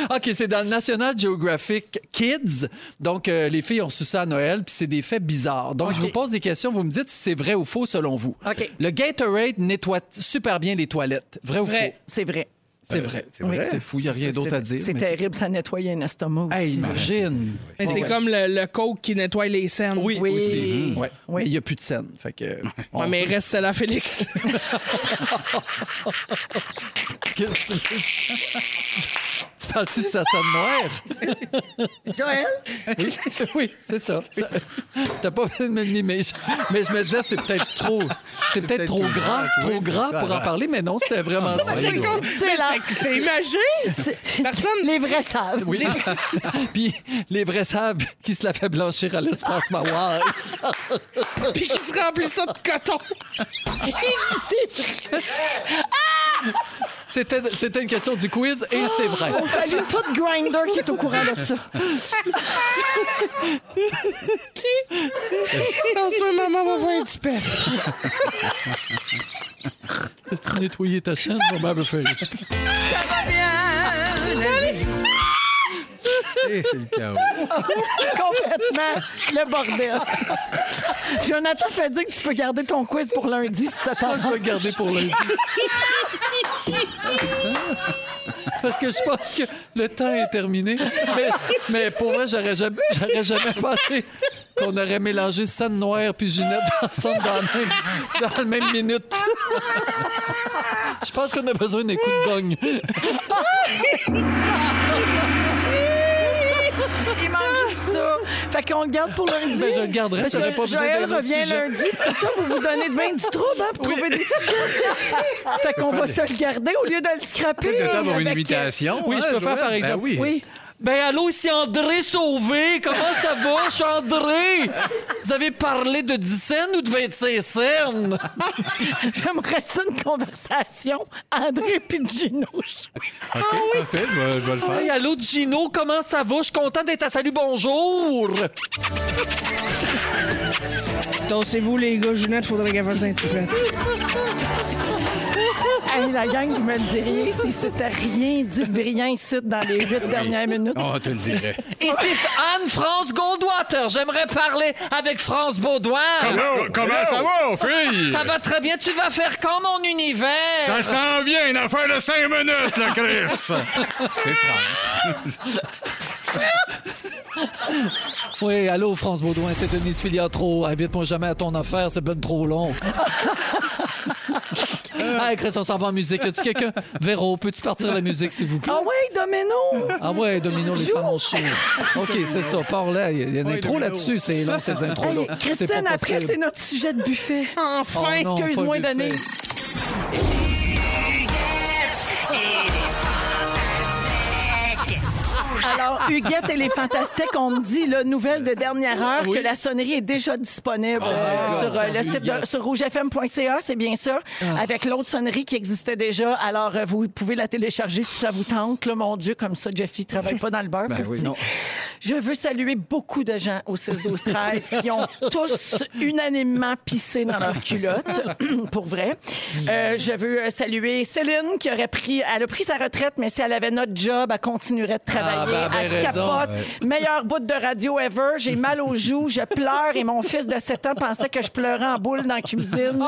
[SPEAKER 1] OK, c'est dans le National Geographic Kids. Donc, euh, les filles ont su ça à Noël, puis c'est des faits bizarres. Donc, je vous pose des questions, vous me dites si c'est vrai ou faux selon vous.
[SPEAKER 3] OK.
[SPEAKER 1] Le Gatorade nettoie t- super bien les toilettes. Vrai ou
[SPEAKER 2] Vrai.
[SPEAKER 1] faux?
[SPEAKER 3] C'est vrai.
[SPEAKER 4] Euh,
[SPEAKER 1] C'est vrai. C'est
[SPEAKER 3] vrai?
[SPEAKER 1] fou, il n'y a rien
[SPEAKER 3] C'est-
[SPEAKER 1] d'autre
[SPEAKER 3] c'est-
[SPEAKER 1] à dire.
[SPEAKER 3] C'est
[SPEAKER 1] mais
[SPEAKER 3] terrible, ça nettoyait un estomac
[SPEAKER 1] Hey,
[SPEAKER 3] aussi.
[SPEAKER 1] imagine.
[SPEAKER 2] Mais c'est
[SPEAKER 1] Ouais.
[SPEAKER 2] comme le, le coke qui nettoie les scènes.
[SPEAKER 1] Oui,
[SPEAKER 3] Oui.
[SPEAKER 1] aussi.
[SPEAKER 3] Mhm.
[SPEAKER 1] Ouais.
[SPEAKER 3] Oui.
[SPEAKER 1] Mais il n'y a plus de scène. Fait que. on-
[SPEAKER 2] Ouais, mais il reste celle à Félix.
[SPEAKER 1] Qu'est-ce que tu veux? Tu parles-tu de sa scène noire?
[SPEAKER 3] Joël?
[SPEAKER 1] Oui, oui, c'est ça. Ça- T'as pas fait de me mais je, mais je me disais, c'est peut-être trop, c'est peut-être trop
[SPEAKER 4] trop
[SPEAKER 1] grand,
[SPEAKER 4] large,
[SPEAKER 1] trop
[SPEAKER 4] oui, c'est
[SPEAKER 1] grand
[SPEAKER 4] ça,
[SPEAKER 1] pour en
[SPEAKER 4] ouais.
[SPEAKER 1] parler, mais non, c'était vraiment ça.
[SPEAKER 3] C'est con- C'est là.
[SPEAKER 2] T'imagines?
[SPEAKER 3] C'est-
[SPEAKER 2] Personne-
[SPEAKER 3] Les vrais savent.
[SPEAKER 1] Oui. Puis les vrais savent qui se la fait blanchir à l'espace Mawar.
[SPEAKER 2] Puis qui se remplit ça de coton.
[SPEAKER 1] C'était, c'était une question du quiz et c'est vrai.
[SPEAKER 3] On salue tout Grinder qui est au courant de ça.
[SPEAKER 2] Toast-toi, maman, va voir un petit peu.
[SPEAKER 1] As-tu nettoyé ta chaîne? Maman veut faire un petit peu.
[SPEAKER 4] Eh, C'est le chaos.
[SPEAKER 3] C'est complètement le bordel. Jonathan fait dire que tu peux garder ton quiz pour lundi si ça
[SPEAKER 1] Moi, je
[SPEAKER 3] t'arrange.
[SPEAKER 1] vais le garder pour lundi. Parce que je pense que le temps est terminé. Mais, mais pour vrai, j'aurais jamais, j'aurais jamais pensé qu'on aurait mélangé Sanne Noire puis Ginette ensemble dans la même, dans la même minute. Je pense qu'on a besoin d'un coup de gong.
[SPEAKER 3] Il manque juste ça. Fait qu'on Ah! le garde pour lundi.
[SPEAKER 1] Ben, je le garderai,
[SPEAKER 3] Parce
[SPEAKER 1] j'aurais
[SPEAKER 3] que
[SPEAKER 1] pas besoin
[SPEAKER 3] Joël
[SPEAKER 1] d'un autre
[SPEAKER 3] revient
[SPEAKER 1] sujet.
[SPEAKER 3] lundi. puis C'est ça, vous vous donnez de bien du trouble hein, pour trouver des sujets. fait qu'on va se le garder au lieu de le scraper.
[SPEAKER 4] Le temps pour une
[SPEAKER 3] Avec, euh,
[SPEAKER 4] imitation.
[SPEAKER 1] Oui,
[SPEAKER 4] hein,
[SPEAKER 1] je peux faire
[SPEAKER 4] Joël?
[SPEAKER 1] par exemple.
[SPEAKER 4] Ben oui.
[SPEAKER 3] Oui.
[SPEAKER 1] Ben allô, c'est André Sauvé. Comment ça va? Je suis André. Vous avez parlé de 10 cents ou de 25 cents?
[SPEAKER 3] J'aimerais ça une conversation. André puis Gino.
[SPEAKER 4] OK, parfait, je vais, je vais le faire.
[SPEAKER 1] Hey, allô, Gino, comment ça va? Je suis content d'être à Salut Bonjour!
[SPEAKER 2] Dansez-vous, les gars, Ginette, faudrait qu'elle fasse un petit plat.
[SPEAKER 3] Hey, la gang, vous me le diriez si c'était rien dit de brillant ici dans les huit dernières minutes.
[SPEAKER 4] On te le dirait.
[SPEAKER 1] Ici Anne-France Goldwater. J'aimerais parler avec France Baudouin.
[SPEAKER 6] comment ça va, fille?
[SPEAKER 1] Ça va très bien. Tu vas faire quand mon univers?
[SPEAKER 6] Ça s'en vient, une affaire de cinq minutes, le Chris!
[SPEAKER 4] C'est France.
[SPEAKER 1] Oui, allô, France Baudouin, c'est Denise Filiatro. Invite-moi jamais à ton affaire, c'est ben trop long. Euh. hey, Chris, on s'en va en musique. Y a-tu quelqu'un? Véro, peux-tu partir la musique, s'il vous plaît?
[SPEAKER 3] Ah ouais, Domino!
[SPEAKER 1] Ah ouais, Domino, les femmes ont chaud. OK, c'est ça, parle là. Il y a une intro là-dessus, c'est long, ces intros-là.
[SPEAKER 3] Hey, Christine, après, c'est notre sujet de buffet.
[SPEAKER 4] Oh
[SPEAKER 2] Enfin!
[SPEAKER 1] Oh non,
[SPEAKER 3] Excuse-moi,
[SPEAKER 1] pas le buffet.
[SPEAKER 3] Denise. Alors, Huguette et les Fantastiques, on me dit, là, nouvelle de dernière heure, que la sonnerie est déjà disponible
[SPEAKER 1] Ah, ben,
[SPEAKER 3] euh,
[SPEAKER 1] God,
[SPEAKER 3] sur euh, le
[SPEAKER 1] Huguette.
[SPEAKER 3] site de, sur rougefm.ca, c'est bien ça,
[SPEAKER 1] Ah.
[SPEAKER 3] avec l'autre sonnerie qui existait déjà. Alors, euh, vous pouvez la télécharger si ça vous tente. Là, mon Dieu, comme ça, Jeffy ne travaille pas dans le beurre. je vous
[SPEAKER 1] Ben oui,
[SPEAKER 3] dis.
[SPEAKER 1] non.
[SPEAKER 3] Je veux saluer beaucoup de gens au 6-12-13 qui ont tous unanimement pissé dans leur culotte, pour vrai. Euh, je veux euh, saluer Céline qui aurait pris, elle a pris sa retraite, mais si elle avait notre job, elle continuerait de travailler.
[SPEAKER 1] Ah, ben, elle a
[SPEAKER 3] elle
[SPEAKER 1] raison.
[SPEAKER 3] capote. Meilleur bout de radio ever. J'ai mal aux joues, je pleure et mon fils de 7 ans pensait que je pleurais en boule dans la cuisine.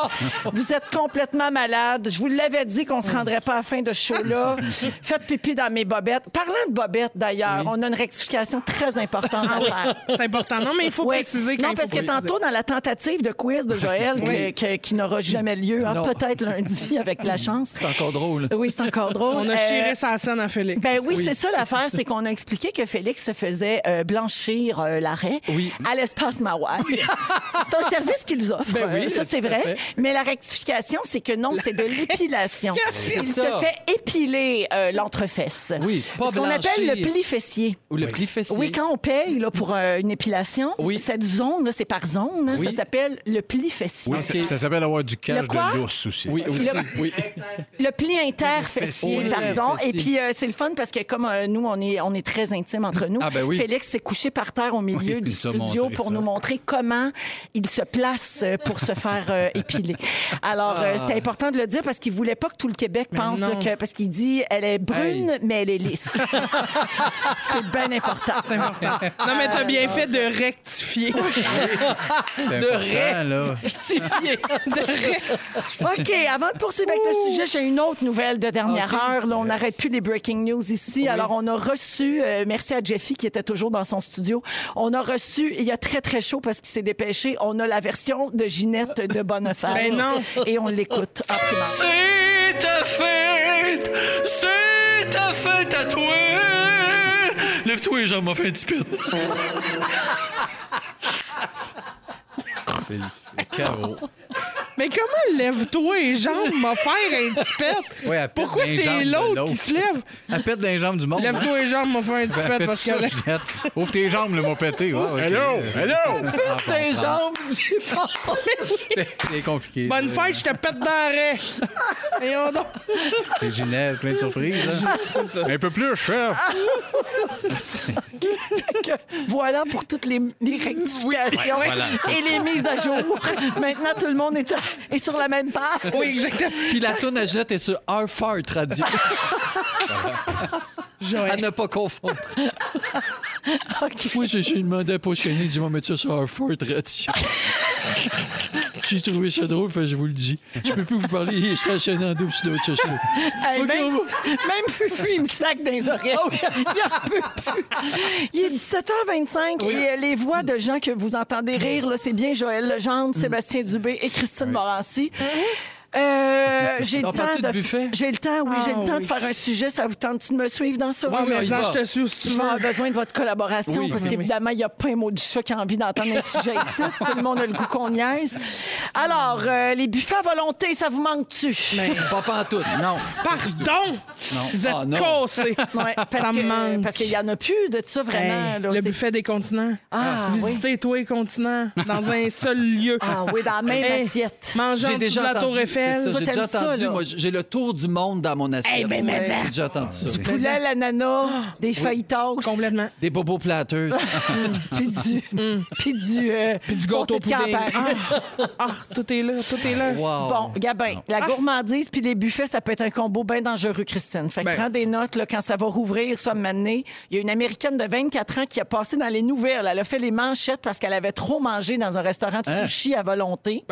[SPEAKER 3] Vous êtes complètement malade. Je vous l'avais dit qu'on se rendrait pas à la fin de ce show-là. Faites pipi dans mes bobettes. Parlant de bobettes, d'ailleurs, on a une rectification très importante
[SPEAKER 1] Ah
[SPEAKER 3] à faire.
[SPEAKER 2] C'est important. Non, mais il faut
[SPEAKER 3] Ouais.
[SPEAKER 2] préciser quand
[SPEAKER 3] Non,
[SPEAKER 2] il
[SPEAKER 3] parce
[SPEAKER 2] faut
[SPEAKER 3] que
[SPEAKER 2] préciser.
[SPEAKER 3] tantôt, dans la tentative de quiz de Joël, que- que- qui n'aura jamais lieu, hein,
[SPEAKER 1] Non.
[SPEAKER 3] peut-être lundi avec de la chance.
[SPEAKER 1] C'est encore drôle.
[SPEAKER 3] Oui, c'est encore drôle.
[SPEAKER 2] On a
[SPEAKER 3] Euh,
[SPEAKER 2] chiré sa scène à Félix.
[SPEAKER 3] ben oui, c'est ça l'affaire, c'est qu'on a expliqué que Félix se faisait euh, blanchir euh, l'arrêt à l'espace Mawai. c'est un service qu'ils offrent,
[SPEAKER 1] Ben oui,
[SPEAKER 3] euh, ça c'est
[SPEAKER 1] tout à
[SPEAKER 3] vrai.
[SPEAKER 1] fait.
[SPEAKER 3] Mais la rectification, c'est que non, c'est de l'épilation.
[SPEAKER 2] rectification.
[SPEAKER 3] Il se
[SPEAKER 1] C'est ça.
[SPEAKER 3] fait épiler euh, l'entrefesse.
[SPEAKER 1] Oui, pas
[SPEAKER 3] Ce qu'on
[SPEAKER 1] blanchir.
[SPEAKER 3] appelle le pli fessier.
[SPEAKER 1] Ou le pli fessier.
[SPEAKER 3] Oui, quand on paye là, pour euh, une épilation,
[SPEAKER 1] Oui.
[SPEAKER 3] cette zone, là, c'est par zone, hein, ça s'appelle le pli fessier.
[SPEAKER 1] Ok.
[SPEAKER 6] Ça s'appelle avoir du cash
[SPEAKER 3] Le quoi?
[SPEAKER 6] de l'ours aussi.
[SPEAKER 1] Oui, aussi.
[SPEAKER 3] Le-
[SPEAKER 1] Oui.
[SPEAKER 3] Le pli interfessier,
[SPEAKER 1] Oui,
[SPEAKER 3] pardon.
[SPEAKER 1] fessier.
[SPEAKER 3] Et puis, euh, c'est le fun parce que comme euh, nous, on est, on est très intimes entre nous,
[SPEAKER 1] Ah, ben oui.
[SPEAKER 3] Félix s'est couché par terre au milieu
[SPEAKER 4] Oui,
[SPEAKER 3] du
[SPEAKER 4] il nous a
[SPEAKER 3] studio
[SPEAKER 4] montré
[SPEAKER 3] pour
[SPEAKER 4] ça.
[SPEAKER 3] nous montrer comment il se place euh, pour se faire euh, épiler. Alors, euh, c'était
[SPEAKER 1] Ah.
[SPEAKER 3] important de le dire parce qu'il voulait pas que tout le Québec pense
[SPEAKER 2] non.
[SPEAKER 3] là, que... Parce qu'il dit, elle est brune, mais elle est lisse. c'est bien important.
[SPEAKER 2] Non, mais t'as
[SPEAKER 3] Ah.
[SPEAKER 2] bien fait de rectifier.
[SPEAKER 1] De ré.
[SPEAKER 4] là.
[SPEAKER 3] OK, avant de poursuivre avec le sujet, j'ai une autre nouvelle de dernière heure. Là, on n'arrête plus les breaking news ici. Alors, on a reçu, euh, merci à Jeffy qui était toujours dans son studio, on a reçu, il y a très, très chaud parce qu'il s'est dépêché, on a la version de Ginette de Bonnefer.
[SPEAKER 2] Ben non.
[SPEAKER 3] Et on l'écoute. en primeur.
[SPEAKER 6] C'est ta fête! C'est ta fête à toi! Lève-toi et j'en m'en fais un petit peu.
[SPEAKER 4] C'est le le chaos.
[SPEAKER 2] mais comment lève-toi et jambes m'a faire un petit pet?
[SPEAKER 4] Ouais, elle perd
[SPEAKER 2] Pourquoi
[SPEAKER 4] dans les
[SPEAKER 2] c'est
[SPEAKER 4] jambes de
[SPEAKER 2] l'autre
[SPEAKER 4] l'autre.
[SPEAKER 2] qui se lève?
[SPEAKER 4] Elle pète dans les jambes du monde. hein?
[SPEAKER 2] Lève-toi et jambes m'a faire un petit
[SPEAKER 4] Ben,
[SPEAKER 2] pet
[SPEAKER 4] fais
[SPEAKER 2] parce
[SPEAKER 4] ça,
[SPEAKER 2] que là-
[SPEAKER 4] Ginette. Ouvre tes jambes, le mot pété. Ouais, ok.
[SPEAKER 6] Hello! Hello!
[SPEAKER 4] Ah, bon,
[SPEAKER 1] Des
[SPEAKER 4] France.
[SPEAKER 1] jambes du monde.
[SPEAKER 4] C'est c'est compliqué.
[SPEAKER 2] Bonne
[SPEAKER 4] ça.
[SPEAKER 2] fête, je te pète dans l'arrêt. Voyons donc.
[SPEAKER 4] C'est Ginette, plein de surprises. hein.
[SPEAKER 6] Un peu plus, chef!
[SPEAKER 3] que voilà pour toutes les, les rectifications et les mises à jour. Maintenant, tout le monde est, à- est sur la même page.
[SPEAKER 2] Oui, exactement.
[SPEAKER 1] Puis la toune à Ginette est sur Our Fart Radio.
[SPEAKER 2] Joël.
[SPEAKER 1] à ne pas confondre.
[SPEAKER 3] OK.
[SPEAKER 1] Moi, j'ai j'ai demandé à Pochonnier, il dit, moi, mettre ça sur un feu tradition. J'ai trouvé ça drôle, fait, que je vous le dis. Je peux plus vous parler, je suis enchaîné en double sur d'autres choses.
[SPEAKER 3] Hey,
[SPEAKER 1] OK,
[SPEAKER 3] même,
[SPEAKER 1] on va- Ah
[SPEAKER 3] même Fufu, il me sac dans les oreilles. Il en peut plus. Il est 17h25 et euh, les voix de gens que vous entendez rire, là, c'est bien Joël Legendre,
[SPEAKER 1] Mm.
[SPEAKER 3] Sébastien Dubé et Christine Morancy.
[SPEAKER 1] Ah
[SPEAKER 3] Euh, j'ai le
[SPEAKER 1] On
[SPEAKER 3] temps
[SPEAKER 1] partit de
[SPEAKER 3] de
[SPEAKER 1] buffet?
[SPEAKER 3] j'ai le temps oui j'ai le
[SPEAKER 2] Ah,
[SPEAKER 3] temps de
[SPEAKER 2] oui.
[SPEAKER 3] faire un sujet ça vous tente de me suivre dans ça
[SPEAKER 2] Ouais,
[SPEAKER 3] Oui,
[SPEAKER 2] mais
[SPEAKER 1] il
[SPEAKER 2] ça,
[SPEAKER 1] va.
[SPEAKER 2] je te suis si tu
[SPEAKER 3] je vais
[SPEAKER 2] veux.
[SPEAKER 3] avoir besoin de votre collaboration
[SPEAKER 1] Oui.
[SPEAKER 3] parce
[SPEAKER 1] Oui,
[SPEAKER 3] qu'évidemment, il n'y a pas un mot du chat qui a envie d'entendre un sujet ici. Tout le monde a le goût qu'on niaise. Alors, euh, les buffets à volonté, ça vous manque-tu?
[SPEAKER 1] Pas pantoute.
[SPEAKER 4] Non.
[SPEAKER 2] Pardon! Vous êtes
[SPEAKER 1] Ah, non.
[SPEAKER 2] cassés.
[SPEAKER 3] Ouais, parce
[SPEAKER 2] Ça me
[SPEAKER 3] que-
[SPEAKER 2] manque.
[SPEAKER 3] Parce qu'il n'y en a plus de ça vraiment.
[SPEAKER 2] Hey,
[SPEAKER 3] là,
[SPEAKER 2] le
[SPEAKER 3] c'est-
[SPEAKER 2] buffet des continents.
[SPEAKER 3] Ah,
[SPEAKER 2] Visiter tous les continents dans un seul lieu.
[SPEAKER 3] Ah oui, dans la même assiette.
[SPEAKER 2] Manger en
[SPEAKER 1] J'ai
[SPEAKER 2] dessous de
[SPEAKER 1] déjà
[SPEAKER 2] la
[SPEAKER 1] entendu.
[SPEAKER 2] Tour
[SPEAKER 1] c'est ça,
[SPEAKER 2] Eiffel.
[SPEAKER 3] Toi,
[SPEAKER 1] J'ai déjà
[SPEAKER 3] t'aimes ça,
[SPEAKER 1] entendu.
[SPEAKER 3] là.
[SPEAKER 1] moi, j'ai le tour du monde dans mon assiette.
[SPEAKER 3] Eh ben, mais ça.
[SPEAKER 1] J'ai déjà entendu ça.
[SPEAKER 3] Poulet, la nana, des feuilles tosses.
[SPEAKER 2] Ah! Complètement. Mm.
[SPEAKER 1] Des bobos plateurs.
[SPEAKER 3] Puis du. Puis du. euh,
[SPEAKER 2] Puis du gâteau
[SPEAKER 3] comté de
[SPEAKER 2] pudding.
[SPEAKER 3] campagne.
[SPEAKER 2] Ah, ah, tout est là, tout est
[SPEAKER 1] Ah,
[SPEAKER 2] là.
[SPEAKER 1] Wow.
[SPEAKER 3] Bon, Gabin, la gourmandise puis les buffets, ça peut être un combo bien dangereux, Christine. Fait que
[SPEAKER 2] Ben.
[SPEAKER 3] prends des notes là, quand ça va rouvrir, ça, m'amener. Il y a une Américaine de 24 ans qui a passé dans les nouvelles. Elle a fait les manchettes parce qu'elle avait trop mangé dans un restaurant de sushi à volonté.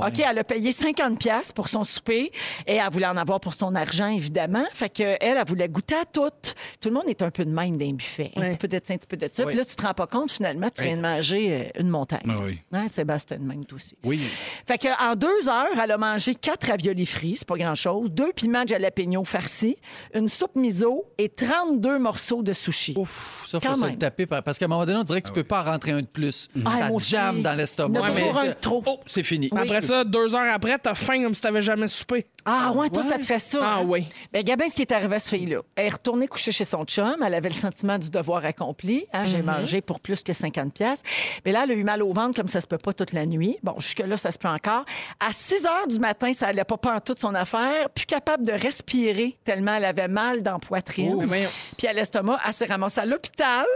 [SPEAKER 3] OK, elle a payé 50 pièces pour son souper et elle voulait en avoir pour son argent, évidemment. Fait que elle, elle voulait goûter à tout. Tout le monde est un peu de même d'un buffet. Un
[SPEAKER 2] Ouais.
[SPEAKER 3] petit peu de ça, un petit peu de ça.
[SPEAKER 1] Oui.
[SPEAKER 3] Puis là, tu te rends pas compte, finalement, tu viens de manger euh, une montagne.
[SPEAKER 4] Ah oui.
[SPEAKER 3] Hein, Sébastien, de même, toi aussi.
[SPEAKER 4] Oui.
[SPEAKER 3] Fait que en deux heures, elle a mangé quatre raviolis frits, c'est pas grand-chose, deux piments de jalapeno farcis, une soupe miso et 32 morceaux de sushi.
[SPEAKER 1] Ouf, ça,
[SPEAKER 3] Quand
[SPEAKER 1] faut se
[SPEAKER 3] même.
[SPEAKER 1] le taper. par- Parce qu'à un moment donné, on dirait que tu peux pas en rentrer un de plus.
[SPEAKER 3] Ah,
[SPEAKER 1] ça
[SPEAKER 3] moi aussi.
[SPEAKER 1] jamme dans
[SPEAKER 3] Il y
[SPEAKER 1] l'estomac.
[SPEAKER 3] en a
[SPEAKER 1] Mais
[SPEAKER 3] toujours
[SPEAKER 1] c'est-
[SPEAKER 3] un de trop.
[SPEAKER 1] Oh, c'est fini.
[SPEAKER 2] Après ça, deux heures après, t'as faim comme si t'avais jamais soupé.
[SPEAKER 3] Ah ouais, toi, ça te fait ça.
[SPEAKER 2] Ah
[SPEAKER 3] hein?
[SPEAKER 2] oui.
[SPEAKER 3] Ben, Gabin, ce qui est arrivé à cette fille-là, elle est retournée coucher chez son chum. Elle avait le sentiment du devoir accompli. hein, J'ai mangé pour plus que 50 pièces. Mais là, elle a eu mal au ventre comme ça se peut pas toute la nuit. Bon, jusque-là, ça se peut encore. À 6 heures du matin, ça allait pas pas en toute son affaire. Plus capable de respirer tellement elle avait mal dans la poitrine.
[SPEAKER 2] Mais voyons.
[SPEAKER 3] Puis à l'estomac, elle s'est ramassée à l'hôpital.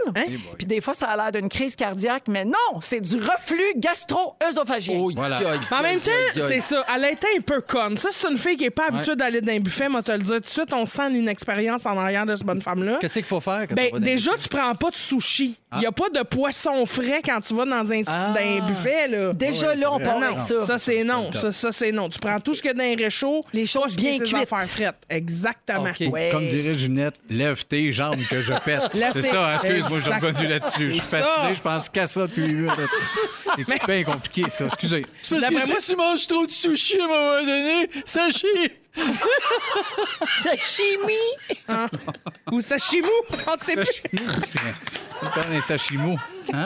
[SPEAKER 3] Puis des fois, ça a l'air d'une crise cardiaque. Mais non, c'est du reflux gastro-œsophagien.
[SPEAKER 1] Oui,
[SPEAKER 4] Voilà.
[SPEAKER 1] aïe,
[SPEAKER 2] Mais en
[SPEAKER 1] aïe,
[SPEAKER 2] même temps,
[SPEAKER 1] aïe, aïe.
[SPEAKER 2] c'est ça. Elle a été un peu conne. Ça, c'est une fille qui n'est pas habituée d'aller dans un buffet, moi, te le dire tout de suite. On sent l'inexpérience en arrière de cette bonne femme-là.
[SPEAKER 1] Qu'est-ce qu'il faut faire quand
[SPEAKER 2] Ben,
[SPEAKER 1] on va dans-
[SPEAKER 2] déjà, tu prends pas de sushi. Il n'y a pas de poisson frais quand tu vas dans un,
[SPEAKER 1] Ah.
[SPEAKER 2] dans un buffet, là.
[SPEAKER 3] Déjà là, on part
[SPEAKER 2] non,
[SPEAKER 3] avec ça.
[SPEAKER 2] ça c'est non. Ça, ça, c'est non. Tu prends tout ce que dans les réchauds,
[SPEAKER 3] Les choses
[SPEAKER 2] pas ce qui
[SPEAKER 3] bien
[SPEAKER 2] est ces
[SPEAKER 3] cuites.
[SPEAKER 2] affaires frites. Exactement.
[SPEAKER 1] OK.
[SPEAKER 3] Ouais.
[SPEAKER 4] Comme dirait Ginette, lève tes jambes que je pète.
[SPEAKER 2] Lève
[SPEAKER 4] C'est
[SPEAKER 2] tes-
[SPEAKER 4] ça, hein, excuse-moi, je suis
[SPEAKER 2] Exact.
[SPEAKER 4] revenu là-dessus. Je suis
[SPEAKER 2] C'est ça.
[SPEAKER 4] fasciné, je pense qu'à ça depuis huit minutes. C'est bien compliqué, ça. Excusez.
[SPEAKER 1] Parce que
[SPEAKER 2] D'après
[SPEAKER 1] si
[SPEAKER 2] moi,
[SPEAKER 1] tu manges trop de sushi à un moment donné, ça chie.
[SPEAKER 3] Sashimi!
[SPEAKER 2] Ou sashimi, on ne sait plus.
[SPEAKER 4] Sashimi, c'est c'est pas des sashimos. Hein?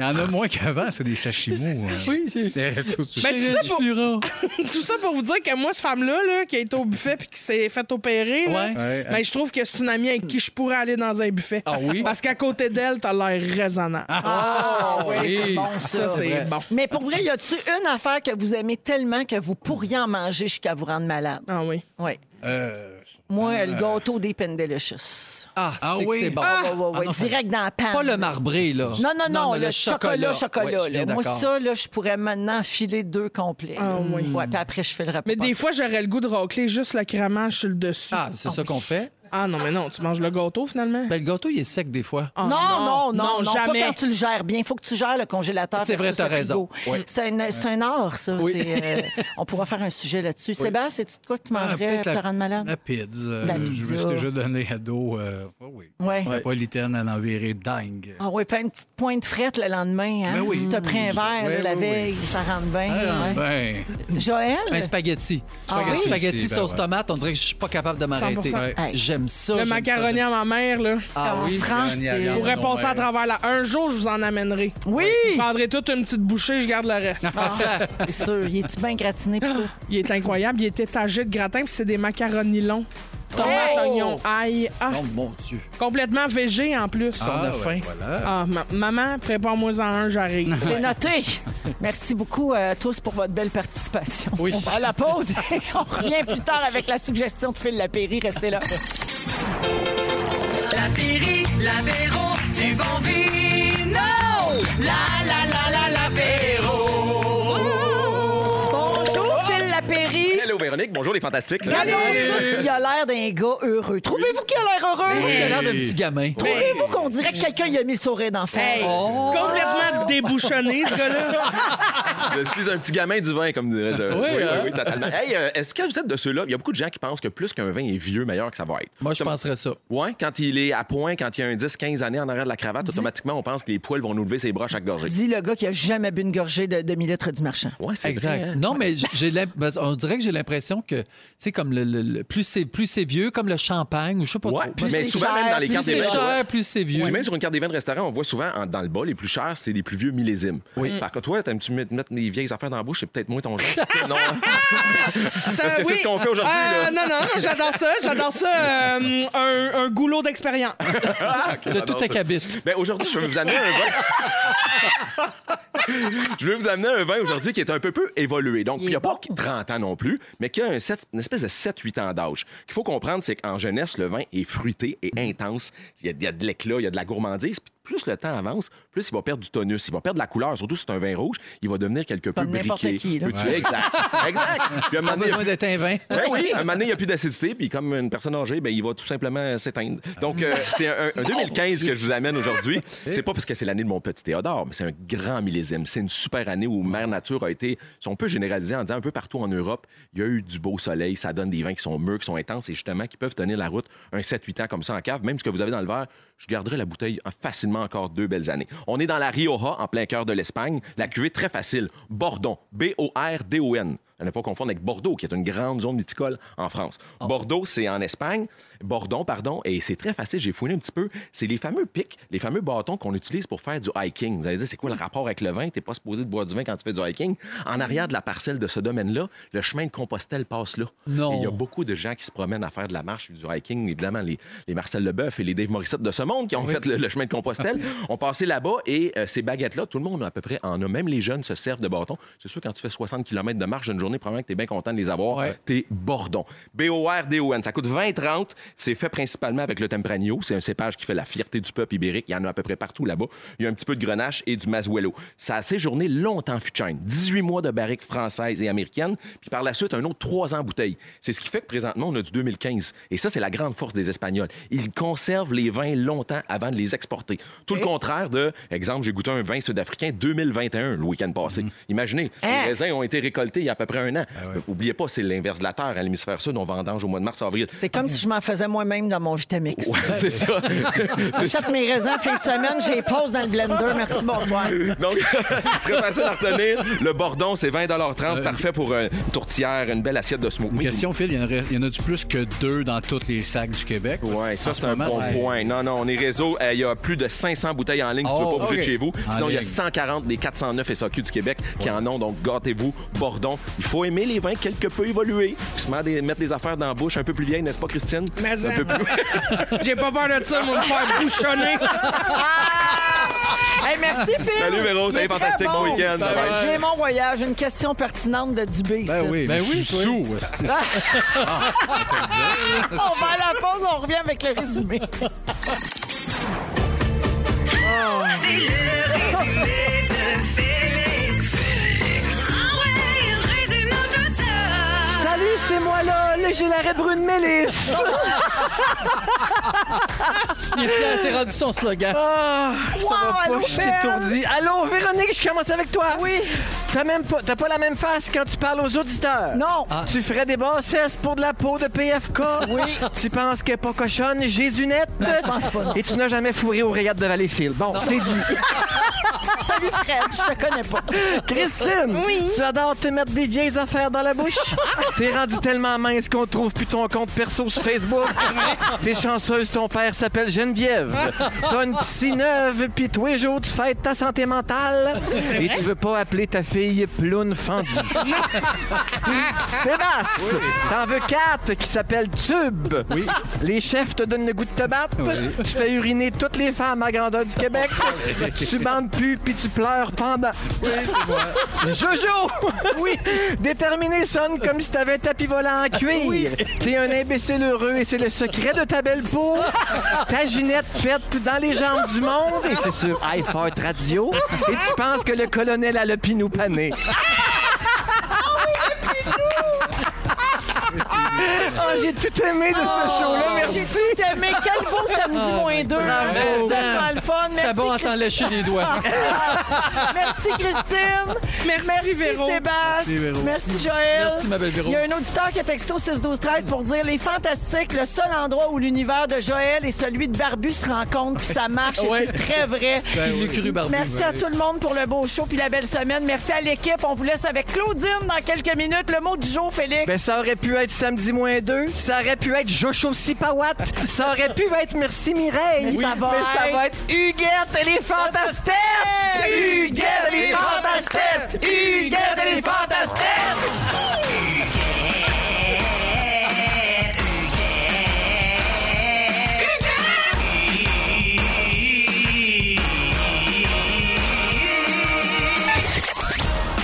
[SPEAKER 4] Il y en a moins qu'avant, c'est des sashimos. hein.
[SPEAKER 1] Oui, c'est...
[SPEAKER 4] Des restos de sushi.
[SPEAKER 2] Ben,
[SPEAKER 1] C'est
[SPEAKER 2] tout ça
[SPEAKER 1] du
[SPEAKER 2] pour-
[SPEAKER 1] furon.
[SPEAKER 2] Tout ça pour vous dire que moi, cette femme-là, là, qui a été au buffet puis qui s'est fait opérer, là,
[SPEAKER 1] Ouais.
[SPEAKER 4] Ouais.
[SPEAKER 2] ben, je trouve que c'est une amie avec qui je pourrais aller dans un buffet.
[SPEAKER 1] Ah oui?
[SPEAKER 2] Parce qu'à côté d'elle, t'as l'air raisonnable.
[SPEAKER 3] Ah oui, c'est bon ça.
[SPEAKER 2] ça, c'est bon.
[SPEAKER 3] Mais pour vrai, y a-tu une affaire que vous aimez tellement que vous pourriez en manger jusqu'à vous rendre malade?
[SPEAKER 2] Ah oui.
[SPEAKER 3] Oui.
[SPEAKER 4] Euh,
[SPEAKER 3] Moi, le gâteau des Penn Delicious.
[SPEAKER 1] Ah,
[SPEAKER 4] Ah
[SPEAKER 1] c'est que
[SPEAKER 4] oui.
[SPEAKER 1] c'est bon.
[SPEAKER 3] Ouais, ouais, ouais. Direct dans la panne.
[SPEAKER 1] Pas le marbré, là.
[SPEAKER 3] Non, non, non,
[SPEAKER 1] mais
[SPEAKER 3] le, chocolat, chocolat.
[SPEAKER 1] Ouais, je suis bien
[SPEAKER 3] là. Moi,
[SPEAKER 1] d'accord.
[SPEAKER 3] ça, là, je pourrais maintenant filer deux complets.
[SPEAKER 2] Ah
[SPEAKER 3] là.
[SPEAKER 2] oui.
[SPEAKER 3] Ouais, puis après, je fais le repas.
[SPEAKER 2] Mais des fois, j'aurais le goût de racler juste le cramage sur le dessus.
[SPEAKER 1] Ah, c'est ça qu'on fait.
[SPEAKER 2] Ah non, mais non, tu manges le gâteau finalement?
[SPEAKER 1] Ben, le gâteau, il est sec des fois.
[SPEAKER 2] Ah,
[SPEAKER 3] non, non, non, non,
[SPEAKER 2] jamais.
[SPEAKER 3] Pas quand tu le gères bien. Il faut que tu gères le congélateur.
[SPEAKER 1] C'est vrai,
[SPEAKER 3] versus
[SPEAKER 1] t'as
[SPEAKER 3] le frigo.
[SPEAKER 1] raison. Ouais.
[SPEAKER 3] C'est un, c'est un art, ça.
[SPEAKER 1] Oui.
[SPEAKER 3] C'est, euh, on pourra faire un sujet là-dessus. Sébastien, c'est-tu de quoi que tu
[SPEAKER 4] ah,
[SPEAKER 3] mangerais
[SPEAKER 4] peut-être
[SPEAKER 3] pour te rendre malade?
[SPEAKER 4] La pizza.
[SPEAKER 3] La
[SPEAKER 4] euh, Je me suis
[SPEAKER 3] pizza.
[SPEAKER 4] déjà donné à dos. Euh, oh oui.
[SPEAKER 3] Ouais.
[SPEAKER 4] La Napolitaine à l'envirée dingue.
[SPEAKER 3] Ah oui, pas une petite pointe frette le lendemain. Hein?
[SPEAKER 4] Ben oui.
[SPEAKER 3] Si t'as pris un verre
[SPEAKER 4] Oui,
[SPEAKER 3] là, la
[SPEAKER 4] oui,
[SPEAKER 3] veille, ça rentre bien.
[SPEAKER 4] Ah,
[SPEAKER 3] ouais.
[SPEAKER 4] ben,
[SPEAKER 3] Joël?
[SPEAKER 1] Un spaghetti.
[SPEAKER 3] Ah oui?
[SPEAKER 1] Spaghetti
[SPEAKER 4] Aussi, ben
[SPEAKER 1] sauce
[SPEAKER 4] ouais.
[SPEAKER 1] tomate, on dirait que je suis pas capable de m'arrêter.
[SPEAKER 2] 100%.
[SPEAKER 1] Ouais.
[SPEAKER 3] Hey.
[SPEAKER 1] J'aime ça.
[SPEAKER 2] Le
[SPEAKER 1] j'aime ça,
[SPEAKER 2] macaroni à
[SPEAKER 1] j'aime ça.
[SPEAKER 2] ma mère, là.
[SPEAKER 1] Ah
[SPEAKER 3] en
[SPEAKER 1] oui.
[SPEAKER 3] France,
[SPEAKER 4] Johnny
[SPEAKER 3] c'est-
[SPEAKER 4] Alliard.
[SPEAKER 2] Je pourrais
[SPEAKER 4] non,
[SPEAKER 2] passer
[SPEAKER 4] ouais.
[SPEAKER 2] à travers là. Un jour, je vous en amènerai.
[SPEAKER 3] Oui!
[SPEAKER 2] Je prendrai toute une petite bouchée, je garde le reste.
[SPEAKER 3] Ah, c'est sûr. Il est-tu bien gratiné pour ça?
[SPEAKER 2] Il est incroyable. Il est étagé de gratin, puis c'est des macaronis longs. Tomate,
[SPEAKER 3] Hey!
[SPEAKER 2] oignon, ail. Ah,
[SPEAKER 1] Oh mon Dieu.
[SPEAKER 2] complètement végé en plus.
[SPEAKER 1] On a
[SPEAKER 4] ouais,
[SPEAKER 1] faim.
[SPEAKER 4] voilà.
[SPEAKER 2] Ah, ma- maman, prépare-moi-en un, j'arrive.
[SPEAKER 3] C'est noté. Merci beaucoup à tous pour votre belle participation.
[SPEAKER 1] Oui.
[SPEAKER 3] On va à la pause et on revient plus tard avec la suggestion de Phil Lapéry. Restez là.
[SPEAKER 9] La Pairie, l'apéro du bon vino. La la la la l'apéro.
[SPEAKER 3] Bonjour, Phil Lapéry.
[SPEAKER 10] Oh! Hello Véronique, Bonjour les fantastiques.
[SPEAKER 3] Regardez-moi ça s'il a l'air d'un gars heureux. Trouvez-vous qu'il a l'air heureux?
[SPEAKER 1] Il a l'air d'un petit gamin.
[SPEAKER 3] Trouvez-vous qu'on dirait que quelqu'un lui a mis le sourire d'en face? Oh.
[SPEAKER 2] Complètement débouchonné, ce gars-là.
[SPEAKER 10] Je suis un petit gamin du vin, comme dirais-je. Oui, oui,
[SPEAKER 1] hein?
[SPEAKER 10] oui, totalement. Hey, euh, est-ce que vous êtes de ceux-là? Il y a beaucoup de gens qui pensent que plus qu'un vin est vieux, meilleur que ça va être.
[SPEAKER 1] Moi, je penserais ça.
[SPEAKER 10] Ouais, quand il est à point, quand il y a un 10, 15 années en arrière de la cravate, automatiquement, on pense que les poils vont nous lever ses bras à chaque gorgée.
[SPEAKER 3] Dis le gars qui a jamais bu une gorgée de demi-litre du marchand.
[SPEAKER 10] Ouais, c'est
[SPEAKER 1] Exact.
[SPEAKER 10] vrai, hein?
[SPEAKER 1] Non, mais j'ai l'im- ben, on dirait que j'ai l'impression que, tu sais, comme le, le- le- plus c'est plus c'est vieux, comme le champagne ou je sais pas
[SPEAKER 10] Ouais,
[SPEAKER 1] trop. Plus
[SPEAKER 10] mais
[SPEAKER 3] c'est
[SPEAKER 10] souvent, même
[SPEAKER 3] cher,
[SPEAKER 10] dans les
[SPEAKER 3] plus
[SPEAKER 10] cartes des
[SPEAKER 1] c'est
[SPEAKER 10] vins, on voit-
[SPEAKER 1] cher, plus c'est vieux.
[SPEAKER 10] Puis même sur une carte des vins de restaurant, on voit souvent en- dans le bas, les plus chers, c'est les plus vieux millésimes.
[SPEAKER 1] Oui.
[SPEAKER 10] Par contre, toi, t'aimes-tu met- mettre les vieilles affaires dans la bouche? C'est peut-être moins ton genre. non. hein? Parce que c'est ce qu'on fait aujourd'hui,
[SPEAKER 2] Ah,
[SPEAKER 10] là.
[SPEAKER 2] non, non, non, j'adore ça. J'adore ça. euh, un, un goulot d'expérience.
[SPEAKER 10] Ah, ok,
[SPEAKER 1] De
[SPEAKER 10] j'adore
[SPEAKER 1] tout
[SPEAKER 10] ça.
[SPEAKER 1] acabit.
[SPEAKER 10] Ben, aujourd'hui, je vais vous amener un vin. je vais vous amener un vin aujourd'hui qui est un peu peu évolué. Donc, il n'y a pas 30 ans non plus, mais qui a un sept- une espèce de 7-8 ans d'âge. Ce qu'il faut comprendre, c'est qu'en jeunesse, le vin est fruité et intense. Il y a, il y a de l'éclat, il y a de la gourmandise. Puis plus le temps avance, plus il va perdre du tonus, il va perdre de la couleur, surtout si c'est un vin rouge, il va devenir quelque peu
[SPEAKER 3] Comme n'importe
[SPEAKER 10] briqué.
[SPEAKER 3] qui, là.
[SPEAKER 10] Peux-tu- Exact. Exact. Puis à un
[SPEAKER 1] Pas
[SPEAKER 10] moment donné,
[SPEAKER 1] besoin d'être un vin.
[SPEAKER 10] ben oui, un moment donné, il n'y a plus d'acidité, puis comme une personne âgée, ben, il va tout simplement euh, s'éteindre. Donc, euh, c'est un, un 2015 que je vous amène aujourd'hui. C'est pas parce que c'est l'année de mon petit Théodore, mais c'est un grand millésime. C'est une super année où Mère Nature a été, si on peut généraliser en disant un peu partout en Europe, il y a eu du beau soleil, ça donne des vins qui sont mûrs, qui sont intenses et justement qui peuvent tenir la route un 7-8 ans comme ça en cave. Même ce que vous avez dans le verre, je garderai la bouteille facilement encore deux belles années. On est dans la Rioja, en plein cœur de l'Espagne. La cuvée très facile. Bordon. B-O-R-D-O-N. À ne pas confondre avec Bordeaux, qui est une grande zone viticole en France. Bordeaux, c'est en Espagne. Bordeaux, pardon, et c'est très facile, j'ai fouiné un petit peu. C'est les fameux pics, les fameux bâtons qu'on utilise pour faire du hiking. Vous allez dire, c'est quoi le rapport avec le vin? T'es pas supposé de boire du vin quand tu fais du hiking. En arrière de la parcelle de ce domaine-là, le chemin de Compostelle passe là.
[SPEAKER 1] Non.
[SPEAKER 10] Et Il y a beaucoup de gens qui se promènent à faire de la marche, du hiking. Évidemment, les, les Marcel Leboeuf et les Dave Morissette de ce monde qui ont fait le, le chemin de Compostelle ont passé là-bas et euh, ces baguettes-là, tout le monde à peu près en a. Même les jeunes se servent de bâtons. C'est sûr, quand tu fais 60 km de marche d'une journée, probablement que tu es bien content de les avoir.
[SPEAKER 1] Ouais.
[SPEAKER 10] T'es bordon. B-O-R-D-O-N. Ça coûte 20-30. C'est fait principalement avec le Tempranillo. C'est un cépage qui fait la fierté du peuple ibérique. Il y en a à peu près partout là-bas. Il y a un petit peu de grenache et du Mazuelo. Ça a séjourné longtemps en fût de chêne. 18 mois de barrique française et américaine. Puis par la suite, un autre 3 ans en bouteille. C'est ce qui fait que présentement, on a du 2015. Et ça, c'est la grande force des Espagnols. Ils conservent les vins longtemps avant de les exporter. Tout le contraire de, exemple, j'ai goûté un vin sud-africain 2021 le week-end passé. Imaginez,
[SPEAKER 3] Hein?
[SPEAKER 10] les raisins ont été récoltés il y a à peu près un an.
[SPEAKER 4] Ah
[SPEAKER 10] Oubliez pas, c'est l'inverse de la terre. À l'hémisphère sud, on vendange au mois de mars-avril.
[SPEAKER 3] C'est comme si je m'en faisais moi-même dans mon Vitamix.
[SPEAKER 10] Ouais, c'est ça. C'est ça.
[SPEAKER 3] J'achète mes raisins fin de semaine, je les pose dans le blender. Merci, bonsoir.
[SPEAKER 10] Donc, très facile à retenir. Le bordon, c'est 20,30 Parfait pour euh, une tourtière, une belle assiette de
[SPEAKER 4] Une
[SPEAKER 10] smoothie.
[SPEAKER 4] question, Phil, il y, en aurait- il y en a-tu plus que deux dans toutes les sacs du Québec?
[SPEAKER 10] Ouais, ça,
[SPEAKER 4] En
[SPEAKER 10] c'est
[SPEAKER 4] ce
[SPEAKER 10] un
[SPEAKER 4] moment,
[SPEAKER 10] bon
[SPEAKER 4] c'est-
[SPEAKER 10] point. Non, non, on est réseau. Euh, Il y a plus de 500 bouteilles en ligne si tu veux
[SPEAKER 4] Oh,
[SPEAKER 10] pas bouger
[SPEAKER 4] OK.
[SPEAKER 10] de chez vous.
[SPEAKER 4] En
[SPEAKER 10] Sinon, il y a
[SPEAKER 4] ligne.
[SPEAKER 10] 140 des 409 SAQ du Québec qui en ont. Donc, gâtez-vous. Bordon. Il faut aimer les vins quelque peu évolués. Puis se mettre des, mettre des affaires dans la bouche un peu plus vieilles, n'est-ce pas, Christine?
[SPEAKER 2] Mais
[SPEAKER 10] un
[SPEAKER 2] ça-
[SPEAKER 10] peu plus.
[SPEAKER 2] J'ai pas peur de ça, moi, me faire bouchonner.
[SPEAKER 3] Hey, merci, Phil.
[SPEAKER 10] Ah! Salut, Véro.
[SPEAKER 3] C'est
[SPEAKER 10] Salut, fantastique. Bon week-end. Bye-bye.
[SPEAKER 3] Ben, J'ai mon voyage. Une question pertinente de Dubé ici.
[SPEAKER 4] Ben oui,
[SPEAKER 1] Ben
[SPEAKER 4] mais je
[SPEAKER 1] oui,
[SPEAKER 4] suis
[SPEAKER 1] toi.
[SPEAKER 4] sous. aussi.
[SPEAKER 3] On va à la pause, on revient avec le résumé.
[SPEAKER 9] C'est le résumé de Félix. Ah ouais, il résume nous tout ça.
[SPEAKER 5] Salut, c'est moi là, le gilet brune Mélisse.
[SPEAKER 1] Il est fier, c'est rendu son slogan.
[SPEAKER 5] Ah, ça
[SPEAKER 3] Wow,
[SPEAKER 5] va pas,
[SPEAKER 3] allô,
[SPEAKER 5] je suis
[SPEAKER 3] Phil.
[SPEAKER 5] étourdi. Allô, Véronique, je commence avec toi. Oui. T'as même pas, t'as pas la même face quand tu parles aux auditeurs. Ah.
[SPEAKER 3] Non.
[SPEAKER 5] Tu ferais des bassesses pour de la peau de PFK. Oui. Tu penses qu'elle est pas cochonne, Jésunette. Je pense pas. Et tu n'as jamais fourré aux régate de Valleyfield. Bon, c'est dit.
[SPEAKER 3] Salut, Fred. Je te connais pas.
[SPEAKER 5] Christine, tu adores te mettre des vieilles affaires dans la bouche. T'es rendu tellement mince qu'on trouve plus ton compte perso sur Facebook. T'es chanceuse, ton père s'appelle Geneviève. T'as une psy neuve, puis tous les jours, tu fêtes ta santé mentale. Et tu veux pas appeler ta fille ploune fendue. Sébastien, t'en veux quatre qui s'appellent Tube. Oui. Les chefs te donnent le goût de te battre. Tu fais uriner toutes les femmes à grandeur du Québec. tu bandes plus puis tu pleures pendant. Oui, c'est moi. Jojo! Oui. Déterminé sonne comme si t'avais un tapis volant en cuir. T'es un imbécile heureux et c'est le secret de ta belle peau. Ta ginette pète dans les jambes du monde et c'est sur iFart Radio. Et tu penses que le colonel a le pinou pané. Ah, j'ai tout aimé de ce show-là. Merci.
[SPEAKER 3] J'ai tout aimé. Quel beau samedi moins deux.
[SPEAKER 1] Mais,
[SPEAKER 3] C'est tellement le fun.
[SPEAKER 1] C'était
[SPEAKER 3] Merci,
[SPEAKER 1] bon à s'en
[SPEAKER 3] Christine.
[SPEAKER 1] lécher les doigts.
[SPEAKER 3] Merci Christine.
[SPEAKER 2] Merci, Véro.
[SPEAKER 1] Merci,
[SPEAKER 3] Sébastien.
[SPEAKER 1] Véro.
[SPEAKER 3] Merci Joël.
[SPEAKER 1] Merci, ma belle Véro.
[SPEAKER 3] Il y a un auditeur qui a texté au 6 12 13 pour dire les fantastiques, le seul endroit où l'univers de Joël et celui de Barbu se rencontrent puis ça marche et
[SPEAKER 1] Ouais.
[SPEAKER 3] c'est très vrai.
[SPEAKER 1] Ben oui. L'écru Barbu,
[SPEAKER 3] Merci à
[SPEAKER 1] oui.
[SPEAKER 3] tout le monde pour le beau show puis la belle semaine. Merci à l'équipe. On vous laisse avec Claudine dans quelques minutes. Le mot du jour, Félix.
[SPEAKER 5] Ben, ça aurait pu être samedi moins 2, ça aurait pu être Joshua Sipawat, ça aurait pu être Merci Mireille,
[SPEAKER 3] Mais ça va
[SPEAKER 5] mais ça
[SPEAKER 3] être-
[SPEAKER 5] va être Huguette et les Fantastettes! Huguette et les Fantastettes! Huguette et les Fantastettes!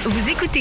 [SPEAKER 9] Vous écoutez